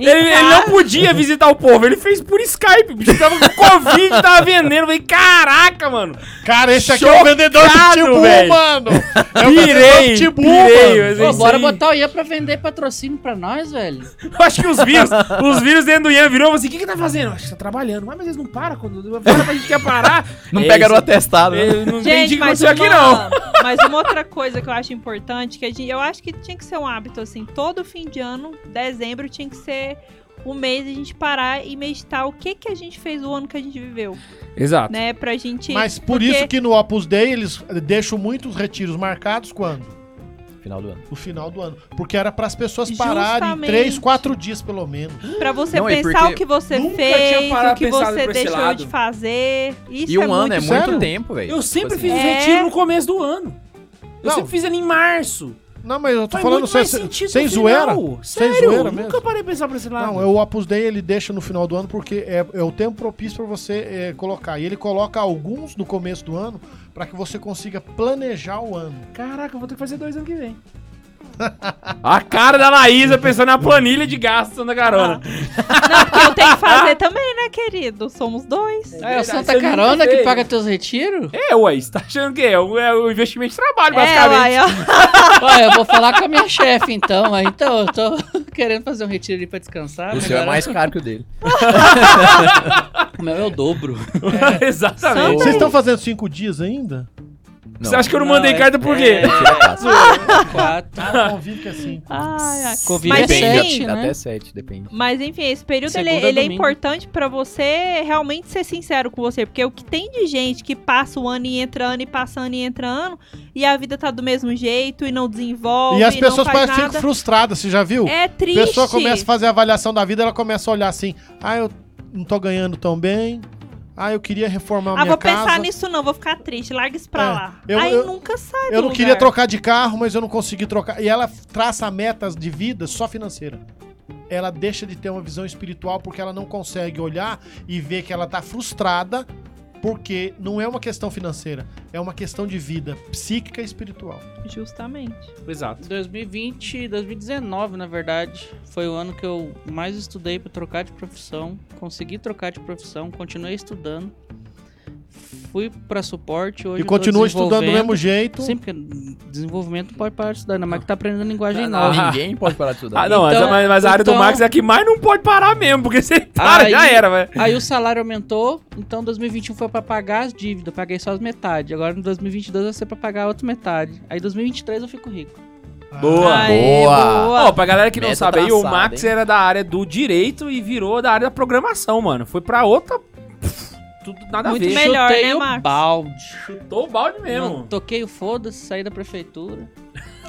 Speaker 1: ele, ele não
Speaker 2: casa-
Speaker 1: podia visitar o povo, ele fez por Skype. O bicho tava com Covid, tava vendendo. Falei, caraca, mano.
Speaker 6: Cara, esse aqui é o vendedor do
Speaker 1: Chocado,
Speaker 6: Tibu,
Speaker 1: velho.
Speaker 6: mano. É o vendedor
Speaker 1: Pirei,
Speaker 6: do Tibu,
Speaker 1: pirei.
Speaker 6: mano.
Speaker 1: mas é
Speaker 3: Pô,
Speaker 1: isso
Speaker 3: bora
Speaker 1: aí.
Speaker 3: botar o Ian pra vender patrocínio pra nós, velho.
Speaker 1: Eu acho que os vírus, os vírus dentro do Ian virou assim, o que que tá fazendo? Acho que tá trabalhando. Mas, mas eles não param quando... Fala pra gente que quer parar.
Speaker 4: Não
Speaker 1: É
Speaker 4: pegaram o
Speaker 1: isso.
Speaker 4: atestado. né?
Speaker 1: Eu não entendi o que
Speaker 2: mas
Speaker 1: aconteceu aqui, não.
Speaker 2: mas uma outra coisa que eu acho importante, que a gente- eu acho que tinha que ser um hábito, assim, todo fim de ano, dezembro, tinha que ser o mês a gente parar e meditar o que que a gente fez o ano que a gente viveu,
Speaker 1: Exato.
Speaker 2: né? Pra gente...
Speaker 6: Mas por
Speaker 2: porque-
Speaker 6: isso que no Opus Dei eles deixam muitos retiros marcados quando?
Speaker 4: Final do ano.
Speaker 6: No final do ano. Porque era para as pessoas pararem
Speaker 2: Justamente.
Speaker 6: três, quatro dias pelo menos.
Speaker 2: Pra você
Speaker 4: Não, e
Speaker 2: pensar
Speaker 4: porque
Speaker 2: o que você
Speaker 1: é nunca tinha
Speaker 2: fez,
Speaker 1: parado
Speaker 2: o que
Speaker 1: pensado
Speaker 2: você
Speaker 1: por esse
Speaker 2: deixou
Speaker 1: lado.
Speaker 2: de fazer. Isso
Speaker 4: e um ano
Speaker 2: muito
Speaker 4: é
Speaker 6: sério.
Speaker 4: muito tempo, velho.
Speaker 1: Eu sempre fiz
Speaker 4: Tipo assim,
Speaker 1: o
Speaker 2: É.
Speaker 1: retiro no começo do ano. Eu
Speaker 6: Não.
Speaker 1: sempre fiz ele em março.
Speaker 6: Não, mas eu tô
Speaker 1: Faz
Speaker 6: falando
Speaker 1: muito
Speaker 6: sem,
Speaker 1: mais sentido
Speaker 6: sem
Speaker 1: no final.
Speaker 6: zoeira. Sem
Speaker 1: Sério,
Speaker 6: zoeira
Speaker 1: nunca
Speaker 6: mesmo.
Speaker 1: parei de pensar pra esse lado.
Speaker 6: Não, é o Opus Dei ele deixa no final do ano porque é, é o tempo propício para você é, colocar. E ele coloca alguns no começo do ano para que você consiga planejar o ano.
Speaker 1: Caraca, eu vou ter que fazer dois anos que vem. A cara da Laísa pensando na planilha de gastos na carona.
Speaker 3: Ah.
Speaker 2: Não, porque eu tenho que fazer também, né, querido? Somos dois.
Speaker 3: Ah, é o
Speaker 1: verdade,
Speaker 3: Santa
Speaker 1: você nunca
Speaker 3: Carona que
Speaker 1: fez.
Speaker 3: paga teus retiros?
Speaker 1: É, ué, você tá achando que é? É o investimento de trabalho,
Speaker 2: É,
Speaker 1: basicamente.
Speaker 2: uai, ó.
Speaker 3: Olha, eu vou falar com a minha chefe então. mas Então, eu tô querendo fazer um retiro ali pra descansar. né,
Speaker 4: O
Speaker 3: mas
Speaker 4: seu é
Speaker 3: agora-
Speaker 4: mais caro que o dele.
Speaker 3: O meu é o dobro.
Speaker 1: Exatamente.
Speaker 6: Vocês estão fazendo cinco dias ainda?
Speaker 1: Você acha que eu não,
Speaker 3: Não,
Speaker 1: mandei
Speaker 3: é-
Speaker 1: carta por
Speaker 3: é-
Speaker 1: quê?
Speaker 4: Tira quatro.
Speaker 3: Quatro.
Speaker 6: Ah, convido que é cinco.
Speaker 2: Ai, ai.
Speaker 3: Covid
Speaker 2: Mas
Speaker 3: é
Speaker 2: sim.
Speaker 4: depende,
Speaker 3: sete,
Speaker 4: dá
Speaker 3: né?
Speaker 4: até sete, depende.
Speaker 2: Mas enfim, esse período ele,
Speaker 3: Segunda a
Speaker 2: ele é
Speaker 3: domingo.
Speaker 2: importante pra você realmente ser sincero com você. Porque o que tem de gente que passa o ano e entra ano e passa ano e entra ano, e a vida tá do mesmo jeito e não desenvolve.
Speaker 6: E as
Speaker 2: não
Speaker 6: pessoas
Speaker 2: faz
Speaker 6: parecem que
Speaker 2: nada.
Speaker 6: ficam frustradas, você já viu?
Speaker 2: É triste.
Speaker 6: A pessoa começa a fazer a avaliação da vida, ela começa a olhar assim: ah, eu não tô ganhando tão bem. Ah, eu queria reformar a
Speaker 2: ah,
Speaker 6: minha
Speaker 2: vou
Speaker 6: casa.
Speaker 2: pensar nisso não, vou ficar triste. Larga isso pra
Speaker 6: É,
Speaker 2: lá.
Speaker 6: eu-
Speaker 2: Aí
Speaker 6: eu-
Speaker 2: nunca sai do
Speaker 6: Eu não
Speaker 2: lugar.
Speaker 6: queria trocar de carro, mas eu não consegui trocar. E ela traça metas de vida só financeira. Ela deixa de ter uma visão espiritual porque ela não consegue olhar e ver que ela tá frustrada porque não é uma questão financeira, é uma questão de vida psíquica e espiritual.
Speaker 2: Justamente.
Speaker 3: é.
Speaker 1: Exato.
Speaker 3: 2020, 2019, na verdade, foi o ano que eu mais estudei pra trocar de profissão, consegui trocar de profissão, continuei estudando, fui pra suporte hoje.
Speaker 6: e
Speaker 3: eu tô
Speaker 6: continua estudando do
Speaker 3: desenvolvendo.
Speaker 6: mesmo jeito.
Speaker 3: Sim, porque desenvolvimento não pode parar de estudar, ainda mais que tá aprendendo linguagem
Speaker 4: Não,
Speaker 3: nova.
Speaker 4: ninguém pode parar de estudar.
Speaker 1: Ah, não,
Speaker 3: Então-
Speaker 1: mas, mas a área do
Speaker 3: então-
Speaker 1: Max é a que mais não pode parar mesmo, porque se ele para,
Speaker 3: Aí-
Speaker 1: já era, velho.
Speaker 3: Aí o salário aumentou, então 2021 foi pra pagar as dívidas, eu paguei só as metade. Agora em 2022 vai ser pra pagar a outra metade. Aí em 2023 eu fico rico.
Speaker 6: Ah,
Speaker 1: Boa.
Speaker 2: Aê,
Speaker 4: boa.
Speaker 1: Ó, pra galera que não
Speaker 4: Meta
Speaker 1: sabe aí, o
Speaker 4: traçada,
Speaker 1: Max
Speaker 4: hein?
Speaker 1: era da área do direito e virou da área da programação, mano. Foi pra outra. Pff, Tudo nada
Speaker 2: Muito
Speaker 1: a ver.
Speaker 2: melhor.
Speaker 3: Chutei
Speaker 2: né,
Speaker 3: o
Speaker 2: Max?
Speaker 3: balde.
Speaker 1: Chutou o balde mesmo.
Speaker 3: Não toquei o foda-se, saí da prefeitura.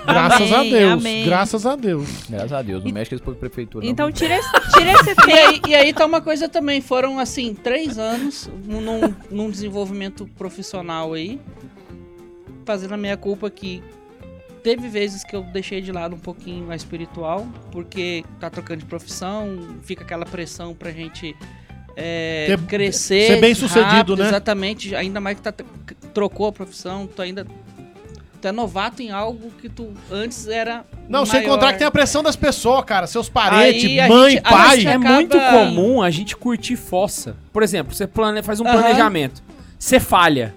Speaker 6: Graças
Speaker 2: Amém,
Speaker 6: a Deus.
Speaker 2: amém.
Speaker 6: Graças a Deus.
Speaker 4: Graças a Deus, não mexe com esse povo de prefeitura. não.
Speaker 2: Então tira esse, tira esse
Speaker 3: E
Speaker 2: tempo.
Speaker 3: aí, e aí tá uma coisa também, foram assim, três anos num, num desenvolvimento profissional aí, fazendo a minha culpa que teve vezes que eu deixei de lado um pouquinho a espiritual, porque tá trocando de profissão, fica aquela pressão pra gente é,
Speaker 6: Ter-
Speaker 3: crescer.
Speaker 6: ser bem-sucedido,
Speaker 3: rápido,
Speaker 6: né?
Speaker 3: Exatamente, ainda mais que tá, trocou a profissão, tu ainda... Tu é novato em algo que tu antes era.
Speaker 6: Não, sem
Speaker 3: maior.
Speaker 6: contar que tem a pressão das pessoas, cara. Seus parentes,
Speaker 3: Aí a
Speaker 6: mãe,
Speaker 3: gente- a
Speaker 6: pai.
Speaker 3: gente
Speaker 1: É
Speaker 3: Ah, acaba-
Speaker 1: muito comum a gente curtir fossa. Por exemplo, você plane... faz um
Speaker 3: Aham.
Speaker 1: planejamento, você falha.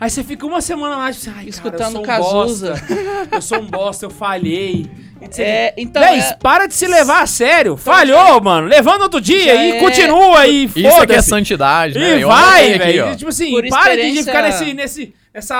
Speaker 1: Aí você fica uma semana lá, você, ai,
Speaker 3: Escutando
Speaker 1: cara, eu sou um
Speaker 3: Cazuza.
Speaker 1: bosta, eu sou um bosta, eu falhei.
Speaker 3: É, então,
Speaker 1: Véi,
Speaker 3: é- Então,
Speaker 1: para de se levar a sério. Falhou, mano. Levando outro dia
Speaker 3: Já
Speaker 1: e
Speaker 3: é-
Speaker 1: continua aí,
Speaker 4: Isso aqui é
Speaker 1: foda-se.
Speaker 4: santidade, né?
Speaker 1: E
Speaker 4: Eu
Speaker 1: vai,
Speaker 4: anotei aqui, ó.
Speaker 1: velho. Tipo assim,
Speaker 3: Por
Speaker 1: para de
Speaker 3: experiência-
Speaker 1: ficar nesse, nesse, nessa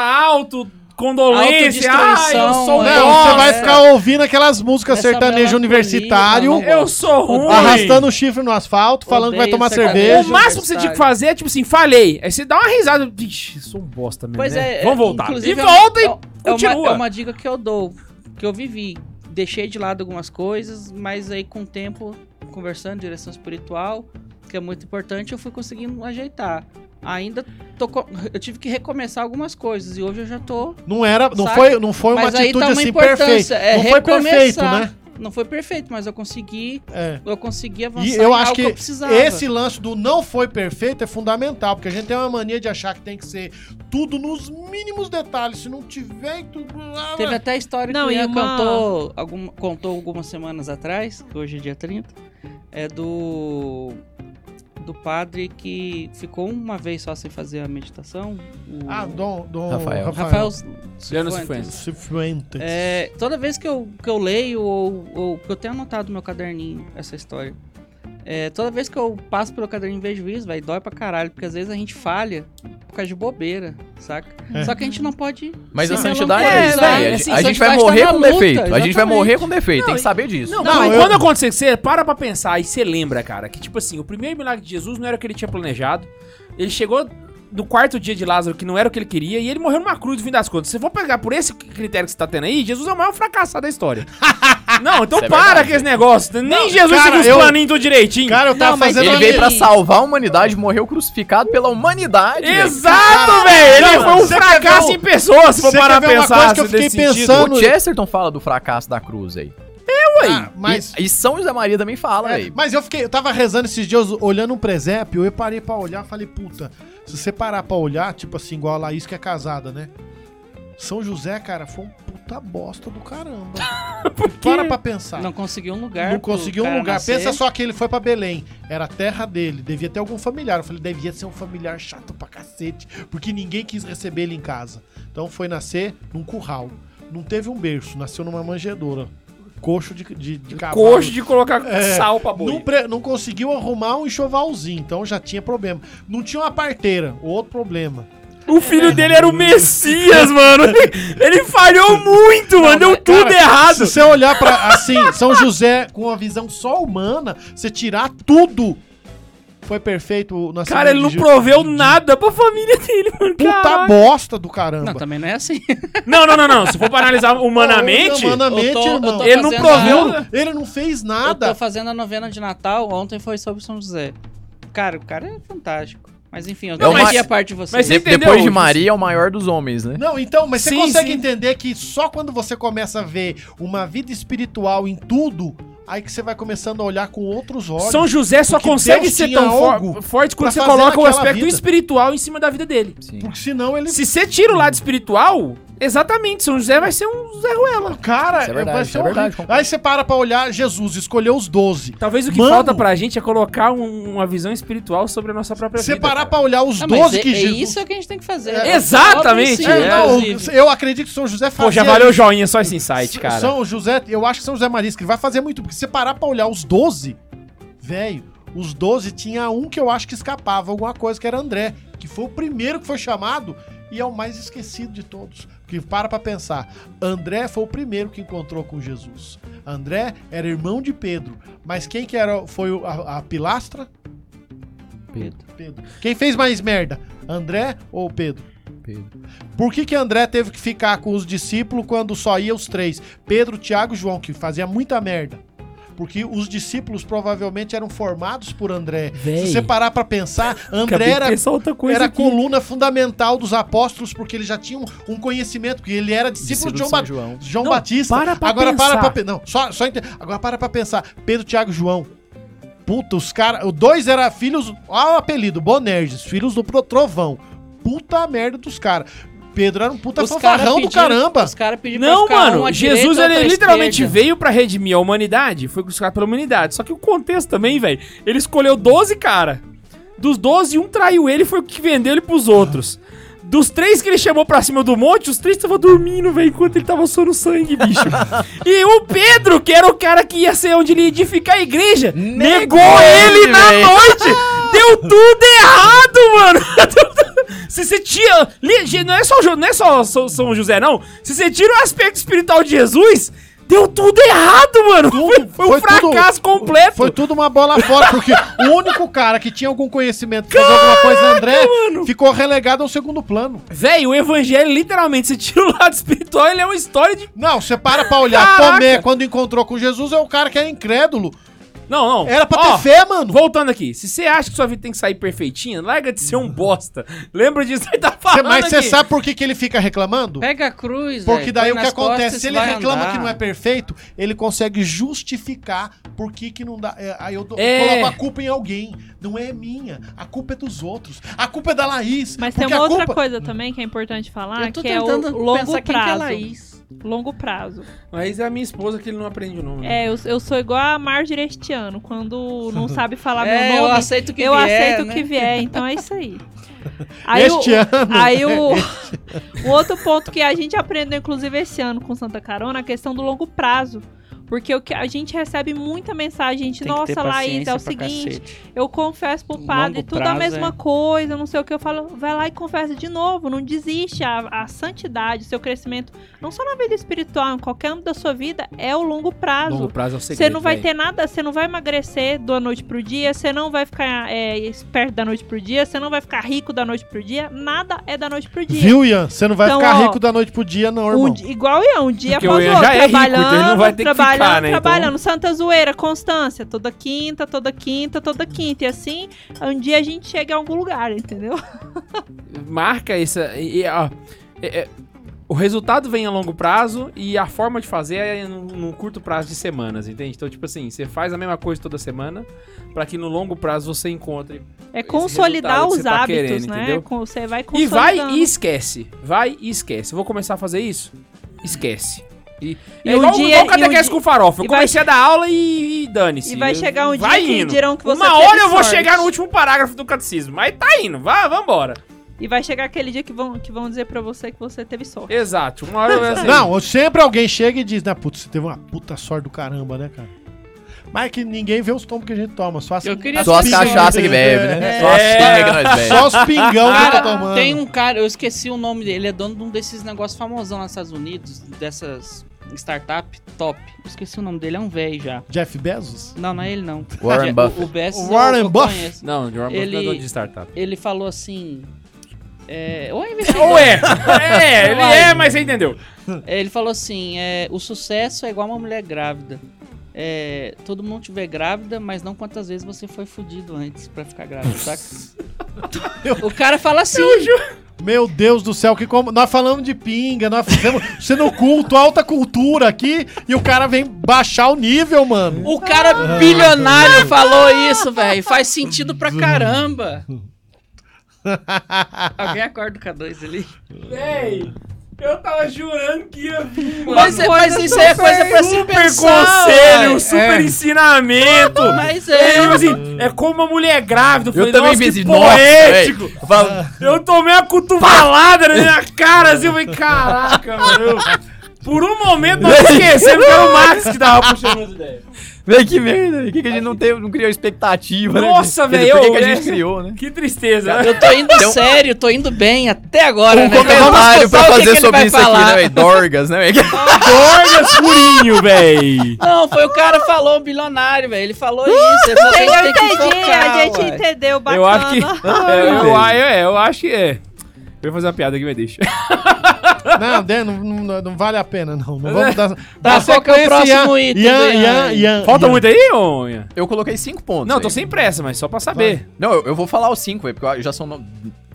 Speaker 1: autocondolência. Ah, eu
Speaker 3: Autodestruição,
Speaker 1: sou um
Speaker 3: é. é
Speaker 6: Não,
Speaker 1: bosta.
Speaker 6: você vai ficar ouvindo aquelas músicas
Speaker 3: Essa
Speaker 6: sertanejo
Speaker 3: melancolia,
Speaker 6: universitário.
Speaker 3: vamos-
Speaker 1: Eu sou ruim.
Speaker 6: Arrastando o chifre no asfalto, falando que vai
Speaker 3: Odeio
Speaker 6: tomar
Speaker 3: sertanejo.
Speaker 1: O
Speaker 6: cerveja.
Speaker 3: Beijo,
Speaker 1: máximo que você
Speaker 3: Versailles.
Speaker 1: tinha que fazer é, tipo assim, falhei. Aí você dá uma risada. Vixe, sou um bosta mesmo.
Speaker 3: Pois
Speaker 1: né?
Speaker 3: é.
Speaker 1: Vamos voltar. E
Speaker 3: inclusive, é uma-
Speaker 1: volta
Speaker 3: é,
Speaker 1: e.
Speaker 3: é uma- é
Speaker 1: continua.
Speaker 3: uma, dica que eu dou, que eu vivi. Deixei de lado algumas coisas, mas aí com o tempo, conversando, direção espiritual, que é muito importante, eu fui conseguindo ajeitar. Ainda tô, co- eu tive que recomeçar algumas coisas e hoje eu já tô.
Speaker 6: Não era, não
Speaker 3: Saca?
Speaker 6: foi, não foi uma
Speaker 3: mas aí
Speaker 6: atitude
Speaker 3: tá uma
Speaker 6: assim
Speaker 3: importância.
Speaker 6: perfeita.
Speaker 3: É
Speaker 6: não foi perfeito,
Speaker 3: recomeçar.
Speaker 6: né?
Speaker 3: Não foi perfeito, mas eu consegui,
Speaker 6: É.
Speaker 3: eu consegui avançar
Speaker 6: E
Speaker 3: em
Speaker 6: eu acho
Speaker 3: algo
Speaker 6: que,
Speaker 3: eu precisava.
Speaker 6: esse lance do não foi perfeito é fundamental, porque a gente tem uma mania de achar que tem que ser tudo nos mínimos detalhes. Se não tiver, tudo. ah,
Speaker 3: Teve até a história
Speaker 2: Não,
Speaker 3: que
Speaker 2: e
Speaker 3: o Ian
Speaker 2: uma-
Speaker 3: contou, algum- contou algumas semanas atrás, que hoje é dia 30, é do do padre que ficou uma vez só sem fazer a meditação. O
Speaker 6: Ah, Dom. Dom
Speaker 4: Rafael.
Speaker 3: Rafael
Speaker 1: Leandro
Speaker 3: Cifuentes.
Speaker 1: Cifuentes.
Speaker 6: Cifuentes.
Speaker 3: É, toda vez que eu, que eu leio ou, ou que eu tenho anotado no meu caderninho essa história, é, toda vez que eu passo pelo caderninho e vejo isso, vai dói pra caralho, porque às vezes a gente falha por causa de bobeira, saca?
Speaker 6: É.
Speaker 3: Só que a gente não pode.
Speaker 4: Mas
Speaker 3: Sim,
Speaker 4: a
Speaker 3: mas não
Speaker 4: santidade
Speaker 3: quer,
Speaker 4: é isso
Speaker 3: velho.
Speaker 4: aí. A,
Speaker 3: Assim,
Speaker 4: a gente vai
Speaker 3: santidade tá
Speaker 4: morrer
Speaker 3: na
Speaker 4: com
Speaker 3: luta,
Speaker 4: defeito. A gente vai
Speaker 3: exatamente.
Speaker 4: morrer com defeito. Tem
Speaker 1: Não,
Speaker 4: que saber disso.
Speaker 1: Não,
Speaker 6: Não,
Speaker 1: mas
Speaker 6: eu-
Speaker 1: quando acontecer, você para pra pensar e você lembra, cara, que tipo assim, o primeiro milagre de Jesus não era o que ele tinha planejado. Ele chegou no quarto dia de Lázaro, que não era o que ele queria, e ele morreu numa cruz no fim das contas. Se for pegar por esse critério que você tá tendo aí, Jesus é o maior fracassado da história. não, então
Speaker 4: Isso é
Speaker 1: para
Speaker 4: verdade.
Speaker 1: com esse negócio. Nem Jesus
Speaker 6: cara,
Speaker 1: seguiu os
Speaker 6: eu-
Speaker 1: planinhos tudo direitinho.
Speaker 6: Cara, eu tava
Speaker 3: Não, mas
Speaker 6: fazendo.
Speaker 4: Ele
Speaker 6: uma-
Speaker 4: veio pra salvar a humanidade, morreu crucificado pela humanidade. velho.
Speaker 1: Exato, velho! Ele
Speaker 6: Não,
Speaker 1: foi um
Speaker 6: você quer ver
Speaker 1: fracasso
Speaker 6: um-
Speaker 1: em pessoa, se for
Speaker 6: você
Speaker 1: parar
Speaker 6: quer
Speaker 1: pra
Speaker 6: ver uma
Speaker 1: pensar.
Speaker 6: coisa que eu
Speaker 1: assim, desse
Speaker 6: fiquei
Speaker 1: sentido.
Speaker 6: pensando?
Speaker 4: O Chesterton fala do fracasso da cruz aí.
Speaker 6: Ah, mas.
Speaker 4: E, e São José Maria também fala
Speaker 6: É,
Speaker 4: aí.
Speaker 6: mas eu fiquei, eu tava rezando esses dias olhando um presépio, eu parei pra olhar, falei, puta, se você parar pra olhar, tipo assim, igual a Laís que é casada, né? São José, cara, foi um puta bosta do caramba. Para pra pensar.
Speaker 3: Não
Speaker 6: Não,
Speaker 3: conseguiu um lugar. pro
Speaker 6: conseguiu um
Speaker 3: cara
Speaker 6: lugar.
Speaker 3: nascer.
Speaker 6: Pensa só que ele foi pra Belém. Era a terra dele. Devia ter algum familiar. Eu falei, devia ser um familiar chato pra cacete. Porque ninguém quis receber ele em casa. Então foi nascer num curral. Não teve um berço. Nasceu numa manjedoura. Coxo de, de, de cavalo.
Speaker 1: Coxo de colocar
Speaker 6: É,
Speaker 1: sal pra boi.
Speaker 6: Não, pre- não conseguiu arrumar um enxovalzinho, então já tinha problema. Não tinha uma parteira, outro problema.
Speaker 1: O filho dele era o Messias, mano. Ele falhou muito, mano. Deu tudo
Speaker 6: Cara,
Speaker 1: errado.
Speaker 6: Se você olhar pra, assim, São José com uma visão só humana, você tirar tudo, foi perfeito na
Speaker 1: Cara, ele não proveu nada pra família dele, mano.
Speaker 6: Puta
Speaker 1: Caraca.
Speaker 6: bosta do caramba.
Speaker 3: Não, também não é assim.
Speaker 1: Não, não, não, não. Se for pra analisar humanamente,
Speaker 6: Humanamente,
Speaker 3: Eu tô- eu
Speaker 6: irmão.
Speaker 3: tô
Speaker 1: ele não
Speaker 3: fazendo
Speaker 1: proveu.
Speaker 3: a-
Speaker 6: Ele não fez
Speaker 3: Eu tô
Speaker 6: nada.
Speaker 3: fazendo a novena de Natal, ontem foi sobre São José. Cara, o cara é fantástico. Mas enfim,
Speaker 4: É
Speaker 3: eu
Speaker 1: Não,
Speaker 3: não,
Speaker 1: mas-
Speaker 3: a parte de vocês.
Speaker 1: mas
Speaker 4: De-
Speaker 1: entendeu,
Speaker 4: depois de
Speaker 1: Júlio?
Speaker 4: Maria é o maior dos homens, né?
Speaker 6: Não, então, mas você
Speaker 1: Sim,
Speaker 6: consegue
Speaker 1: sim.
Speaker 6: entender que só quando você começa a ver uma vida espiritual em tudo, aí que você vai começando a olhar com outros olhos.
Speaker 1: São José só
Speaker 6: Porque
Speaker 1: consegue
Speaker 6: Deus
Speaker 1: ser
Speaker 6: tinha
Speaker 1: tão for-
Speaker 6: algo
Speaker 1: forte quando
Speaker 6: pra
Speaker 1: você
Speaker 6: fazer
Speaker 1: coloca o
Speaker 6: naquela
Speaker 1: aspecto
Speaker 6: vida.
Speaker 1: espiritual em cima da vida dele.
Speaker 4: Sim.
Speaker 6: Porque senão ele.
Speaker 1: Se você tira o lado espiritual, exatamente, São José vai ser um Zé Ruela.
Speaker 6: Cara,
Speaker 4: Isso é verdade,
Speaker 6: vai
Speaker 4: isso
Speaker 6: ser
Speaker 4: é verdade,
Speaker 6: horrível.
Speaker 4: concordo.
Speaker 6: Aí você para pra olhar Jesus, escolheu os 12.
Speaker 1: Talvez o que
Speaker 6: Mano.
Speaker 1: falta pra gente é colocar um- uma visão espiritual sobre a nossa própria
Speaker 6: Você
Speaker 1: vida.
Speaker 6: parar
Speaker 1: cara.
Speaker 6: pra olhar os
Speaker 3: Ah, mas
Speaker 6: 12
Speaker 3: é,
Speaker 6: que
Speaker 3: é
Speaker 6: Jesus.
Speaker 3: isso que a gente tem que fazer.
Speaker 6: É,
Speaker 1: exatamente,
Speaker 6: É, não,
Speaker 3: inclusive.
Speaker 6: eu acredito que São José fazia.
Speaker 1: Pô, já valeu o joinha só esse insight,
Speaker 6: S-
Speaker 1: cara.
Speaker 6: São José, eu acho que São José Maria que vai fazer muito, porque se você parar pra olhar os 12, velho, os 12 tinha um que eu acho que escapava alguma coisa, que era André, que foi o primeiro que foi chamado e é o mais esquecido de todos. Porque para pra pensar, André foi o primeiro que encontrou com Jesus. André era irmão de Pedro, mas quem que era foi o- a, a pilastra?
Speaker 4: Pedro.
Speaker 6: Pedro. Quem fez mais merda? André ou Pedro?
Speaker 4: Pedro.
Speaker 6: Por que, que André teve que ficar com os discípulos quando só ia os três? Pedro, Tiago e João, que fazia muita merda. Porque os discípulos provavelmente eram formados por André.
Speaker 1: Véi.
Speaker 6: Se você parar pra pensar, André
Speaker 1: Acabei de
Speaker 6: era,
Speaker 1: pensar outra coisa
Speaker 6: era a
Speaker 1: aqui.
Speaker 6: coluna fundamental dos apóstolos, porque ele já tinha um, um conhecimento, porque ele era discípulo,
Speaker 4: Discípulo de
Speaker 6: de João,
Speaker 4: São João.
Speaker 6: Ba- João
Speaker 1: Não,
Speaker 6: Batista.
Speaker 1: para pra
Speaker 6: Agora para
Speaker 1: pensar.
Speaker 6: pra pensar. Não, só, só ente- Agora para pra pensar. Pedro, Tiago e João. Puta, os caras. Os dois eram filhos. Olha o apelido, Bonerges, filhos do Pro- Trovão. Puta merda dos caras. Pedro era um puta
Speaker 3: Os cara
Speaker 6: fanfarrão do
Speaker 3: pediram-
Speaker 6: caramba.
Speaker 3: Os caras pediram
Speaker 1: Não,
Speaker 3: pra ficar
Speaker 1: mano,
Speaker 3: um à
Speaker 1: Jesus
Speaker 3: direita, outro
Speaker 1: ele
Speaker 3: à
Speaker 1: literalmente
Speaker 3: esquerda.
Speaker 1: veio pra redimir a humanidade, foi crucificado pela humanidade. Só que o contexto também, velho, ele escolheu 12 cara. Dos 12, um traiu ele e foi o que vendeu ele pros outros. Dos três que ele chamou pra cima do monte, os três estavam dormindo, velho, enquanto ele tava suando sangue, bicho. e o Pedro, que era o cara que ia ser onde ele ia edificar a igreja, negou, ele na
Speaker 4: velho.
Speaker 1: noite! Deu tudo errado, mano! Se você tira. li- ge- Não é só, Jo- não é só São- São José, não. Se você tira o aspecto espiritual de Jesus, deu tudo errado, mano. Foi, foi um
Speaker 6: foi tudo-
Speaker 1: fracasso completo.
Speaker 6: Foi tudo uma bola fora, porque o único cara que tinha algum conhecimento de fazer alguma coisa, André, ficou relegado ao segundo plano.
Speaker 1: Véi, o evangelho, literalmente, você tira o lado espiritual, ele é uma história de.
Speaker 6: Não, você para pra olhar.
Speaker 1: Caraca.
Speaker 6: Tomé, quando encontrou com Jesus, é o cara que era é incrédulo.
Speaker 1: Não, não.
Speaker 6: Era pra
Speaker 1: Ó,
Speaker 6: ter fé, mano.
Speaker 1: Voltando aqui, se você acha que sua vida tem que sair perfeitinha, larga de ser um bosta. Lembra disso que você tá
Speaker 6: Cê-
Speaker 1: falando
Speaker 6: mas você
Speaker 1: aqui.
Speaker 6: sabe por que, que ele fica reclamando?
Speaker 3: Pega a cruz,
Speaker 6: Porque
Speaker 3: velho,
Speaker 6: daí
Speaker 3: põe
Speaker 6: o que
Speaker 3: nas costas
Speaker 6: acontece?
Speaker 3: e
Speaker 6: Se ele
Speaker 3: vai
Speaker 6: reclama
Speaker 3: andar.
Speaker 6: que não é perfeito, ele consegue justificar por que, que não dá. É, Aí eu, do,
Speaker 1: É.
Speaker 6: coloco a culpa em alguém. Não é minha. A culpa é dos outros. A culpa é da Laís.
Speaker 2: Mas tem
Speaker 6: porque
Speaker 2: uma
Speaker 6: a
Speaker 2: outra
Speaker 6: culpa-
Speaker 2: coisa também que é importante falar,
Speaker 3: Eu tô
Speaker 2: que é o
Speaker 3: tentando
Speaker 2: longo
Speaker 3: pensar quem que é
Speaker 2: prazo.
Speaker 3: Laís.
Speaker 2: Longo prazo.
Speaker 1: Mas é a minha esposa que ele não aprende o nome. né?
Speaker 2: É, eu, eu sou igual a Marjorie este ano, quando não sabe falar
Speaker 3: É,
Speaker 2: meu
Speaker 3: eu
Speaker 2: nome,
Speaker 3: aceito o que
Speaker 2: eu
Speaker 3: vier,
Speaker 2: aceito o
Speaker 3: né?
Speaker 2: que vier, então é isso aí. Aí
Speaker 6: este
Speaker 2: o,
Speaker 6: ano.
Speaker 3: né?
Speaker 2: Aí o, o outro ponto que a gente aprendeu, inclusive, esse ano com Santa Carona, é a questão do longo prazo. Porque o que a gente recebe muita mensagem de,
Speaker 3: Tem que ter
Speaker 2: nossa, Laís, é
Speaker 3: paciência
Speaker 2: o
Speaker 3: pra
Speaker 2: seguinte,
Speaker 3: cacete.
Speaker 2: eu confesso pro
Speaker 3: Longo
Speaker 2: padre, tudo a
Speaker 3: prazo,
Speaker 2: mesma
Speaker 3: é.
Speaker 2: coisa, não sei o que. Eu falo, vai lá e confessa de novo, não desiste. A, a santidade, o seu crescimento, não só na vida espiritual, em qualquer âmbito da sua vida, é o longo prazo.
Speaker 1: Longo prazo é o segredo.
Speaker 2: Você não vai
Speaker 1: velho.
Speaker 2: ter nada, você não vai emagrecer da noite pro dia, você não vai ficar é, esperto da noite pro dia, você não vai ficar rico da noite pro dia, nada é da noite pro dia.
Speaker 6: Viu, Ian? Você não vai
Speaker 2: Então,
Speaker 6: ficar
Speaker 2: ó,
Speaker 6: rico da noite pro dia, não,
Speaker 2: Um
Speaker 6: irmão.
Speaker 2: di- igual eu, um dia
Speaker 1: Porque o
Speaker 2: após o
Speaker 1: Ian
Speaker 2: outro.
Speaker 1: já é rico,
Speaker 2: trabalhando,
Speaker 1: então ele não vai ter que
Speaker 2: trabalhando,
Speaker 1: ficar, né, então?
Speaker 2: trabalhando. Santa zoeira, constância. Toda quinta, toda quinta, toda quinta. E assim, um dia a gente chega a algum lugar, entendeu?
Speaker 1: Marca essa. e- e, ó, é- é- o resultado vem a longo prazo e a forma de fazer é num, num curto prazo de semanas, entende? Então, tipo assim, você faz a mesma coisa toda semana pra que no longo prazo você encontre.
Speaker 2: É
Speaker 1: Esse
Speaker 2: consolidar
Speaker 1: resultado que você
Speaker 2: os
Speaker 1: tá
Speaker 2: hábitos,
Speaker 1: querendo,
Speaker 2: né?
Speaker 1: entendeu?
Speaker 2: Com- Você vai
Speaker 1: E vai
Speaker 2: consolidando.
Speaker 1: e esquece. Vai e esquece. Eu vou começar a fazer isso? Esquece. E,
Speaker 2: E
Speaker 1: é
Speaker 2: um
Speaker 1: igual,
Speaker 2: dia-
Speaker 1: igual
Speaker 2: e um
Speaker 1: catequese
Speaker 2: dia-
Speaker 1: com farofa. Eu
Speaker 2: e vai-
Speaker 1: comecei a dar aula e, e dane-se.
Speaker 2: E vai chegar um dia
Speaker 1: Vai
Speaker 2: que
Speaker 1: indo.
Speaker 2: dirão que você
Speaker 1: Uma
Speaker 2: teve
Speaker 1: hora eu vou
Speaker 2: sorte.
Speaker 1: chegar no último parágrafo do catecismo. Mas tá indo, vá, vambora.
Speaker 2: E vai chegar aquele dia que vão, que vão dizer pra você que você teve sorte.
Speaker 1: Exato. Uma hora eu vou assim.
Speaker 6: Não, sempre alguém chega e diz, né, putz, você teve uma puta sorte do caramba, né, cara? Mas é que ninguém vê os tombos que a gente toma, só as,
Speaker 3: Eu queria é
Speaker 4: Só as
Speaker 3: Pinga-
Speaker 4: cachaça que bebe, né? Só as
Speaker 1: É.
Speaker 4: pinga que nós bebe.
Speaker 6: Só os pingão que tá
Speaker 3: Cara,
Speaker 6: tomando.
Speaker 3: tem um cara, eu esqueci o nome dele, ele é dono de um desses negócios famosão lá nos Estados Unidos, dessas startup top. Eu esqueci o nome dele, é um velho já.
Speaker 6: Jeff Bezos?
Speaker 3: Não, não é ele não.
Speaker 4: Warren Buffett.
Speaker 3: O, o Bezos
Speaker 6: O Warren
Speaker 3: eu, eu
Speaker 6: Buffett.
Speaker 3: conheço.
Speaker 1: Não, o Jordan Ele...
Speaker 3: Ele-
Speaker 1: é dono de startup.
Speaker 3: Ele falou assim, é, ou é
Speaker 1: Ou
Speaker 3: investidor.
Speaker 1: é? É, ele é, mas você entendeu.
Speaker 3: Ele falou assim, é, o sucesso é igual uma mulher grávida. É, todo mundo tiver grávida, mas não quantas vezes você foi fudido antes pra ficar grávida, saca? o cara fala assim,
Speaker 6: Meu Deus do céu, que como. Nós falamos de pinga, nós fizemos sendo culto, alta cultura aqui, e o cara vem baixar o nível, mano.
Speaker 3: O
Speaker 1: Ah,
Speaker 3: cara bilionário falou isso, velho. Faz sentido pra caramba. Alguém acorda o K2 ali.
Speaker 1: Véi, eu tava jurando que ia vir.
Speaker 3: Mas, é- mas isso aí é coisa pra se
Speaker 1: super
Speaker 3: pensar.
Speaker 1: conselho,
Speaker 3: ué.
Speaker 1: super
Speaker 3: É.
Speaker 1: ensinamento.
Speaker 3: Mas
Speaker 1: É, tipo
Speaker 3: é.
Speaker 1: assim, é como uma mulher grávida. Eu, falei,
Speaker 4: Eu também
Speaker 1: assim, nossa, que
Speaker 4: pensei, nossa, velho.
Speaker 1: poético.
Speaker 4: Eu falo,
Speaker 1: Eu tomei uma cotovelada na minha cara, assim, eu falei, caraca, mano. eu- Por um momento nós esquecemos que era o Max que tava puxando as ideias.
Speaker 4: Véi, que merda. Por que, que a gente não, teve, não criou expectativa, né?
Speaker 1: Nossa,
Speaker 4: Quer dizer,
Speaker 1: velho,
Speaker 4: Por que,
Speaker 1: eu-
Speaker 4: que a gente
Speaker 1: é-
Speaker 4: criou, né?
Speaker 1: Que tristeza, né?
Speaker 3: Eu tô indo sério, tô indo bem até agora,
Speaker 4: Um
Speaker 3: né?
Speaker 4: comentário
Speaker 3: Vamos pensar o
Speaker 4: pra
Speaker 3: que que
Speaker 4: fazer
Speaker 3: ele
Speaker 4: sobre
Speaker 3: vai
Speaker 4: isso
Speaker 3: falar.
Speaker 4: aqui, né, véi? Dorgas, né, véi?
Speaker 1: Dorgas furinho, véi.
Speaker 3: Não, foi o cara falou, o bilionário, velho. Ele falou
Speaker 4: Uh,
Speaker 3: isso. Ele falou que a
Speaker 2: Eu
Speaker 3: gente tem que
Speaker 2: entendi,
Speaker 3: focar,
Speaker 2: a gente
Speaker 3: ué.
Speaker 2: entendeu, bacana.
Speaker 1: Eu acho que. é, eu, eu- é, eu acho que é. Eu ia fazer uma piada aqui, mas deixa.
Speaker 6: Não, né, não, não, não vale a pena, não. Não vamos dar.
Speaker 3: Tá, qual que é o próximo
Speaker 6: Ian,
Speaker 3: item? um
Speaker 6: Ian,
Speaker 3: do
Speaker 6: Ian, Ian,
Speaker 1: Falta
Speaker 6: Ian.
Speaker 1: muito aí, ô? Ian?
Speaker 4: Eu coloquei cinco pontos.
Speaker 1: Não, tô
Speaker 4: aí.
Speaker 1: sem pressa, mas só pra saber.
Speaker 4: Não, eu, eu vou falar os cinco, véi, porque eu- já são. no-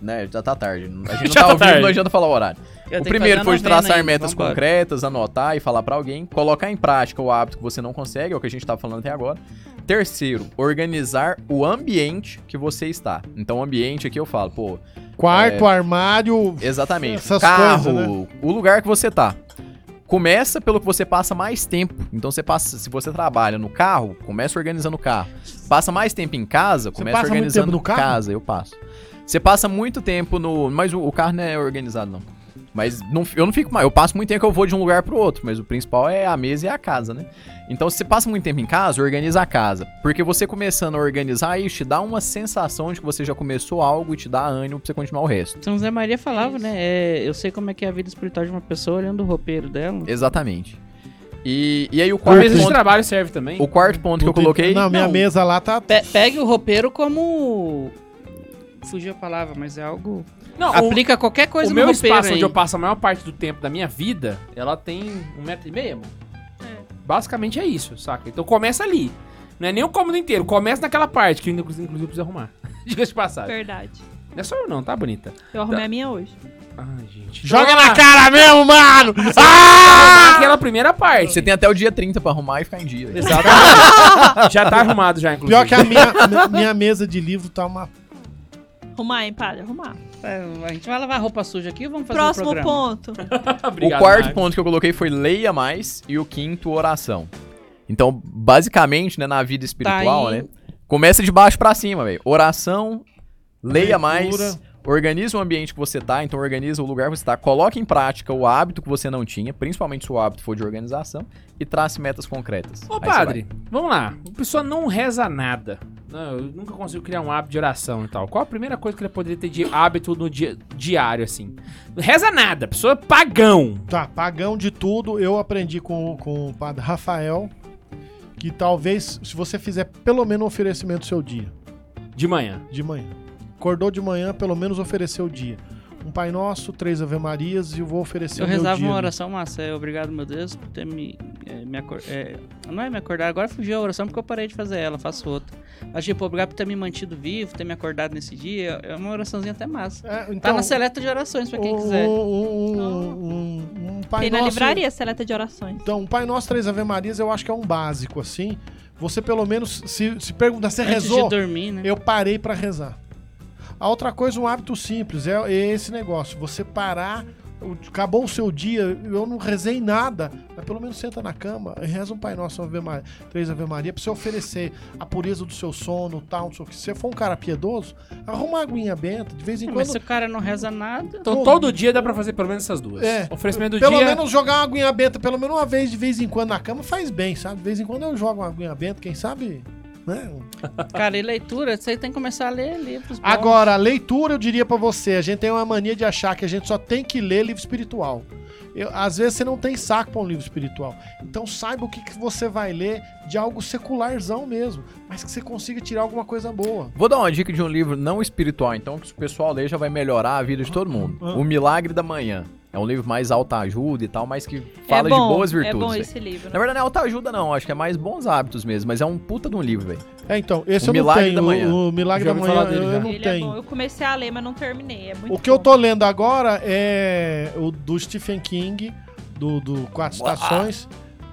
Speaker 4: Né, já tá tarde. A gente não
Speaker 1: Já
Speaker 4: tá,
Speaker 1: tá
Speaker 4: ouvindo,
Speaker 1: tarde.
Speaker 4: não adianta falar o horário.
Speaker 3: Eu tenho
Speaker 4: O
Speaker 3: que
Speaker 4: primeiro
Speaker 3: fazer a
Speaker 4: foi de
Speaker 3: novena
Speaker 4: traçar
Speaker 3: ainda,
Speaker 4: metas
Speaker 3: vambora.
Speaker 4: concretas, anotar e falar pra alguém, colocar em prática o hábito que você não consegue, é o que a gente tava falando até agora. Terceiro, organizar o ambiente que você está. Então, ambiente aqui eu falo, pô,
Speaker 3: É.
Speaker 6: Quarto, armário.
Speaker 4: exatamente,
Speaker 6: Essas
Speaker 4: carro,
Speaker 6: coisas, né?
Speaker 4: o lugar que você tá. Começa pelo que você passa mais tempo. Então você passa, se você trabalha no carro, começa organizando o carro. Passa mais tempo em casa, começa
Speaker 6: passa muito
Speaker 4: organizando
Speaker 6: tempo no carro?
Speaker 4: casa, eu passo. Você passa muito tempo no, mas o, o carro não é organizado não. Mas não, eu não fico mais. Eu passo muito tempo que eu vou de um lugar pro outro, mas o principal é a mesa e a casa, né? Então, se você passa muito tempo em casa, organiza a casa. Porque você começando a organizar isso, te dá uma sensação de que você já começou algo e te dá ânimo pra você continuar o resto.
Speaker 3: São José Então, Maria falava, né? é, eu sei como é que é a vida espiritual de uma pessoa olhando o roupeiro dela.
Speaker 4: Exatamente. E, e aí, o quarto,
Speaker 1: Mesa de
Speaker 4: ponto,
Speaker 1: trabalho serve também.
Speaker 4: o quarto ponto que eu coloquei.
Speaker 6: Não, minha
Speaker 3: não.
Speaker 6: mesa lá tá.
Speaker 3: Pe pegue o roupeiro como. Fugiu a palavra, mas é algo.
Speaker 1: Não,
Speaker 4: Ah,
Speaker 1: o-
Speaker 3: Aplica qualquer coisa
Speaker 1: o
Speaker 3: no
Speaker 1: meu
Speaker 3: roupeiro.
Speaker 1: espaço
Speaker 3: Aí.
Speaker 1: onde eu passo a maior parte do tempo da minha vida, é ela tem um metro e meio, mano. Basicamente é isso, saca? Então começa ali. Não é nem o cômodo inteiro. Começa naquela parte que eu, inclusive, inclusive preciso arrumar. Diga de passagem.
Speaker 2: Verdade.
Speaker 1: Não é só eu não, tá, bonita?
Speaker 2: Eu arrumei a minha hoje.
Speaker 1: Ai, gente.
Speaker 6: Joga na cara mesmo, mano!
Speaker 1: Ah! Aquela primeira parte.
Speaker 4: Você tem até o dia 30 pra arrumar e ficar em dia. velho.
Speaker 1: Exatamente. já tá arrumado já, inclusive.
Speaker 6: Pior que a minha, minha mesa de livro tá uma.
Speaker 2: Arrumar, hein, padre? Arrumar.
Speaker 3: É, A gente vai lavar roupa suja aqui ou vamos fazer um
Speaker 2: Próximo
Speaker 3: programa?
Speaker 2: ponto.
Speaker 1: Obrigado,
Speaker 4: o quarto
Speaker 1: Max.
Speaker 4: ponto que eu coloquei foi leia mais e o quinto oração. Então, basicamente, né, na vida
Speaker 2: Tá
Speaker 6: Tá
Speaker 4: espiritual,
Speaker 3: aí.
Speaker 4: né, começa de baixo pra cima, velho. Oração, leia
Speaker 6: Leitura.
Speaker 4: mais, organiza o ambiente que você tá, então organiza o lugar que você tá, coloque em prática o hábito que você não tinha, principalmente se o hábito for de organização e trace metas concretas.
Speaker 1: Ô,
Speaker 4: Aí você
Speaker 1: padre, vamos lá. A pessoa não reza nada. Não, eu nunca consigo criar um hábito de oração e tal. Qual a primeira coisa que ele poderia ter de hábito no dia, diário, assim? Reza nada, a pessoa é pagão.
Speaker 6: Tá, pagão de tudo. Eu aprendi com, o- com o padre Rafael que talvez, se você fizer pelo menos um oferecimento do seu dia,
Speaker 1: De manhã.
Speaker 6: de manhã. Acordou de manhã, pelo menos ofereceu o dia. Um Pai Nosso, três Ave Marias e eu vou oferecer
Speaker 3: Eu
Speaker 6: o meu dia.
Speaker 3: rezava uma
Speaker 6: ali.
Speaker 3: oração massa, é obrigado, meu Deus, por ter me, é, me acor- é, Não é me acordar, agora fugiu a oração porque eu parei de fazer ela, faço outra. Mas, tipo, obrigado por ter me mantido vivo, ter me acordado nesse dia. É uma oraçãozinha até massa.
Speaker 6: É,
Speaker 3: Tá
Speaker 6: então,
Speaker 3: na seleta de orações pra quem
Speaker 6: um-
Speaker 3: quiser.
Speaker 6: Um, um, um- um Pai
Speaker 2: Tem na
Speaker 6: Nosso.
Speaker 2: livraria seleta de orações.
Speaker 6: Então, um Pai Nosso, três Ave Marias, eu acho que é um básico, assim. Você pelo menos se, se perguntar, você
Speaker 3: Antes
Speaker 6: rezou?
Speaker 3: de dormir, né?
Speaker 6: Eu parei pra rezar. A outra coisa, um hábito simples, é, é esse negócio. Você parar, o- acabou o seu dia, eu não rezei nada, mas pelo menos senta na cama, e reza um Pai Nosso, uma Ave Maria, três Ave Maria, pra você oferecer a pureza do seu sono, tal, não sei o que. Se você for um cara piedoso, arruma uma aguinha benta, de vez em
Speaker 3: Ah, Mas
Speaker 6: quando.
Speaker 3: se o cara não reza nada,
Speaker 1: Então
Speaker 6: Pô,
Speaker 1: todo dia dá pra fazer pelo menos essas duas.
Speaker 6: É.
Speaker 1: Oferecimento do
Speaker 6: Pelo
Speaker 1: dia.
Speaker 6: menos jogar uma aguinha benta, pelo menos uma vez, de vez em quando na cama, faz bem, sabe? De vez em quando eu jogo uma aguinha benta, quem sabe, né?
Speaker 3: cara, e leitura, você tem que começar a ler livros. bons.
Speaker 6: Agora, a leitura, eu diria pra você, a gente tem uma mania de achar que a gente só tem que ler livro espiritual. Eu- às vezes você não tem saco pra um livro espiritual. Então saiba o que, que você vai ler de algo secularzão mesmo, mas que você consiga tirar alguma coisa boa.
Speaker 4: Vou dar uma dica de um livro não espiritual, então, que se o pessoal ler já vai melhorar a vida de todo mundo.
Speaker 6: Ah.
Speaker 4: O Milagre da Manhã. É um livro mais alta ajuda e tal, mas que fala
Speaker 2: é bom,
Speaker 4: de boas
Speaker 2: É bom
Speaker 4: virtudes. velho.
Speaker 2: esse livro.
Speaker 4: Na verdade, não é alta ajuda, não. Acho que é mais bons hábitos mesmo, mas é um puta de um livro, velho.
Speaker 6: É, então, esse
Speaker 4: O
Speaker 6: eu não
Speaker 4: Milagre
Speaker 6: tenho.
Speaker 4: da Manhã.
Speaker 6: O, o Milagre
Speaker 1: Já
Speaker 6: da
Speaker 1: ouvi falar
Speaker 6: Manhã
Speaker 1: dele
Speaker 6: eu,
Speaker 1: já.
Speaker 6: não
Speaker 2: Ele é
Speaker 6: tenho.
Speaker 2: bom. Eu comecei a ler, mas não terminei. É muito
Speaker 6: o que eu
Speaker 2: bom.
Speaker 6: tô lendo agora é o do Stephen King, do, do Quatro
Speaker 4: Uá.
Speaker 6: Estações.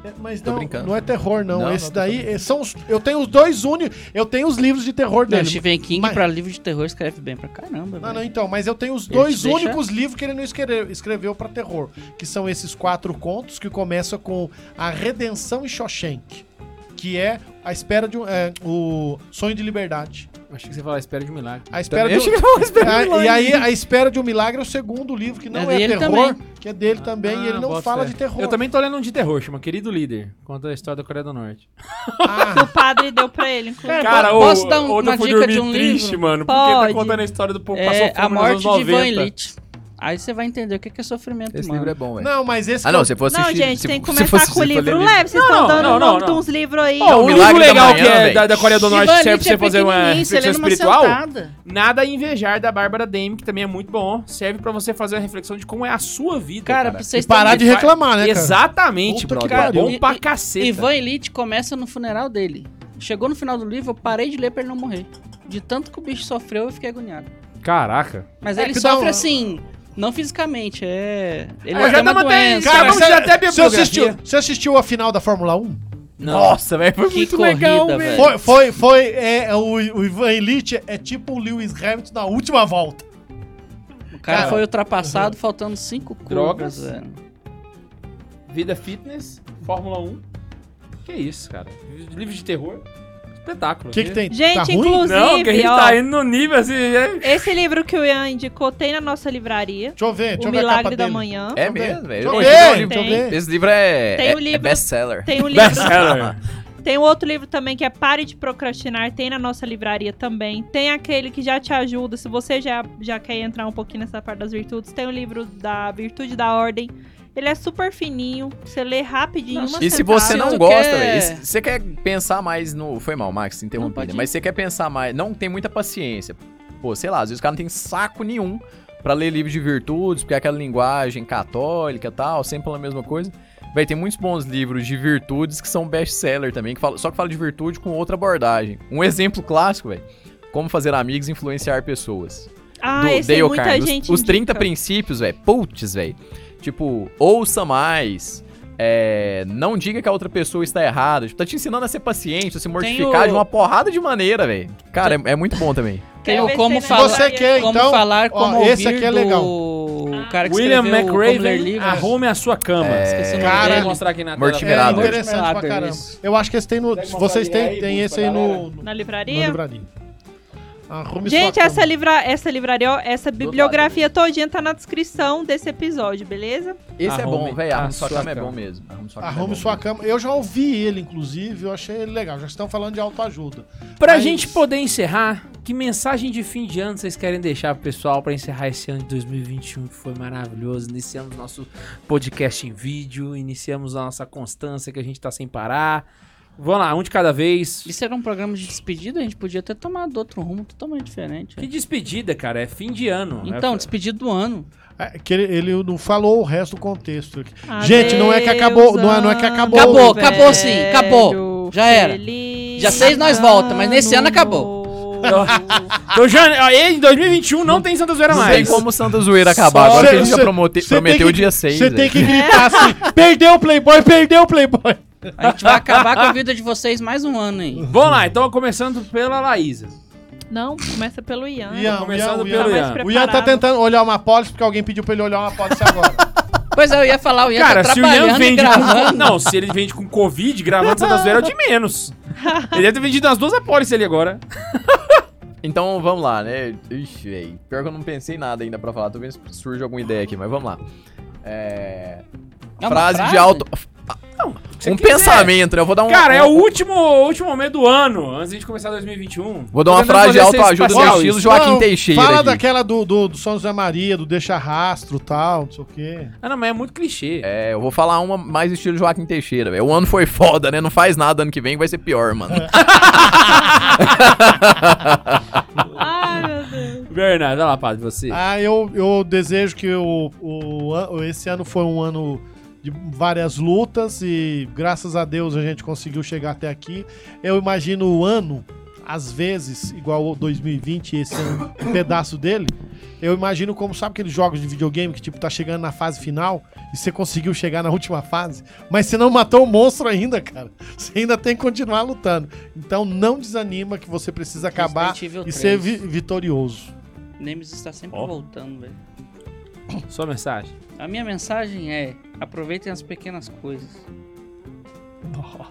Speaker 6: É, Mas
Speaker 4: Tô
Speaker 6: não,
Speaker 4: brincando.
Speaker 6: não é terror, não.
Speaker 4: Não,
Speaker 6: Esse
Speaker 4: não, tô
Speaker 6: daí
Speaker 4: brincando.
Speaker 6: é, são os, Eu tenho os dois únicos. Eu tenho os livros de terror
Speaker 3: Não,
Speaker 6: dele.
Speaker 3: Stephen King
Speaker 6: mas-
Speaker 3: pra livro de terror escreve bem pra caramba,
Speaker 6: Não,
Speaker 3: velho.
Speaker 6: não, então, mas eu tenho os
Speaker 3: Ele
Speaker 6: dois
Speaker 3: te deixa-
Speaker 6: únicos livros que ele não escreveu, escreveu para terror, que são esses quatro contos que começam com A Redenção e Shawshank, que é a espera de um, é, o Sonho de Liberdade.
Speaker 1: Achei que você falava, espera de um milagre.
Speaker 6: A espera
Speaker 4: Também
Speaker 6: de um-
Speaker 4: achei que era uma espera de
Speaker 6: a-
Speaker 4: milagre.
Speaker 6: e aí a espera de um milagre é o segundo livro que não
Speaker 3: É
Speaker 6: é,
Speaker 3: dele
Speaker 6: terror, que é dele também, e ele
Speaker 1: Ah,
Speaker 6: não
Speaker 1: bota
Speaker 6: fala
Speaker 1: fé.
Speaker 6: de terror.
Speaker 1: Eu também tô lendo um de terror, chama Querido Líder. Conta a história da Coreia do Norte.
Speaker 6: Ah,
Speaker 2: O padre deu pra ele, inclusive.
Speaker 3: Cara, posso
Speaker 1: ô,
Speaker 3: dar um-
Speaker 1: ontem eu
Speaker 3: uma
Speaker 1: fui
Speaker 3: dica
Speaker 1: dormir
Speaker 3: de um
Speaker 1: triste,
Speaker 3: livro?
Speaker 1: mano. Porque
Speaker 2: Pode.
Speaker 1: tá contando a história do povo que
Speaker 3: É
Speaker 1: passou
Speaker 3: a
Speaker 1: fome nos anos
Speaker 3: morte de Ivan
Speaker 1: 90.
Speaker 3: Elite. Aí você vai entender o que que é sofrimento
Speaker 4: Esse
Speaker 3: humano.
Speaker 4: livro é bom, velho.
Speaker 6: não, mas esse
Speaker 4: Ah,
Speaker 6: que
Speaker 4: não,
Speaker 6: eu-
Speaker 4: se fosse
Speaker 2: não,
Speaker 4: assistir-
Speaker 2: gente,
Speaker 4: se-
Speaker 2: tem que
Speaker 4: se
Speaker 2: começar
Speaker 4: fosse-
Speaker 2: com o
Speaker 4: se for
Speaker 2: livro
Speaker 4: ler
Speaker 2: leve. Vocês
Speaker 1: Não,
Speaker 2: estão
Speaker 1: não,
Speaker 2: dando
Speaker 1: não,
Speaker 2: o nome
Speaker 1: não,
Speaker 2: de
Speaker 1: não.
Speaker 2: uns livros aí.
Speaker 1: Ó,
Speaker 4: O
Speaker 1: Então, o livro
Speaker 4: Milagre da
Speaker 1: legal
Speaker 4: Manhã,
Speaker 1: que é
Speaker 4: véi.
Speaker 1: da, da Coreia do Norte que serve pra você fazer uma
Speaker 3: pequenininho, você lê
Speaker 1: reflexão
Speaker 3: numa
Speaker 1: espiritual.
Speaker 3: sentada.
Speaker 1: Nada Invejar da Bárbara Dame, que também é muito bom. Serve pra você fazer a reflexão de como é a sua vida.
Speaker 3: Cara, pra
Speaker 6: e
Speaker 3: vocês
Speaker 6: parar de
Speaker 3: terem-
Speaker 6: reclamar, né, cara?
Speaker 1: Exatamente,
Speaker 6: Puta que
Speaker 1: brother. É
Speaker 3: pariu.
Speaker 1: bom pra
Speaker 3: E- e-
Speaker 1: caceta.
Speaker 3: Ivan Elite começa no funeral dele. Chegou no final do livro, eu parei de ler pra ele não morrer. De tanto que o bicho sofreu, eu fiquei agoniado.
Speaker 1: Caraca.
Speaker 3: Mas
Speaker 6: É
Speaker 3: ele
Speaker 6: que dá
Speaker 3: sofre
Speaker 6: um-
Speaker 3: assim, não fisicamente, é... Ele
Speaker 1: Ah, já
Speaker 3: tem uma
Speaker 1: tamo até-
Speaker 3: doença. né?
Speaker 1: Cara,
Speaker 6: mas
Speaker 1: vamos
Speaker 6: você-
Speaker 1: tirar até a
Speaker 6: você
Speaker 1: biografia.
Speaker 6: assistiu, você assistiu a final da Fórmula 1?
Speaker 4: Nossa, velho, foi
Speaker 3: Que
Speaker 4: muito
Speaker 3: corrida,
Speaker 4: legal,
Speaker 3: velho.
Speaker 4: velho.
Speaker 6: Foi, foi, foi é, o, o Ivan Elite é tipo o Lewis Hamilton na última volta.
Speaker 3: O cara
Speaker 6: Cara.
Speaker 3: foi ultrapassado, faltando cinco curvas,
Speaker 1: Drogas.
Speaker 3: velho.
Speaker 1: Vida Fitness, Fórmula 1. Que isso, cara. Livro de terror. Espetáculo.
Speaker 6: O que, que tem?
Speaker 2: Gente,
Speaker 6: tá ruim?
Speaker 2: inclusive,
Speaker 1: Não, que a gente
Speaker 2: ó,
Speaker 1: tá indo no nível assim. é-
Speaker 2: esse livro que o Ian indicou tem na nossa livraria.
Speaker 6: Deixa eu ver, deixa
Speaker 2: o
Speaker 6: eu ver a capa
Speaker 2: Milagre da
Speaker 6: dele.
Speaker 2: Manhã.
Speaker 4: É mesmo, velho.
Speaker 6: Deixa eu
Speaker 4: Esse
Speaker 6: ver,
Speaker 4: livro-
Speaker 6: deixa eu
Speaker 2: Tem. um
Speaker 6: ver.
Speaker 4: Esse livro é,
Speaker 2: Tem
Speaker 4: é,
Speaker 2: um livro-
Speaker 4: é best-seller.
Speaker 2: Tem um livro.
Speaker 1: Best-seller.
Speaker 2: Tem um outro livro também que é Pare de Procrastinar, tem na nossa livraria também. Tem aquele que já te ajuda, se você já, já quer entrar um pouquinho nessa parte das virtudes, tem o livro da Virtude da Ordem. Ele é super fininho, você lê rapidinho, uma
Speaker 4: E se
Speaker 2: sentada.
Speaker 4: você
Speaker 3: Se
Speaker 4: não
Speaker 3: tu
Speaker 4: gosta,
Speaker 3: quer-
Speaker 4: velho, e se você quer pensar mais no. Foi mal, Max, te
Speaker 3: Não, pode
Speaker 4: interrompido.
Speaker 3: ir.
Speaker 4: Mas você quer pensar mais. Não tem muita paciência. Pô, sei lá, às vezes o cara não tem saco nenhum pra ler livro de virtudes, porque é aquela linguagem católica e tal, sempre pela mesma coisa. Véi, tem muitos bons livros de virtudes que são best-seller também, que fala, só que fala de virtude com outra abordagem. Um exemplo clássico, velho. Como fazer amigos e influenciar pessoas.
Speaker 2: Ah,
Speaker 4: do
Speaker 2: esse
Speaker 4: Dale
Speaker 2: muita
Speaker 4: Carnegie. Os-
Speaker 2: gente
Speaker 4: Os, 30
Speaker 2: indica.
Speaker 4: princípios, velho. Putz, velho. Tipo, ouça mais. é, não diga que a outra pessoa está errada. Tipo, tá te ensinando a ser paciente, a se mortificar
Speaker 3: o-
Speaker 4: de uma porrada de maneira, velho. Cara, é, é muito bom também.
Speaker 3: Tem
Speaker 2: Quero
Speaker 3: o
Speaker 2: ver se
Speaker 3: como
Speaker 2: ele
Speaker 3: falar-
Speaker 2: vai-
Speaker 6: Você quer,
Speaker 3: Como
Speaker 6: então?
Speaker 3: falar,
Speaker 6: ó,
Speaker 3: como
Speaker 6: esse
Speaker 3: ouvir
Speaker 6: aqui é legal.
Speaker 3: do- O cara que
Speaker 1: William
Speaker 3: escreveu o Como Ler
Speaker 1: McRaven,
Speaker 3: Livros.
Speaker 1: arrume a sua cama.
Speaker 3: Esqueci o nome
Speaker 6: Cara,
Speaker 1: Cara,
Speaker 3: dele.
Speaker 1: Vou mostrar aqui na tela.
Speaker 4: Mortimer
Speaker 1: pra
Speaker 6: É
Speaker 1: vocês.
Speaker 4: Adler.
Speaker 6: interessante pra
Speaker 3: Adler,
Speaker 6: caramba.
Speaker 3: isso.
Speaker 6: Eu acho que esse tem no. Vocês têm, têm esse aí no. no-
Speaker 2: Na
Speaker 6: na
Speaker 2: livraria?
Speaker 6: livraria. Arrume
Speaker 2: Gente,
Speaker 6: sua
Speaker 2: essa,
Speaker 6: cama.
Speaker 2: livra... essa livraria, ó, essa bibliografia todinha tá na descrição desse episódio, beleza?
Speaker 4: Esse é
Speaker 1: Arrume
Speaker 4: bom, velho.
Speaker 1: a
Speaker 4: Arrume sua
Speaker 1: sua
Speaker 4: cama é
Speaker 1: cama.
Speaker 4: bom mesmo. Arrume sua cama. é
Speaker 6: Arrume
Speaker 4: bom
Speaker 6: sua
Speaker 4: mesmo.
Speaker 6: cama. Eu já ouvi ele, inclusive, eu achei ele legal. Já estão falando de autoajuda.
Speaker 1: Pra
Speaker 6: Mas-
Speaker 1: gente poder encerrar, que mensagem de fim de ano vocês querem deixar pro pessoal pra encerrar esse ano de 2021 que foi maravilhoso? Iniciamos nosso podcast em vídeo, iniciamos a nossa constância que a gente tá sem parar. Vamos lá, um de cada vez.
Speaker 3: Isso era um programa de despedida, a gente podia ter tomado outro rumo totalmente diferente.
Speaker 1: Que despedida, cara, é fim de ano.
Speaker 3: Então,
Speaker 1: é...
Speaker 3: despedida do ano.
Speaker 6: É, que ele, ele não falou o resto do contexto. aqui.
Speaker 2: Ah,
Speaker 6: Gente, não é que acabou- não é- não é que acabou.
Speaker 3: Acabou, acabou sim, acabou. Já era.
Speaker 2: Feliz
Speaker 3: Dia seis nós volta, mas nesse ano acabou.
Speaker 2: novo.
Speaker 1: Então, já, aí, em 2021 não tem Santa Zoeira
Speaker 4: Não tem
Speaker 1: mais.
Speaker 4: como o Santa Zoeira acabar.
Speaker 6: Só-
Speaker 4: Agora que a
Speaker 6: cê-
Speaker 4: gente já
Speaker 6: cê-
Speaker 4: promote-
Speaker 6: cê tem
Speaker 4: prometeu
Speaker 6: que-
Speaker 4: o dia 6.
Speaker 6: Você tem que
Speaker 2: É.
Speaker 6: gritar assim: perdeu o Playboy, perdeu o Playboy.
Speaker 3: A gente vai acabar com a vida de vocês mais um ano aí.
Speaker 1: Vamos lá, então começando pela Laísa.
Speaker 2: Não, começa pelo Ian.
Speaker 6: Ian,
Speaker 1: Começando
Speaker 6: o Ian-
Speaker 1: pelo
Speaker 2: Tá mais
Speaker 1: Ian.
Speaker 6: O Ian tá
Speaker 2: preparado.
Speaker 6: tentando olhar uma apólice porque alguém pediu pra ele olhar uma apólice agora.
Speaker 3: Pois é, eu ia falar, o Ian
Speaker 1: Cara,
Speaker 3: tá
Speaker 1: se o Ian
Speaker 3: trabalhando e
Speaker 1: vende com.
Speaker 3: gravando.
Speaker 1: Não, se ele vende com Covid, gravando Santa Zoeira é o de menos. Ele deve ter vendido umas duas apólices ali agora.
Speaker 4: Então vamos lá, né? Ixi, velho. Pior que eu não pensei em nada ainda pra falar. Talvez surja alguma ideia aqui, mas vamos lá. É.
Speaker 3: É uma
Speaker 4: frase,
Speaker 3: frase?
Speaker 4: de alto. Um
Speaker 1: quiser.
Speaker 4: pensamento, né? Eu vou dar um.
Speaker 1: Cara, é o
Speaker 4: um-
Speaker 1: último, último momento do ano, antes de gente começar 2021.
Speaker 4: Vou dar uma
Speaker 1: Tô um. tentando
Speaker 4: frase
Speaker 1: fazer
Speaker 4: de
Speaker 1: esse
Speaker 4: autoajuda no
Speaker 1: espacial,
Speaker 4: estilo
Speaker 1: isso.
Speaker 4: Joaquim
Speaker 6: Não,
Speaker 4: Teixeira.
Speaker 6: Fala
Speaker 4: aqui.
Speaker 6: daquela do, do, do São José Maria, do deixa rastro tal, não sei o quê.
Speaker 1: Ah, não, mas é muito clichê.
Speaker 4: É, eu vou falar uma mais estilo Joaquim Teixeira, velho. O ano foi foda, né? Não faz nada ano que vem, vai ser pior, mano.
Speaker 2: Ai, meu Deus.
Speaker 1: Bernardo, olha lá, Padre, você.
Speaker 6: Ah, eu, eu desejo que o, o an- esse ano foi um ano de várias lutas e graças a Deus a gente conseguiu chegar até aqui. Eu imagino o ano, às vezes, igual o 2020, esse ano, um pedaço dele. Eu imagino como, sabe aqueles jogos de videogame que, tipo, tá chegando na fase final e você conseguiu chegar na última fase, mas você não matou o monstro ainda, cara. Você ainda tem que continuar lutando. Então não desanima que você precisa acabar
Speaker 3: Resident Evil
Speaker 6: e ser
Speaker 3: 3.
Speaker 6: vi- vitorioso.
Speaker 3: Nemesis está sempre
Speaker 1: Ó.
Speaker 3: voltando, velho.
Speaker 1: Sua mensagem.
Speaker 3: A minha mensagem é: aproveitem as pequenas coisas.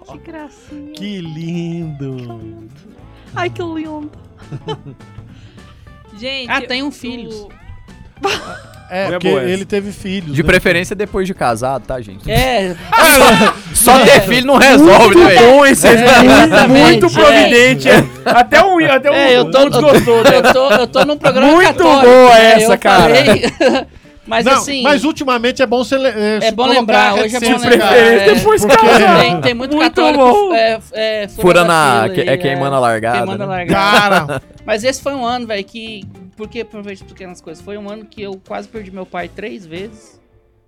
Speaker 2: Que gracinha.
Speaker 6: Que lindo!
Speaker 2: Ai, que lindo. Gente.
Speaker 3: Ah, tenham
Speaker 2: o-
Speaker 3: filhos.
Speaker 6: É,
Speaker 1: Não é
Speaker 6: porque
Speaker 1: boa essa.
Speaker 6: ele teve filhos.
Speaker 4: De
Speaker 6: né?
Speaker 4: preferência depois de casado, tá, gente?
Speaker 3: É,
Speaker 4: Só ter filho não resolve, né, velho?
Speaker 1: bom esse
Speaker 3: exatamente,
Speaker 1: É. muito,
Speaker 3: é.
Speaker 1: muito providente. Até um, até um,
Speaker 3: É, eu tô-
Speaker 1: um desgostou, né?
Speaker 3: eu tô, eu tô num programa
Speaker 1: Muito
Speaker 3: católico,
Speaker 1: boa
Speaker 3: né?
Speaker 1: essa,
Speaker 3: Eu
Speaker 1: cara.
Speaker 3: falei- mas
Speaker 6: Não,
Speaker 3: assim,
Speaker 6: mas ultimamente é bom você le- eh,
Speaker 3: é
Speaker 6: se
Speaker 3: bom
Speaker 6: colocar
Speaker 3: lembrar,
Speaker 6: a
Speaker 3: hoje é bom
Speaker 6: reticência,
Speaker 3: lembrar.
Speaker 6: cara.
Speaker 1: Preferência
Speaker 3: é,
Speaker 1: depois
Speaker 6: porque-
Speaker 1: casado.
Speaker 6: lembrar.
Speaker 3: tem, tem muito,
Speaker 1: Muito
Speaker 3: católico
Speaker 1: bom.
Speaker 3: é, é,
Speaker 4: Furando a.
Speaker 3: fila aí,
Speaker 4: É queimando a largada.
Speaker 3: queimando a
Speaker 4: né?
Speaker 3: largada.
Speaker 6: Cara,
Speaker 3: Mas esse foi um ano, velho, que. Porque aproveito as pequenas coisas. Foi um ano que eu quase perdi meu pai três vezes.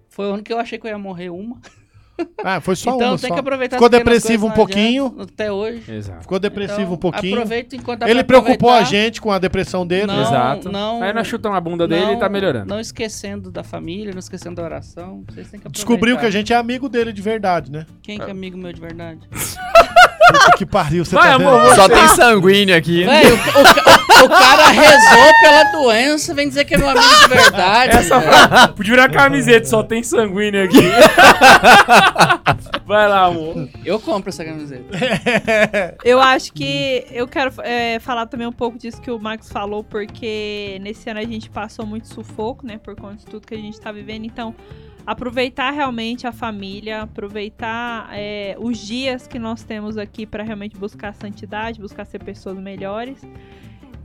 Speaker 3: Foi o ano que eu achei que eu ia morrer uma.
Speaker 6: ah, foi só
Speaker 3: então
Speaker 6: uma
Speaker 3: tem
Speaker 6: só.
Speaker 3: que aproveitar
Speaker 6: Ficou
Speaker 3: as pequenas
Speaker 6: depressivo
Speaker 3: coisas,
Speaker 6: um
Speaker 3: não adianta, até hoje.
Speaker 1: Exato.
Speaker 6: Ficou depressivo
Speaker 3: Então,
Speaker 6: um pouquinho.
Speaker 3: Aproveita enquanto dá
Speaker 6: Ele
Speaker 3: pra
Speaker 6: preocupou a
Speaker 3: aproveitar.
Speaker 6: gente com a depressão dele.
Speaker 3: Não,
Speaker 1: Exato.
Speaker 3: não-
Speaker 1: Aí nós chutamos a bunda dele e tá melhorando.
Speaker 3: Não esquecendo da família, não esquecendo da oração. Vocês têm que aproveitar.
Speaker 6: Descobriu que a gente é amigo dele de verdade, né?
Speaker 3: Quem que é amigo meu de verdade?
Speaker 6: Puta que pariu, você
Speaker 1: Vai,
Speaker 6: tá
Speaker 1: amor,
Speaker 6: vendo?
Speaker 4: Só tem sanguíneo aqui.
Speaker 3: Véi, o, o ca- o cara rezou pela doença, vem dizer que é meu amigo de verdade.
Speaker 1: Essa
Speaker 3: velho.
Speaker 1: frase. Podia virar camiseta, só tem sanguíneo aqui. Vai lá, amor.
Speaker 3: Eu compro essa camiseta.
Speaker 2: Eu acho que eu quero é, falar também um pouco disso que o Max falou, porque nesse ano a gente passou muito sufoco, né? Por conta de tudo que a gente tá vivendo. Então, aproveitar realmente a família, aproveitar é, os dias que nós temos aqui para realmente buscar a santidade, buscar ser pessoas melhores.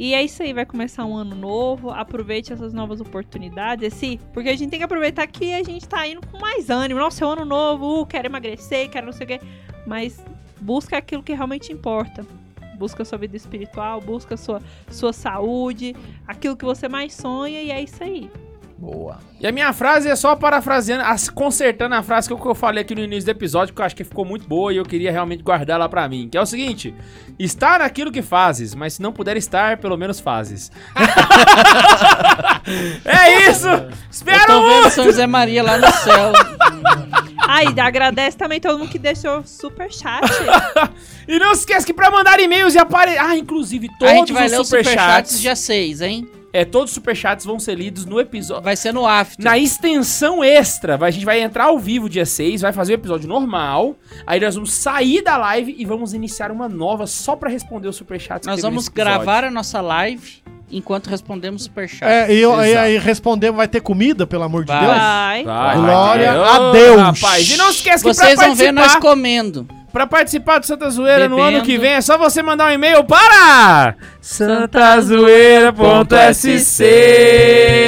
Speaker 2: E é isso aí, vai começar um ano novo, aproveite essas novas oportunidades, esse, porque a gente tem que aproveitar que a gente tá indo com mais ânimo. Nossa, é um ano novo, uh, quero emagrecer, quero não sei o quê. Mas busca aquilo que realmente importa. Busca sua vida espiritual, busca sua, sua saúde, aquilo que você mais sonha, e é isso aí.
Speaker 4: Boa.
Speaker 1: E a minha frase é só parafraseando, as- consertando a frase que eu- que eu falei aqui no início do episódio, que eu acho que ficou muito boa e eu queria realmente guardar ela pra mim. Que é o seguinte: estar naquilo que fazes, mas se não puder estar, pelo menos fazes. é isso!
Speaker 3: Eu
Speaker 1: Espero
Speaker 3: tô vendo São José Maria lá no céu.
Speaker 2: Aí, agradece também todo mundo que deixou super chat.
Speaker 1: E não se esqueça que pra mandar e-mails e aparecer. Ah, inclusive,
Speaker 3: a
Speaker 1: todos
Speaker 3: gente vai ler
Speaker 1: os
Speaker 3: os superchats
Speaker 1: superchats.
Speaker 3: dia 6, hein?
Speaker 1: É, todos os superchats vão ser lidos no episódio.
Speaker 3: Vai ser no after.
Speaker 1: Na extensão extra, vai- a gente vai entrar ao vivo dia 6, vai fazer o episódio normal. Aí nós vamos sair da live e vamos iniciar uma nova só pra responder os superchats. que
Speaker 3: Nós
Speaker 1: teve
Speaker 3: vamos
Speaker 1: nesse episódio.
Speaker 3: gravar a nossa live enquanto respondemos superchat.
Speaker 6: É, e eu- e
Speaker 1: Exato.
Speaker 6: aí responder, vai ter comida, pelo amor de
Speaker 3: Vai.
Speaker 6: Deus?
Speaker 2: Vai.
Speaker 1: Vai,
Speaker 6: Glória
Speaker 1: vai ter.
Speaker 6: a
Speaker 1: Ô,
Speaker 6: Deus.
Speaker 1: Rapaz, e não se esquece que
Speaker 3: Vocês
Speaker 1: pra
Speaker 3: vão ver nós
Speaker 1: participar,
Speaker 3: comendo.
Speaker 1: pra participar do Santa Zoeira no
Speaker 3: Bebendo.
Speaker 1: ano que vem é só você mandar um e-mail para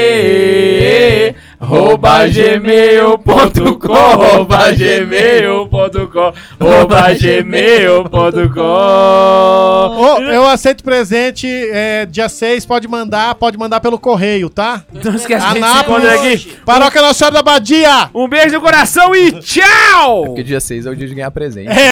Speaker 1: santazoeira.sc arroba gmail.com arroba gmail.com arroba gmail.com
Speaker 6: Ô, eu aceito presente, é, dia 6, pode mandar, pode mandar pelo correio, tá?
Speaker 1: Não esquece de
Speaker 6: Anápolis.
Speaker 1: responder aqui.
Speaker 6: Paróquia Nossa Senhora da Badia!
Speaker 1: Um beijo no coração e tchau!
Speaker 4: Porque dia 6 é o dia de ganhar presente.